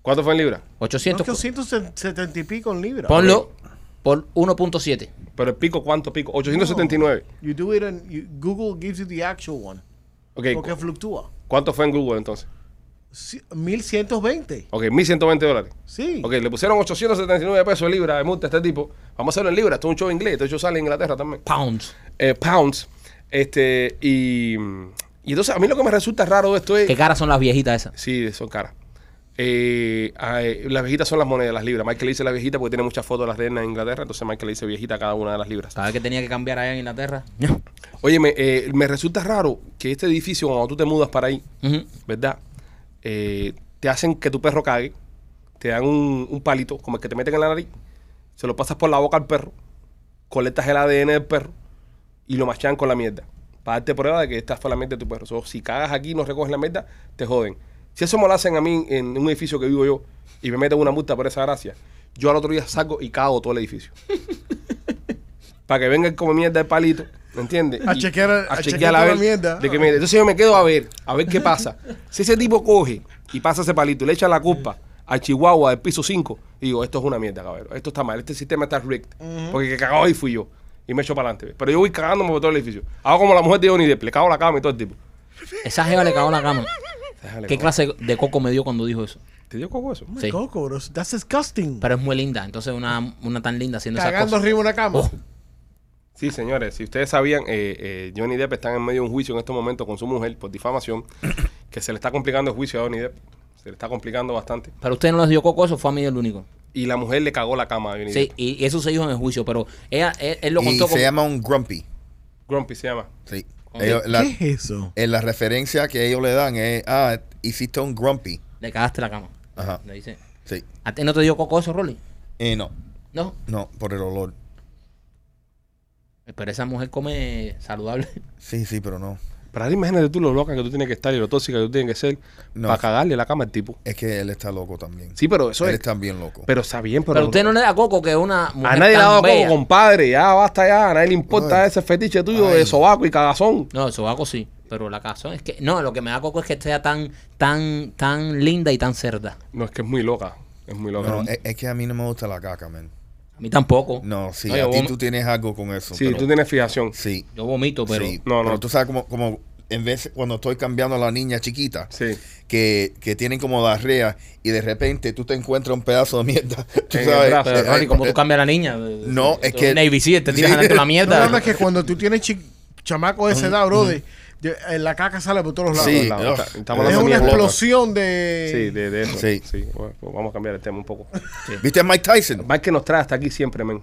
Speaker 1: ¿Cuánto fue en libra?
Speaker 3: 800.
Speaker 5: 870 y pico en libras.
Speaker 3: Ponlo por 1.7.
Speaker 1: Pero el pico, ¿cuánto pico? 879.
Speaker 5: You do it and you- Google gives you the actual one.
Speaker 1: Ok,
Speaker 5: Porque fluctúa.
Speaker 1: ¿cuánto fue en Google entonces?
Speaker 5: Si- 1120.
Speaker 1: Ok, 1120 dólares.
Speaker 5: Sí.
Speaker 1: Ok, le pusieron 879 pesos de libra de multa a este tipo. Vamos a hacerlo en libra. Esto es un show inglés. Este show sale en Inglaterra también.
Speaker 3: Pounds.
Speaker 1: Eh, pounds. Este, y, y entonces a mí lo que me resulta raro de esto es...
Speaker 3: ¿Qué caras son las viejitas esas?
Speaker 1: Sí, son caras. Eh, ay, las viejitas son las monedas, las libras. Michael le dice la viejita porque tiene muchas fotos de las reinas de Inglaterra. Entonces Michael le dice viejita a cada una de las libras.
Speaker 3: ¿Sabes que tenía que cambiar allá en Inglaterra?
Speaker 1: Oye, me, eh, me resulta raro que este edificio, cuando tú te mudas para ahí,
Speaker 3: Ujú.
Speaker 1: ¿verdad? Eh, te hacen que tu perro cague, te dan un, un palito, como el que te meten en la nariz, se lo pasas por la boca al perro, colectas el ADN del perro y lo machan con la mierda. Para darte prueba de que esta fue la mierda de tu perro. So, si cagas aquí y no recoges la mierda, te joden. Si eso me lo hacen a mí en un edificio que vivo yo y me meten una multa por esa gracia, yo al otro día saco y cago todo el edificio. Para que vengan como mierda el palito, ¿me entiendes?
Speaker 5: A
Speaker 1: Y-
Speaker 5: chequear- a
Speaker 1: a
Speaker 5: chequear
Speaker 1: chequear a
Speaker 5: toda
Speaker 1: ver
Speaker 5: la mierda.
Speaker 1: de qué mierda. Entonces yo me quedo a ver, a ver qué pasa. Si ese tipo coge y pasa ese palito, le echa la culpa a Chihuahua del piso 5, y digo, esto es una mierda, cabrón. Esto está mal, este sistema está rigged. Porque el que cagó ahí fui yo. Y me echo para adelante. Pero yo voy cagándome por todo el edificio. Hago como la mujer de Johnny Depp, le cago la cama y todo el tipo.
Speaker 3: Esa jeva le cagó la cama.
Speaker 1: Déjale,
Speaker 3: ¿Qué
Speaker 1: cabrón.
Speaker 3: clase de coco me dio cuando dijo eso?
Speaker 1: ¿Te dio coco eso?
Speaker 3: Sí.
Speaker 5: Coco, bro. That's disgusting.
Speaker 3: Pero es muy linda. Entonces, una, una tan linda haciendo esas
Speaker 5: Cagando
Speaker 3: cosas.
Speaker 5: arriba de una cama.
Speaker 3: Oh.
Speaker 1: Sí, señores, si ustedes sabían, eh, eh, Johnny Depp está en medio de un juicio en este momento con su mujer por difamación, que se le está complicando el juicio a Johnny Depp. Se le está complicando bastante.
Speaker 3: Pero usted no les dio coco, eso fue a mí el único.
Speaker 1: Y la mujer le cagó la cama a Johnny
Speaker 3: Sí,
Speaker 1: Depp.
Speaker 3: y, y eso se dijo en el juicio, pero ella, él, él lo
Speaker 4: Y
Speaker 3: contó
Speaker 4: se
Speaker 3: como.
Speaker 4: llama un grumpy.
Speaker 1: Grumpy se llama.
Speaker 4: Sí. Ellos- la,
Speaker 5: ¿Qué es eso?
Speaker 4: en la referencia que ellos le dan es, ah, hiciste un grumpy.
Speaker 3: Le cagaste la cama.
Speaker 4: Ajá.
Speaker 3: Le dice.
Speaker 4: Sí.
Speaker 3: ¿A ti no te dio coco eso, Rolly?
Speaker 4: Eh, no,
Speaker 3: No.
Speaker 4: no, por el olor.
Speaker 3: Pero esa mujer come saludable.
Speaker 4: Sí, sí, pero no.
Speaker 1: Pero ahora imagínate tú lo loca que tú tienes que estar y lo tóxica que tú tienes que ser
Speaker 4: No.
Speaker 1: para cagarle la cama al tipo.
Speaker 4: Es que él está loco también.
Speaker 1: Sí, pero eso
Speaker 4: él
Speaker 1: es.
Speaker 4: está bien loco.
Speaker 1: Pero está bien, pero.
Speaker 3: Pero usted no le da coco que una mujer.
Speaker 1: a nadie le ha
Speaker 3: tan
Speaker 1: dado
Speaker 3: bella-
Speaker 1: coco, compadre. Ya basta, ya. A nadie le importa
Speaker 4: Ay.
Speaker 1: ese fetiche tuyo de
Speaker 4: Ay.
Speaker 1: sobaco y cagazón.
Speaker 3: No, eso hago sí. Pero la casa es que. No, lo que me da coco es que sea tan, tan, tan linda y tan cerda.
Speaker 1: No, es que es muy loca. Es muy loca.
Speaker 4: No, es, es que a mí no me gusta la caca, man.
Speaker 3: A mí tampoco.
Speaker 4: No, sí,
Speaker 3: Oye,
Speaker 4: a ti
Speaker 3: vos-
Speaker 4: tú tienes algo con eso.
Speaker 1: sí,
Speaker 4: pero-
Speaker 1: tú tienes fijación.
Speaker 4: Sí,
Speaker 3: Yo vomito, pero.
Speaker 4: sí.
Speaker 1: No, no.
Speaker 4: Pero tú sabes como, como en vez cuando estoy cambiando a la niña chiquita,
Speaker 1: Sí.
Speaker 4: que, que tienen como diarrea y de repente tú te encuentras un pedazo de mierda. Tú
Speaker 1: En el
Speaker 4: sabes.
Speaker 1: brazo.
Speaker 3: Pero,
Speaker 4: Eh,
Speaker 3: Rolly, ¿cómo
Speaker 4: eh,
Speaker 3: tú cambias a la niña? eh,
Speaker 4: no, es que-
Speaker 3: Navy Seal, te
Speaker 4: Sí.
Speaker 3: tiras adelante la
Speaker 5: No,
Speaker 3: mierda.
Speaker 5: no, no, es que cuando tú tienes chi- chamaco de esa edad, bro, de- de- eh, la caca sale por todos lados.
Speaker 4: Sí,
Speaker 1: Lado, lado.
Speaker 4: ugh.
Speaker 1: Está- estamos
Speaker 5: Es
Speaker 1: hablando
Speaker 5: una
Speaker 1: mierda.
Speaker 5: explosión de...
Speaker 1: Sí, de, de eso. Sí.
Speaker 4: Sí.
Speaker 1: Bueno, pues vamos a cambiar el tema un poco.
Speaker 4: ¿Viste a Mike Tyson?
Speaker 1: Mike que nos trae hasta aquí siempre, men.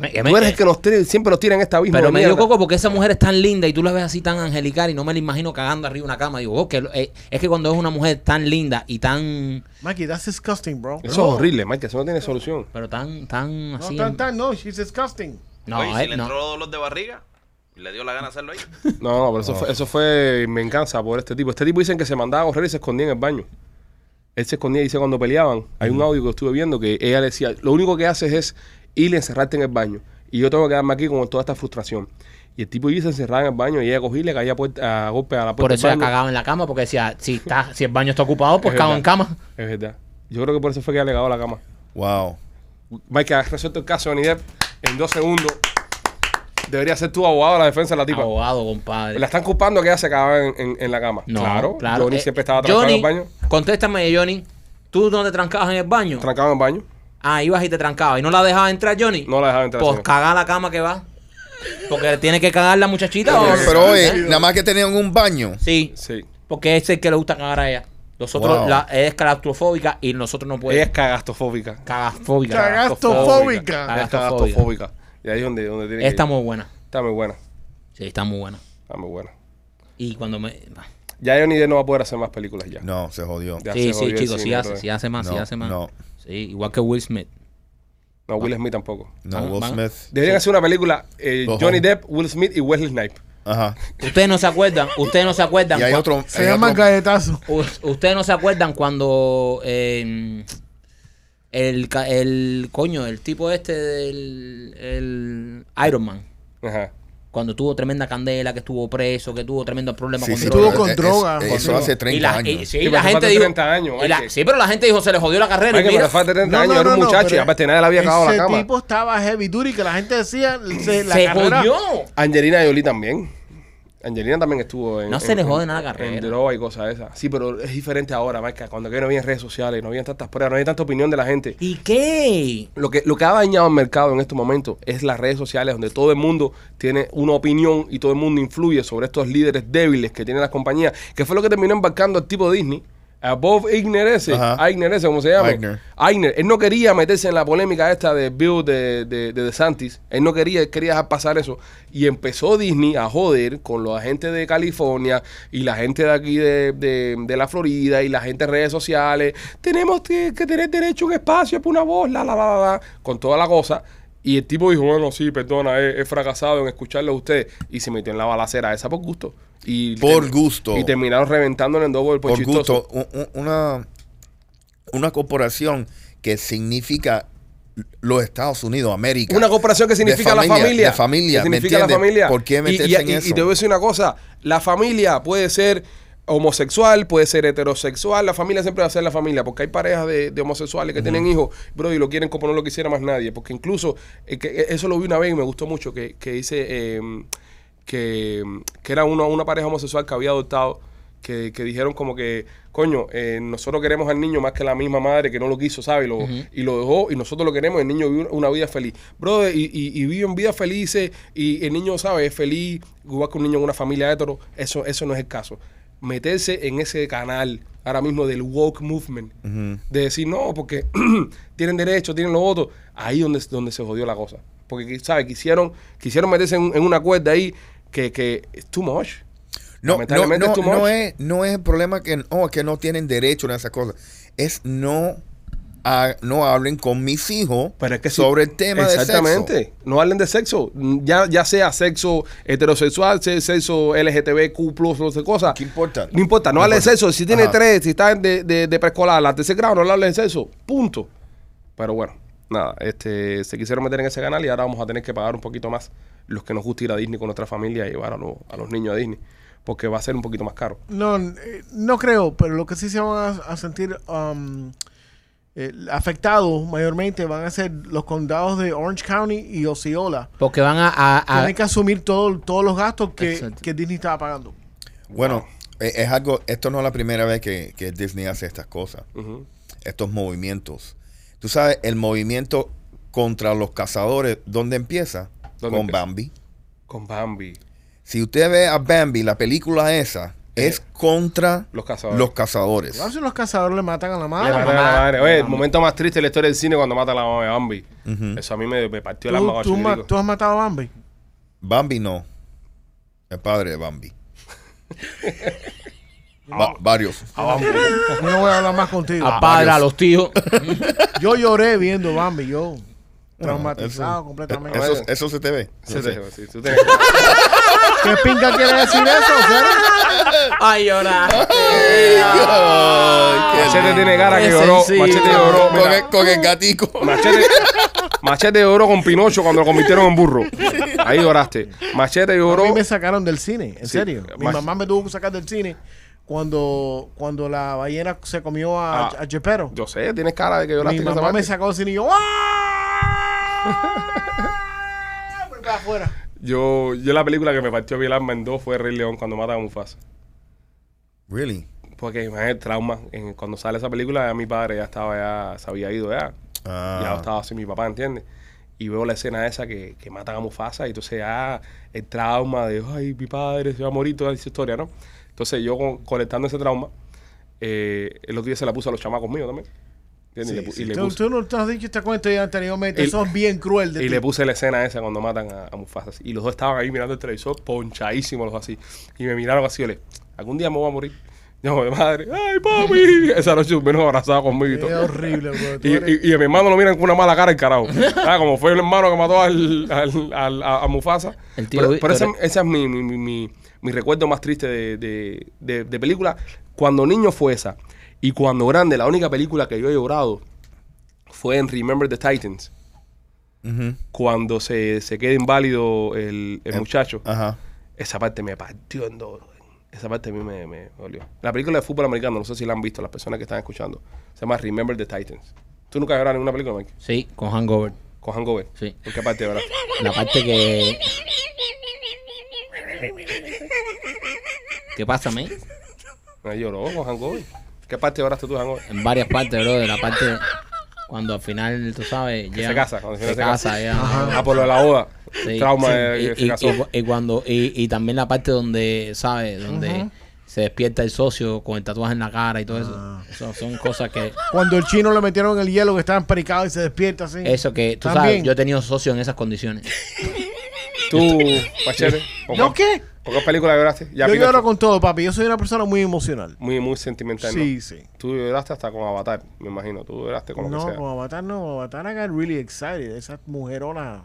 Speaker 3: Me- me-
Speaker 1: Tú eres el que nos tira- siempre nos tira en esta abismo.
Speaker 3: Pero
Speaker 1: de
Speaker 3: me dio
Speaker 1: mierda.
Speaker 3: coco porque esa mujer es tan linda y tú la ves así tan angelical y no me la imagino cagando arriba de una cama. Digo, oh, que lo- eh, es que cuando es una mujer tan linda y tan.
Speaker 5: Mikey, that's disgusting, bro.
Speaker 1: Eso es horrible, Mike. Eso no tiene solución.
Speaker 3: Pero tan, tan
Speaker 5: No,
Speaker 3: así.
Speaker 5: tan, tan, no, she's disgusting.
Speaker 3: No,
Speaker 6: Oye, si
Speaker 3: eh,
Speaker 6: le
Speaker 3: no.
Speaker 6: entró dolor de barriga, le dio la gana hacerlo ahí.
Speaker 1: No, no, pero eso, fue, eso fue venganza por este tipo. Este tipo dicen que se mandaba a correr y se escondía en el baño. Él se escondía, dice, cuando peleaban. Hay un audio que estuve viendo que ella le decía, lo único que haces es ir y encerrarte en el baño. Y yo tengo que quedarme aquí con toda esta frustración. Y el tipo iba y se encerraba en el baño y ella cogía y le caía a, puerta- a golpe a la puerta
Speaker 3: Por eso
Speaker 1: del
Speaker 3: ella
Speaker 1: baño.
Speaker 3: cagaba en la cama porque decía, si, está, si el baño está ocupado, pues
Speaker 1: Es
Speaker 3: cago
Speaker 1: verdad.
Speaker 3: en cama.
Speaker 1: Es verdad. Yo creo que por eso fue que ella le cagó la cama.
Speaker 4: Wow.
Speaker 1: Mike, has resuelto el caso de Johnny Depp en dos segundos. Debería ser tu abogado de la defensa de la tipa.
Speaker 3: Abogado, compadre.
Speaker 1: La están culpando que ella se cagaba en, en- en la cama.
Speaker 3: No,
Speaker 1: claro, Johnny
Speaker 3: eh,
Speaker 1: siempre estaba trancado en el
Speaker 3: Johnny,
Speaker 1: baño.
Speaker 3: Contéstame, Johnny. ¿Tú no te trancabas en el baño?
Speaker 1: Trancado en el baño.
Speaker 3: ah, ibas y te trancabas. ¿Y no la dejabas entrar, Johnny?
Speaker 1: No la dejaba entrar.
Speaker 3: Pues
Speaker 1: señor.
Speaker 3: caga la cama que va. Porque tiene que cagar la muchachita. ¿o no?
Speaker 4: Pero oye,
Speaker 3: ¿Eh?
Speaker 4: nada más que tenían un baño.
Speaker 3: Sí,
Speaker 1: Sí.
Speaker 3: porque es el que le gusta cagar a ella. Nosotros,
Speaker 4: Wow.
Speaker 3: la, ella es claustrofóbica y nosotros no
Speaker 1: Ella
Speaker 3: podemos.
Speaker 1: es cagastofóbica.
Speaker 3: Cagafóbica.
Speaker 5: Cagastofóbica.
Speaker 1: Ella es cagastofóbica. Y ahí es donde, donde tiene que
Speaker 3: Está
Speaker 1: ir.
Speaker 3: muy buena.
Speaker 1: Está muy buena.
Speaker 3: Sí, está muy buena.
Speaker 1: Está muy buena.
Speaker 3: Y cuando me.
Speaker 1: Ya Johnny Depp no va a poder hacer más películas ya.
Speaker 4: No, se jodió.
Speaker 1: Ya
Speaker 3: sí,
Speaker 1: se
Speaker 3: sí,
Speaker 1: jodió el
Speaker 3: chicos, sí
Speaker 1: cine,
Speaker 3: hace,
Speaker 1: brother.
Speaker 3: sí hace más, sí
Speaker 4: No,
Speaker 3: hace más.
Speaker 4: no.
Speaker 3: Sí, igual que Will Smith.
Speaker 1: No, Will Smith tampoco.
Speaker 4: No,
Speaker 3: Van-
Speaker 4: Will
Speaker 3: van-
Speaker 4: Smith.
Speaker 1: Deberían hacer una película eh,
Speaker 4: Ojo.
Speaker 1: Johnny Depp, Will Smith y Wesley Snipes.
Speaker 4: Ajá.
Speaker 3: Ustedes no se acuerdan, ustedes no se acuerdan.
Speaker 4: Y hay
Speaker 3: cua-
Speaker 4: otro.
Speaker 5: Se
Speaker 4: hay
Speaker 5: llama
Speaker 4: otro-
Speaker 5: galletazo.
Speaker 3: u- Ustedes no se acuerdan cuando eh, el, ca- el coño, el tipo este del el Iron Man.
Speaker 1: Ajá.
Speaker 3: cuando tuvo tremenda candela, que estuvo preso, que tuvo tremendo problema
Speaker 4: Sí,
Speaker 3: con
Speaker 4: sí,
Speaker 5: Estuvo
Speaker 3: drogas.
Speaker 4: pero
Speaker 5: con
Speaker 4: es-
Speaker 5: droga,
Speaker 4: es-
Speaker 5: con
Speaker 4: Eso
Speaker 5: droga.
Speaker 4: hace
Speaker 3: Y
Speaker 4: 30
Speaker 3: la, y-
Speaker 4: años.
Speaker 3: sí,
Speaker 1: Sí,
Speaker 3: la
Speaker 1: pero
Speaker 3: gente
Speaker 1: falta
Speaker 3: dijo.
Speaker 1: 30 años,
Speaker 3: y la-
Speaker 1: Mike.
Speaker 3: sí, pero la gente dijo, se le jodió la carrera. y
Speaker 1: Mike,
Speaker 3: mira,
Speaker 1: pero falta 30 años, era un muchacho y
Speaker 5: pero
Speaker 1: aparte nadie le había acabado la
Speaker 5: ese
Speaker 1: cama.
Speaker 5: tipo estaba heavy duty que la gente decía se, la
Speaker 3: se
Speaker 5: carrera
Speaker 3: jodió.
Speaker 1: Angelina Jolie también. Angelina también estuvo en.
Speaker 3: No se
Speaker 1: en-
Speaker 3: le jode
Speaker 1: en-
Speaker 3: nada la carrera.
Speaker 1: En droga y cosas esas. Sí, pero es diferente ahora, Mike. Cuando aquí no había redes sociales, no había tantas pruebas, no había tanta opinión de la gente.
Speaker 3: ¿Y qué?
Speaker 1: Lo que, lo que ha dañado el mercado en estos momentos es las redes sociales, donde todo el mundo tiene una opinión y todo el mundo influye sobre estos líderes débiles que tienen las compañías, que fue lo que terminó embarcando al tipo Disney. A Bob Igner ese,
Speaker 4: Ajá.
Speaker 1: Eigner ese, ¿cómo se llama?
Speaker 4: Eigner.
Speaker 1: Eigner. Él no quería meterse en la polémica esta de Bill de, de, de DeSantis. Él no quería, él quería dejar pasar eso. Y empezó Disney a joder con la gente de California y la gente de aquí de, de- de la Florida y la gente de redes sociales. Tenemos que, que tener derecho a un espacio, por una voz, la, la, la, la, la, con toda la cosa. Y el tipo dijo, bueno, sí, perdona, he, he fracasado en escucharlo a ustedes. Y se metió en la balacera esa por gusto. Y
Speaker 4: Por
Speaker 1: termi-
Speaker 4: gusto.
Speaker 1: Y terminaron reventando en el doble por,
Speaker 4: Por
Speaker 1: chistoso.
Speaker 4: gusto, un- un- una, una corporación que significa los Estados Unidos, América.
Speaker 1: Una corporación que
Speaker 4: De
Speaker 1: significa la familia.
Speaker 4: La familia,
Speaker 1: Que
Speaker 4: ¿me
Speaker 1: significa la
Speaker 4: entiendes?
Speaker 1: familia.
Speaker 4: ¿Por qué
Speaker 1: Y-
Speaker 4: meterse
Speaker 1: y,
Speaker 4: en
Speaker 1: y-
Speaker 4: eso?
Speaker 1: y te voy a decir una cosa. La familia puede ser homosexual, puede ser heterosexual. La familia siempre va a ser la familia. Porque hay parejas de, de homosexuales que tienen hijos, bro, y lo quieren como no lo quisiera más nadie. Porque incluso, eh, que, eh, eso lo vi una vez y me gustó mucho, que, que dice eh, que, que era una, una pareja homosexual que había adoptado. Que, que dijeron como que, coño, eh, nosotros queremos al niño más que la misma madre que no lo quiso, ¿sabes? Y Lo, Y lo dejó y nosotros lo queremos. El niño vive una vida feliz. Brother, y, y, y viven vidas felices y el niño, ¿sabes? Es feliz, igual que un niño en una familia hetero. Eso, eso no es el caso. Meterse en ese canal ahora mismo del woke movement, de decir no, porque tienen derecho, tienen lo otro, ahí donde, donde se jodió la cosa. Porque, ¿sabes? Quisieron, quisieron meterse en, en una cuerda ahí que, que es too much.
Speaker 4: No, no,
Speaker 1: Lamentablemente
Speaker 4: no,
Speaker 1: es too
Speaker 4: no
Speaker 1: much.
Speaker 4: es, no es el problema que, oh, que no tienen derecho en esas cosas. Es no, ha- no hablen con mis hijos
Speaker 1: Pero es que sí.
Speaker 4: sobre el tema de sexo.
Speaker 1: Exactamente. No hablen de sexo. Ya, ya sea sexo heterosexual, se- sexo LGTBQ, no sé cosas.
Speaker 4: ¿Qué importa?
Speaker 1: No importa. No,
Speaker 4: No
Speaker 1: hablen de
Speaker 4: importa.
Speaker 1: sexo. Si tiene
Speaker 4: Ajá.
Speaker 1: tres, si está de, de, de preescolar, la tercer grado, no le hablen de sexo. Punto. Pero bueno, nada. este Se quisieron meter en ese canal y ahora vamos a tener que pagar un poquito más los que nos gusta ir a Disney con nuestra familia y llevar a, los- a los niños a Disney. Porque va a ser un poquito más caro.
Speaker 5: no eh, no creo pero lo que sí se van a, a sentir um, eh, afectados mayormente van a ser los condados de Orange County y Osceola
Speaker 3: Porque van a. a- a-
Speaker 5: tienen que asumir todo- todos los gastos que,
Speaker 3: Ah. Exacto.
Speaker 5: que Disney estaba pagando
Speaker 4: Bueno, es, es algo, esto no es la primera vez que, que Disney hace estas cosas,
Speaker 1: Ujú.
Speaker 4: estos movimientos. Tú sabes, el movimiento contra los cazadores, ¿dónde empieza?
Speaker 1: ¿Dónde
Speaker 4: con
Speaker 1: empieza?
Speaker 4: Bambi.
Speaker 1: Con Bambi.
Speaker 4: Si usted ve a Bambi, la película esa, es contra
Speaker 1: Los cazadores.
Speaker 4: los cazadores.
Speaker 5: a ver si los cazadores le matan a la
Speaker 1: Le
Speaker 5: madre
Speaker 1: mataron a la madre. Oye, el momento más triste de la historia del cine cuando mata a la mamá de Bambi.
Speaker 4: Ujú.
Speaker 1: Eso a mí me, me partió el alma
Speaker 5: ¿Tú,
Speaker 1: cuando
Speaker 5: tú, ma-
Speaker 1: chiquitico.
Speaker 5: tú has matado a Bambi
Speaker 4: Bambi no. El padre de Bambi. Va- varios.
Speaker 5: Ah, yo no voy a hablar más contigo
Speaker 3: a padre, a los tíos.
Speaker 5: yo lloré viendo Bambi yo traumatizado
Speaker 4: eso-
Speaker 5: completamente
Speaker 4: Eso, eso se te ve.
Speaker 1: Sí,
Speaker 4: Sí.
Speaker 1: sí, sí, tú tienes-
Speaker 5: ¿Qué pinga quiere decir eso? Cero?
Speaker 3: Ay, llorar.
Speaker 4: Ay, qué
Speaker 1: Machete
Speaker 4: lindo.
Speaker 1: tiene cara que
Speaker 3: Qué
Speaker 1: lloró.
Speaker 3: sencillo.
Speaker 1: Machete lloró.
Speaker 4: con,
Speaker 1: mira.
Speaker 4: el, con el gatico.
Speaker 1: Machete, machete lloró con Pinocho cuando lo convirtieron en burro. Ahí lloraste. Machete
Speaker 5: A mí
Speaker 1: lloró.
Speaker 5: me sacaron del cine, en
Speaker 1: Sí,
Speaker 5: serio. Mi
Speaker 1: más-
Speaker 5: mamá me tuvo que sacar del cine cuando, cuando la ballena se comió a,
Speaker 1: Ah,
Speaker 5: a Geppetto.
Speaker 1: Yo sé, tienes cara de que lloraste.
Speaker 5: Mi
Speaker 1: en esa
Speaker 5: mamá me
Speaker 1: parte.
Speaker 5: sacó del cine y yo ¡ah! Me fui afuera.
Speaker 1: Yo, yo la película que me partió bien el alma en dos fue Rey León cuando mata a Mufasa.
Speaker 4: Really?
Speaker 1: Porque imagínate el trauma. En- cuando sale esa película, ya mi padre ya estaba ya, se había ido ya. Ya
Speaker 4: Ah,
Speaker 1: estaba sin mi papá, ¿entiendes? Y veo la escena esa que, que matan a Mufasa y entonces ya el trauma de, ay, mi padre se va a morir, toda esa historia, ¿no? Entonces yo con- conectando ese trauma, eh, el otro día se la puse a los chamacos míos también. ¿Entiendes? y le, pu- y le
Speaker 5: Tú,
Speaker 1: puse,
Speaker 5: tú no te has dicho este cuento ya anteriormente.
Speaker 1: El-
Speaker 5: Eso es bien cruel de
Speaker 1: y
Speaker 5: ti.
Speaker 1: le puse la escena esa cuando matan a, a Mufasa. así. Y los dos estaban ahí mirando el televisor, ponchadísimos los dos así. Y me miraron así, yo le, algún día me voy a morir. Yo, mi madre, ay, papi. Esa noche menos abrazado conmigo y
Speaker 5: Es
Speaker 1: todo.
Speaker 5: horrible, bro. Tú
Speaker 1: Y,
Speaker 5: eres-
Speaker 1: y- y a mi hermano lo miran con una mala cara el carajo. Ah, como fue el hermano que mató al, al- al- a, a Mufasa.
Speaker 3: El tío
Speaker 1: pero
Speaker 3: Víctor.
Speaker 1: pero ese, ese es mi, mi, mi- mi- mi recuerdo más triste de, de- de- de película. Cuando niño fue esa. Y cuando grande, la única película que yo he llorado fue en Remember the Titans.
Speaker 4: Ujú.
Speaker 1: cuando se, se quede inválido el, el
Speaker 4: El-
Speaker 1: muchacho.
Speaker 4: Ajá.
Speaker 1: Esa parte me partió en dos. brother. Esa parte a mí me, me dolió. La película de fútbol americano, no sé si la han visto las personas que están escuchando, se llama Remember the Titans. ¿Tú nunca has llorado en una película, Mike?
Speaker 3: Sí, con Hangover.
Speaker 1: Con Hangover.
Speaker 3: Sí.
Speaker 1: ¿En qué parte lloraste?
Speaker 3: La parte que. ¿Qué pasa, man?
Speaker 1: No, lloró con Hangover. ¿Qué parte lloraste tú, de Hangover?
Speaker 3: En varias partes, bro. De la parte. Cuando al final, tú sabes.
Speaker 1: Que
Speaker 3: ya
Speaker 1: se casa. Cuando
Speaker 3: se, casa, ya.
Speaker 1: Ah, por lo de la boda.
Speaker 3: Sí,
Speaker 1: Trauma
Speaker 3: sí.
Speaker 1: de
Speaker 3: Y-
Speaker 1: que se
Speaker 3: y,
Speaker 1: casó.
Speaker 3: y- y cuando y, y también la parte donde sabes donde se despierta el socio con el tatuaje en la cara y todo eso
Speaker 1: Ah.
Speaker 3: Eso son cosas que
Speaker 5: Cuando el chino le metieron el hielo que estaba empericado y se despierta así.
Speaker 3: eso que tú
Speaker 5: También.
Speaker 3: sabes yo he tenido socios en esas condiciones
Speaker 1: Tú, Pachete. ¿con
Speaker 5: ¿No qué?
Speaker 1: ¿Con qué película lloraste? Ya
Speaker 5: Yo
Speaker 1: Pinocho.
Speaker 5: lloro con todo, papi. Yo soy una persona muy emocional.
Speaker 1: Muy, muy sentimental. ¿no?
Speaker 5: Sí, sí.
Speaker 1: Tú lloraste hasta con Avatar, me imagino. Tú lloraste con lo
Speaker 5: No,
Speaker 1: que sea.
Speaker 5: con Avatar no. Avatar I got really excited. Esas mujeronas.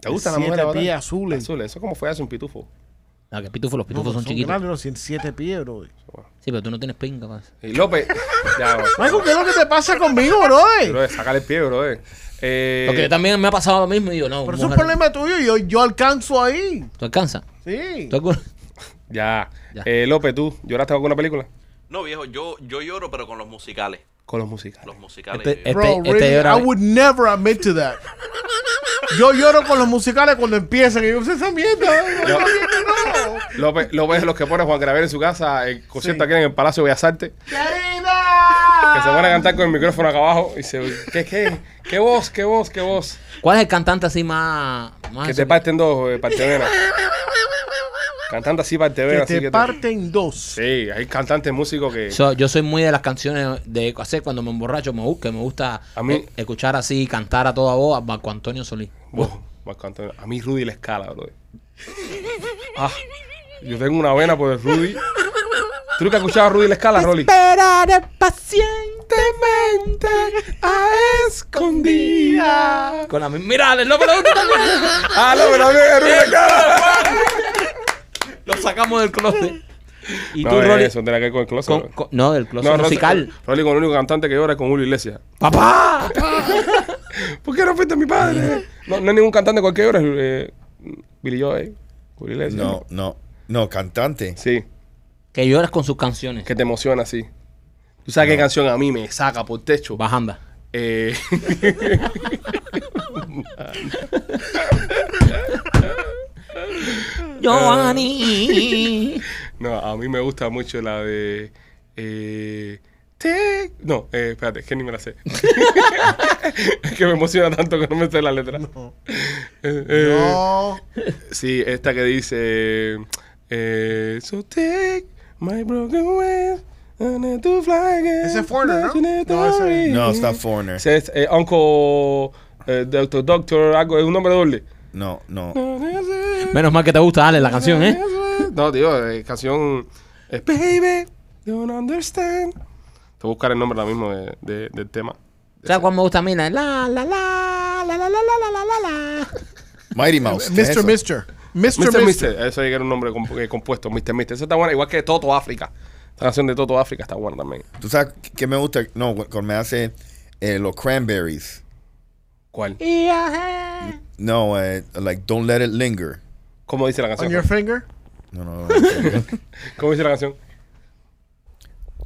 Speaker 1: ¿Te gustan las
Speaker 5: Siete
Speaker 1: mujeres
Speaker 5: pies
Speaker 1: Avatar?
Speaker 5: azules.
Speaker 1: Azules. Eso es como fue hace un pitufo.
Speaker 3: No, que pitufos los
Speaker 5: No,
Speaker 3: pitufos son, chiquitos
Speaker 5: grandes, no, 107 pies, bro.
Speaker 3: sí pero tú no tienes pinga pues. pa' eso.
Speaker 1: Y López. ya, bro.
Speaker 5: Michael, ¿qué es lo que te pasa conmigo, bro?
Speaker 1: Bro, sácale el pie, bro. eh. Eh,
Speaker 3: porque yo también me ha pasado lo mismo y digo no
Speaker 5: Pero eso es un
Speaker 3: mujer,
Speaker 5: problema tuyo. Yo, yo alcanzo ahí.
Speaker 3: tú alcanzas
Speaker 5: Sí.
Speaker 3: ¿Tú alcanzas?
Speaker 1: Ya.
Speaker 3: Ya.
Speaker 1: Eh, López, ¿tú lloraste con alguna película?
Speaker 6: No, viejo, yo, yo lloro, pero con los musicales.
Speaker 1: Con los musicales.
Speaker 6: Los musicales.
Speaker 3: Este-
Speaker 6: yo lloro.
Speaker 5: Bro,
Speaker 3: este
Speaker 5: really,
Speaker 3: llora-
Speaker 5: I would never admit to that. Yo lloro con los musicales cuando empiezan. Y yo, esa mierda.
Speaker 1: Lo-
Speaker 5: esa mierda, no.
Speaker 1: López, López es los que pone Juan Graver en su casa, eh, el concierto aquí en el Palacio de Bellas Artes, que se
Speaker 5: ¡Querida!
Speaker 1: van a cantar con el micrófono acá abajo y se... ¿Qué, qué? ¿Qué voz? ¿Qué voz? ¿Qué voz?
Speaker 3: cuál es el cantante así más, más
Speaker 5: Ah,
Speaker 1: Que
Speaker 3: eso
Speaker 1: te parten dos, eh, partevena. Cantante así, partevena.
Speaker 5: Que
Speaker 1: así
Speaker 5: te parten dos.
Speaker 1: Sí, hay cantantes músicos que...
Speaker 3: So, yo soy muy de las canciones de hacer cuando me emborracho, me busque, me gusta
Speaker 1: A mí-
Speaker 3: eh, escuchar así, cantar a toda voz a Marco Antonio Solís.
Speaker 1: Buah, Marco Antonio. A mí Rudy la escala, bro. Ah, yo tengo una vena por el Rudy. ¿Tú nunca has escuchado a Rudy la escala, Rolly?
Speaker 3: Esperaré pacientemente
Speaker 1: a escondida.
Speaker 3: con la misma. Mira, el nombre de
Speaker 1: Ah, no, pero también es Rudy la escala.
Speaker 3: Lo sacamos del closet. Y
Speaker 1: No,
Speaker 3: tú,
Speaker 1: es
Speaker 3: Rolly.
Speaker 1: eso tiene que ver con el closet.
Speaker 3: con-
Speaker 1: bro.
Speaker 3: con- no, del closet
Speaker 1: No, Rolly-
Speaker 3: musical.
Speaker 1: Rolly con el único cantante que llora es con Julio Iglesias.
Speaker 3: ¡Papá!
Speaker 1: ¿Por qué no fuiste mi padre? No, no hay ningún cantante con el que llora. Eh, Billy Joel, Julio Iglesias.
Speaker 4: No, no. No, cantante.
Speaker 1: Sí,
Speaker 3: Que lloras con sus canciones.
Speaker 1: que te emociona así. ¿Tú sabes qué canción a mí me saca por techo?
Speaker 3: Bajanda.
Speaker 1: Eh,
Speaker 3: Eh. Giovanni.
Speaker 1: no, a mí me gusta mucho la de... eh, te... No, eh, espérate, que ni me la sé. es que me emociona tanto que no me sé la letra. Eh, eh,
Speaker 5: No.
Speaker 1: Sí, esta que dice. eh, so take my broken wings and let to fly again.
Speaker 5: Ese es Foreigner, ¿no? No, ese-
Speaker 4: No, está Foreigner.
Speaker 1: Ese es eh, Uncle eh, Doctor Doctor, algo, es un nombre doble.
Speaker 4: No, no.
Speaker 3: Menos mal que te gusta, Ale, la canción, ¿eh?
Speaker 1: No, tío, eh, canción. eh, Baby, don't understand. Te voy a buscar el nombre ahora mismo de- de- del tema.
Speaker 3: ¿Sabes cuál me gusta a mí? La la la la la la la la la la la.
Speaker 4: Mighty Mouse. ¿qué es
Speaker 5: Mr.
Speaker 4: eso?
Speaker 5: Mister. Mr.
Speaker 1: Mr.
Speaker 5: Mister.
Speaker 1: Mister, eso era un nombre comp- eh, compuesto, Mr. Mister. Eso está bueno, igual que Toto África. La canción de Toto África está buena también.
Speaker 4: ¿Tú sabes qué me gusta? No, cuando me hace eh, los cranberries.
Speaker 1: ¿Cuál?
Speaker 4: No, eh, like, don't let it linger.
Speaker 1: ¿Cómo dice la
Speaker 5: On
Speaker 1: canción?
Speaker 5: your finger.
Speaker 4: No, no, no.
Speaker 1: ¿Cómo dice la canción?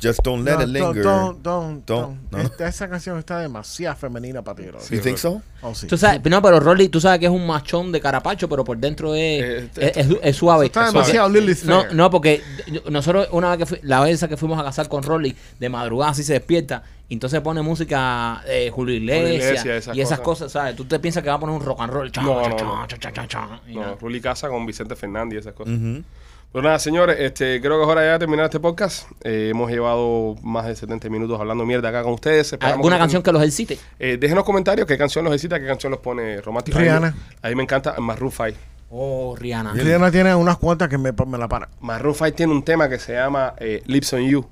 Speaker 4: Just don't let
Speaker 5: No,
Speaker 4: it linger.
Speaker 5: Don't, don't, don't,
Speaker 4: Don't, no.
Speaker 5: Esta- esa canción está demasiado femenina para ti, bro.
Speaker 4: You think so?
Speaker 5: Oh, sí.
Speaker 3: Tú sabes, no, pero Rolly, tú sabes que es un machón de carapacho, pero por dentro es,
Speaker 1: Eh,
Speaker 3: es, es- es suave.
Speaker 5: Está
Speaker 3: Porque-
Speaker 5: demasiado Lily
Speaker 3: no,
Speaker 5: Fair.
Speaker 3: no, porque yo- nosotros una vez que fui- la vez esa que fuimos a casar con Rolly, de madrugada así se despierta, y entonces pone música eh, Julio Iglesias,
Speaker 1: Iglesias, esas
Speaker 3: y esas
Speaker 1: cosas.
Speaker 3: cosas, ¿sabes? Tú te piensas que va a poner un rock and roll. Chan,
Speaker 1: No,
Speaker 3: chan,
Speaker 1: no,
Speaker 3: chan,
Speaker 1: no.
Speaker 3: chan, chan, chan, chan, y
Speaker 1: No,
Speaker 3: nada.
Speaker 1: Ruli Casa con Vicente Fernández y esas cosas.
Speaker 4: Ujú.
Speaker 1: Pues nada, señores, este, creo que es hora ya de terminar este podcast. Eh, hemos llevado más de 70 minutos hablando mierda acá con ustedes. Esperamos
Speaker 3: ¿Alguna
Speaker 1: que-
Speaker 3: canción que los excite?
Speaker 1: Eh, déjenos comentarios qué canción los excita, qué canción los pone románticos.
Speaker 5: Rihanna.
Speaker 1: A mí, a mí me encanta Maroon 5.
Speaker 3: Oh, Rihanna.
Speaker 5: Rihanna tiene unas cuantas que me, me la para.
Speaker 1: Maroon 5 tiene un tema que se llama eh, Lips on You.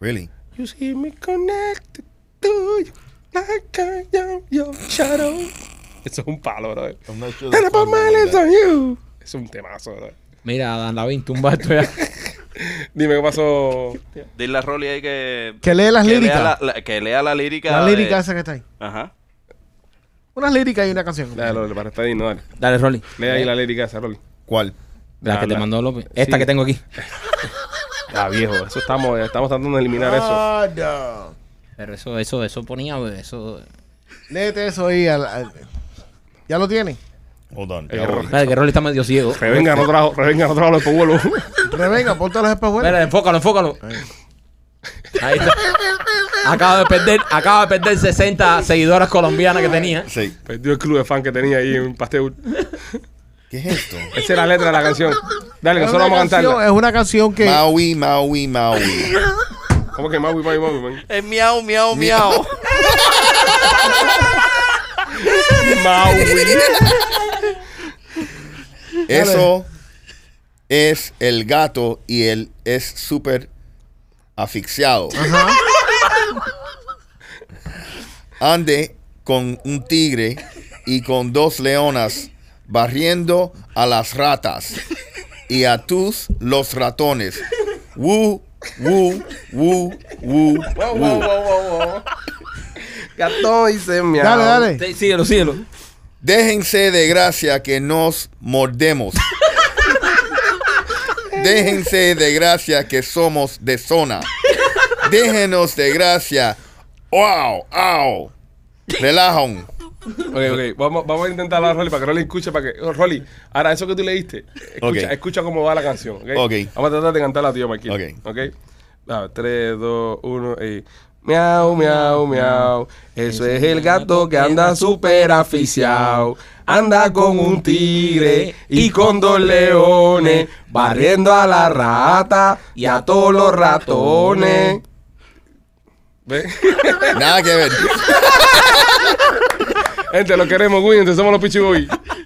Speaker 4: Really?
Speaker 1: You see me connected to you like I am your shadow. Eso es un palo, bro. And
Speaker 4: I'm not sure
Speaker 1: I put my lips on you. Es un temazo, bro.
Speaker 3: Mira, Dan Lavín, tumba esto ya.
Speaker 1: Dime qué pasó.
Speaker 6: Dile a Rolly ahí que.
Speaker 5: Que lee las
Speaker 6: que
Speaker 5: líricas.
Speaker 6: lea la- la- que lea la lírica.
Speaker 5: La lírica
Speaker 6: de-
Speaker 5: esa que está ahí.
Speaker 6: Ajá.
Speaker 5: Unas líricas y una canción.
Speaker 1: Dale, Loli, para estar ahí, no, dale.
Speaker 3: Dale, Rolly.
Speaker 1: Lee ahí la lírica esa, Rolly.
Speaker 4: ¿Cuál?
Speaker 3: La que
Speaker 1: Dale.
Speaker 3: te mandó López. Esta
Speaker 1: Sí.
Speaker 3: que tengo aquí.
Speaker 1: Ah, viejo, eso estamos, estamos tratando de eliminar eso.
Speaker 5: Ah, no.
Speaker 3: Pero eso, eso, eso ponía, pues, eso.
Speaker 5: Léete eso ahí. al- al- ¿Ya lo tiene?
Speaker 4: Hold on.
Speaker 1: El error.
Speaker 3: Espérate, que Rolly está medio ciego.
Speaker 1: Revenga, no trajo, revenga, no trajo los espejuelos.
Speaker 5: Revenga, ponte los espejuelos.
Speaker 3: Espérate, enfócalo, enfócalo. Ahí está. Acaba de perder, acaba de perder 60 seguidoras colombianas que tenía.
Speaker 4: Sí.
Speaker 1: Perdió el club de fan que tenía ahí en Pasteur.
Speaker 4: ¿Qué es esto?
Speaker 1: Esa es la letra de la canción. Dale, que
Speaker 5: Es
Speaker 1: nosotros
Speaker 5: una
Speaker 1: vamos a
Speaker 5: canción-
Speaker 1: cantarla.
Speaker 5: es una canción que.
Speaker 4: Maui, Maui, Maui.
Speaker 1: ¿Cómo que Maui, Maui, Maui? Maui?
Speaker 6: Es miau, miau, miau.
Speaker 1: Maui.
Speaker 4: Eso es el gato y él es súper asfixiado. Ande con un tigre y con dos leonas barriendo a las ratas y a tus los ratones. Woo, woo, woo, woo, woo.
Speaker 1: Gato y se miau.
Speaker 5: Dale, dale.
Speaker 3: Sí, síguelo, síguelo.
Speaker 4: Déjense de gracia que nos mordemos. Déjense de gracia que somos de zona. Déjenos de gracia. ¡Wow! ¡Au! Relajan.
Speaker 1: Ok, ok. Vamos, vamos a intentar hablar a Rolly para que Rolly escuche. Para que... oh, Rolly, ahora eso que tú leíste, escucha,
Speaker 4: Ok.
Speaker 1: escucha cómo va la canción. ¿ok?
Speaker 4: Ok.
Speaker 1: Vamos a tratar de cantarla, tío, Marquito.
Speaker 4: Ok.
Speaker 1: Ok. Va, 3, 2, 1 y. Miau, miau, miau. Eso es el gato que anda súper aficiado. Anda con un tigre y con dos leones. Barriendo a la rata y a todos los ratones. ¿Ves?
Speaker 4: Nada que ver.
Speaker 1: Gente, lo queremos, Winnie, somos los Pichiboy.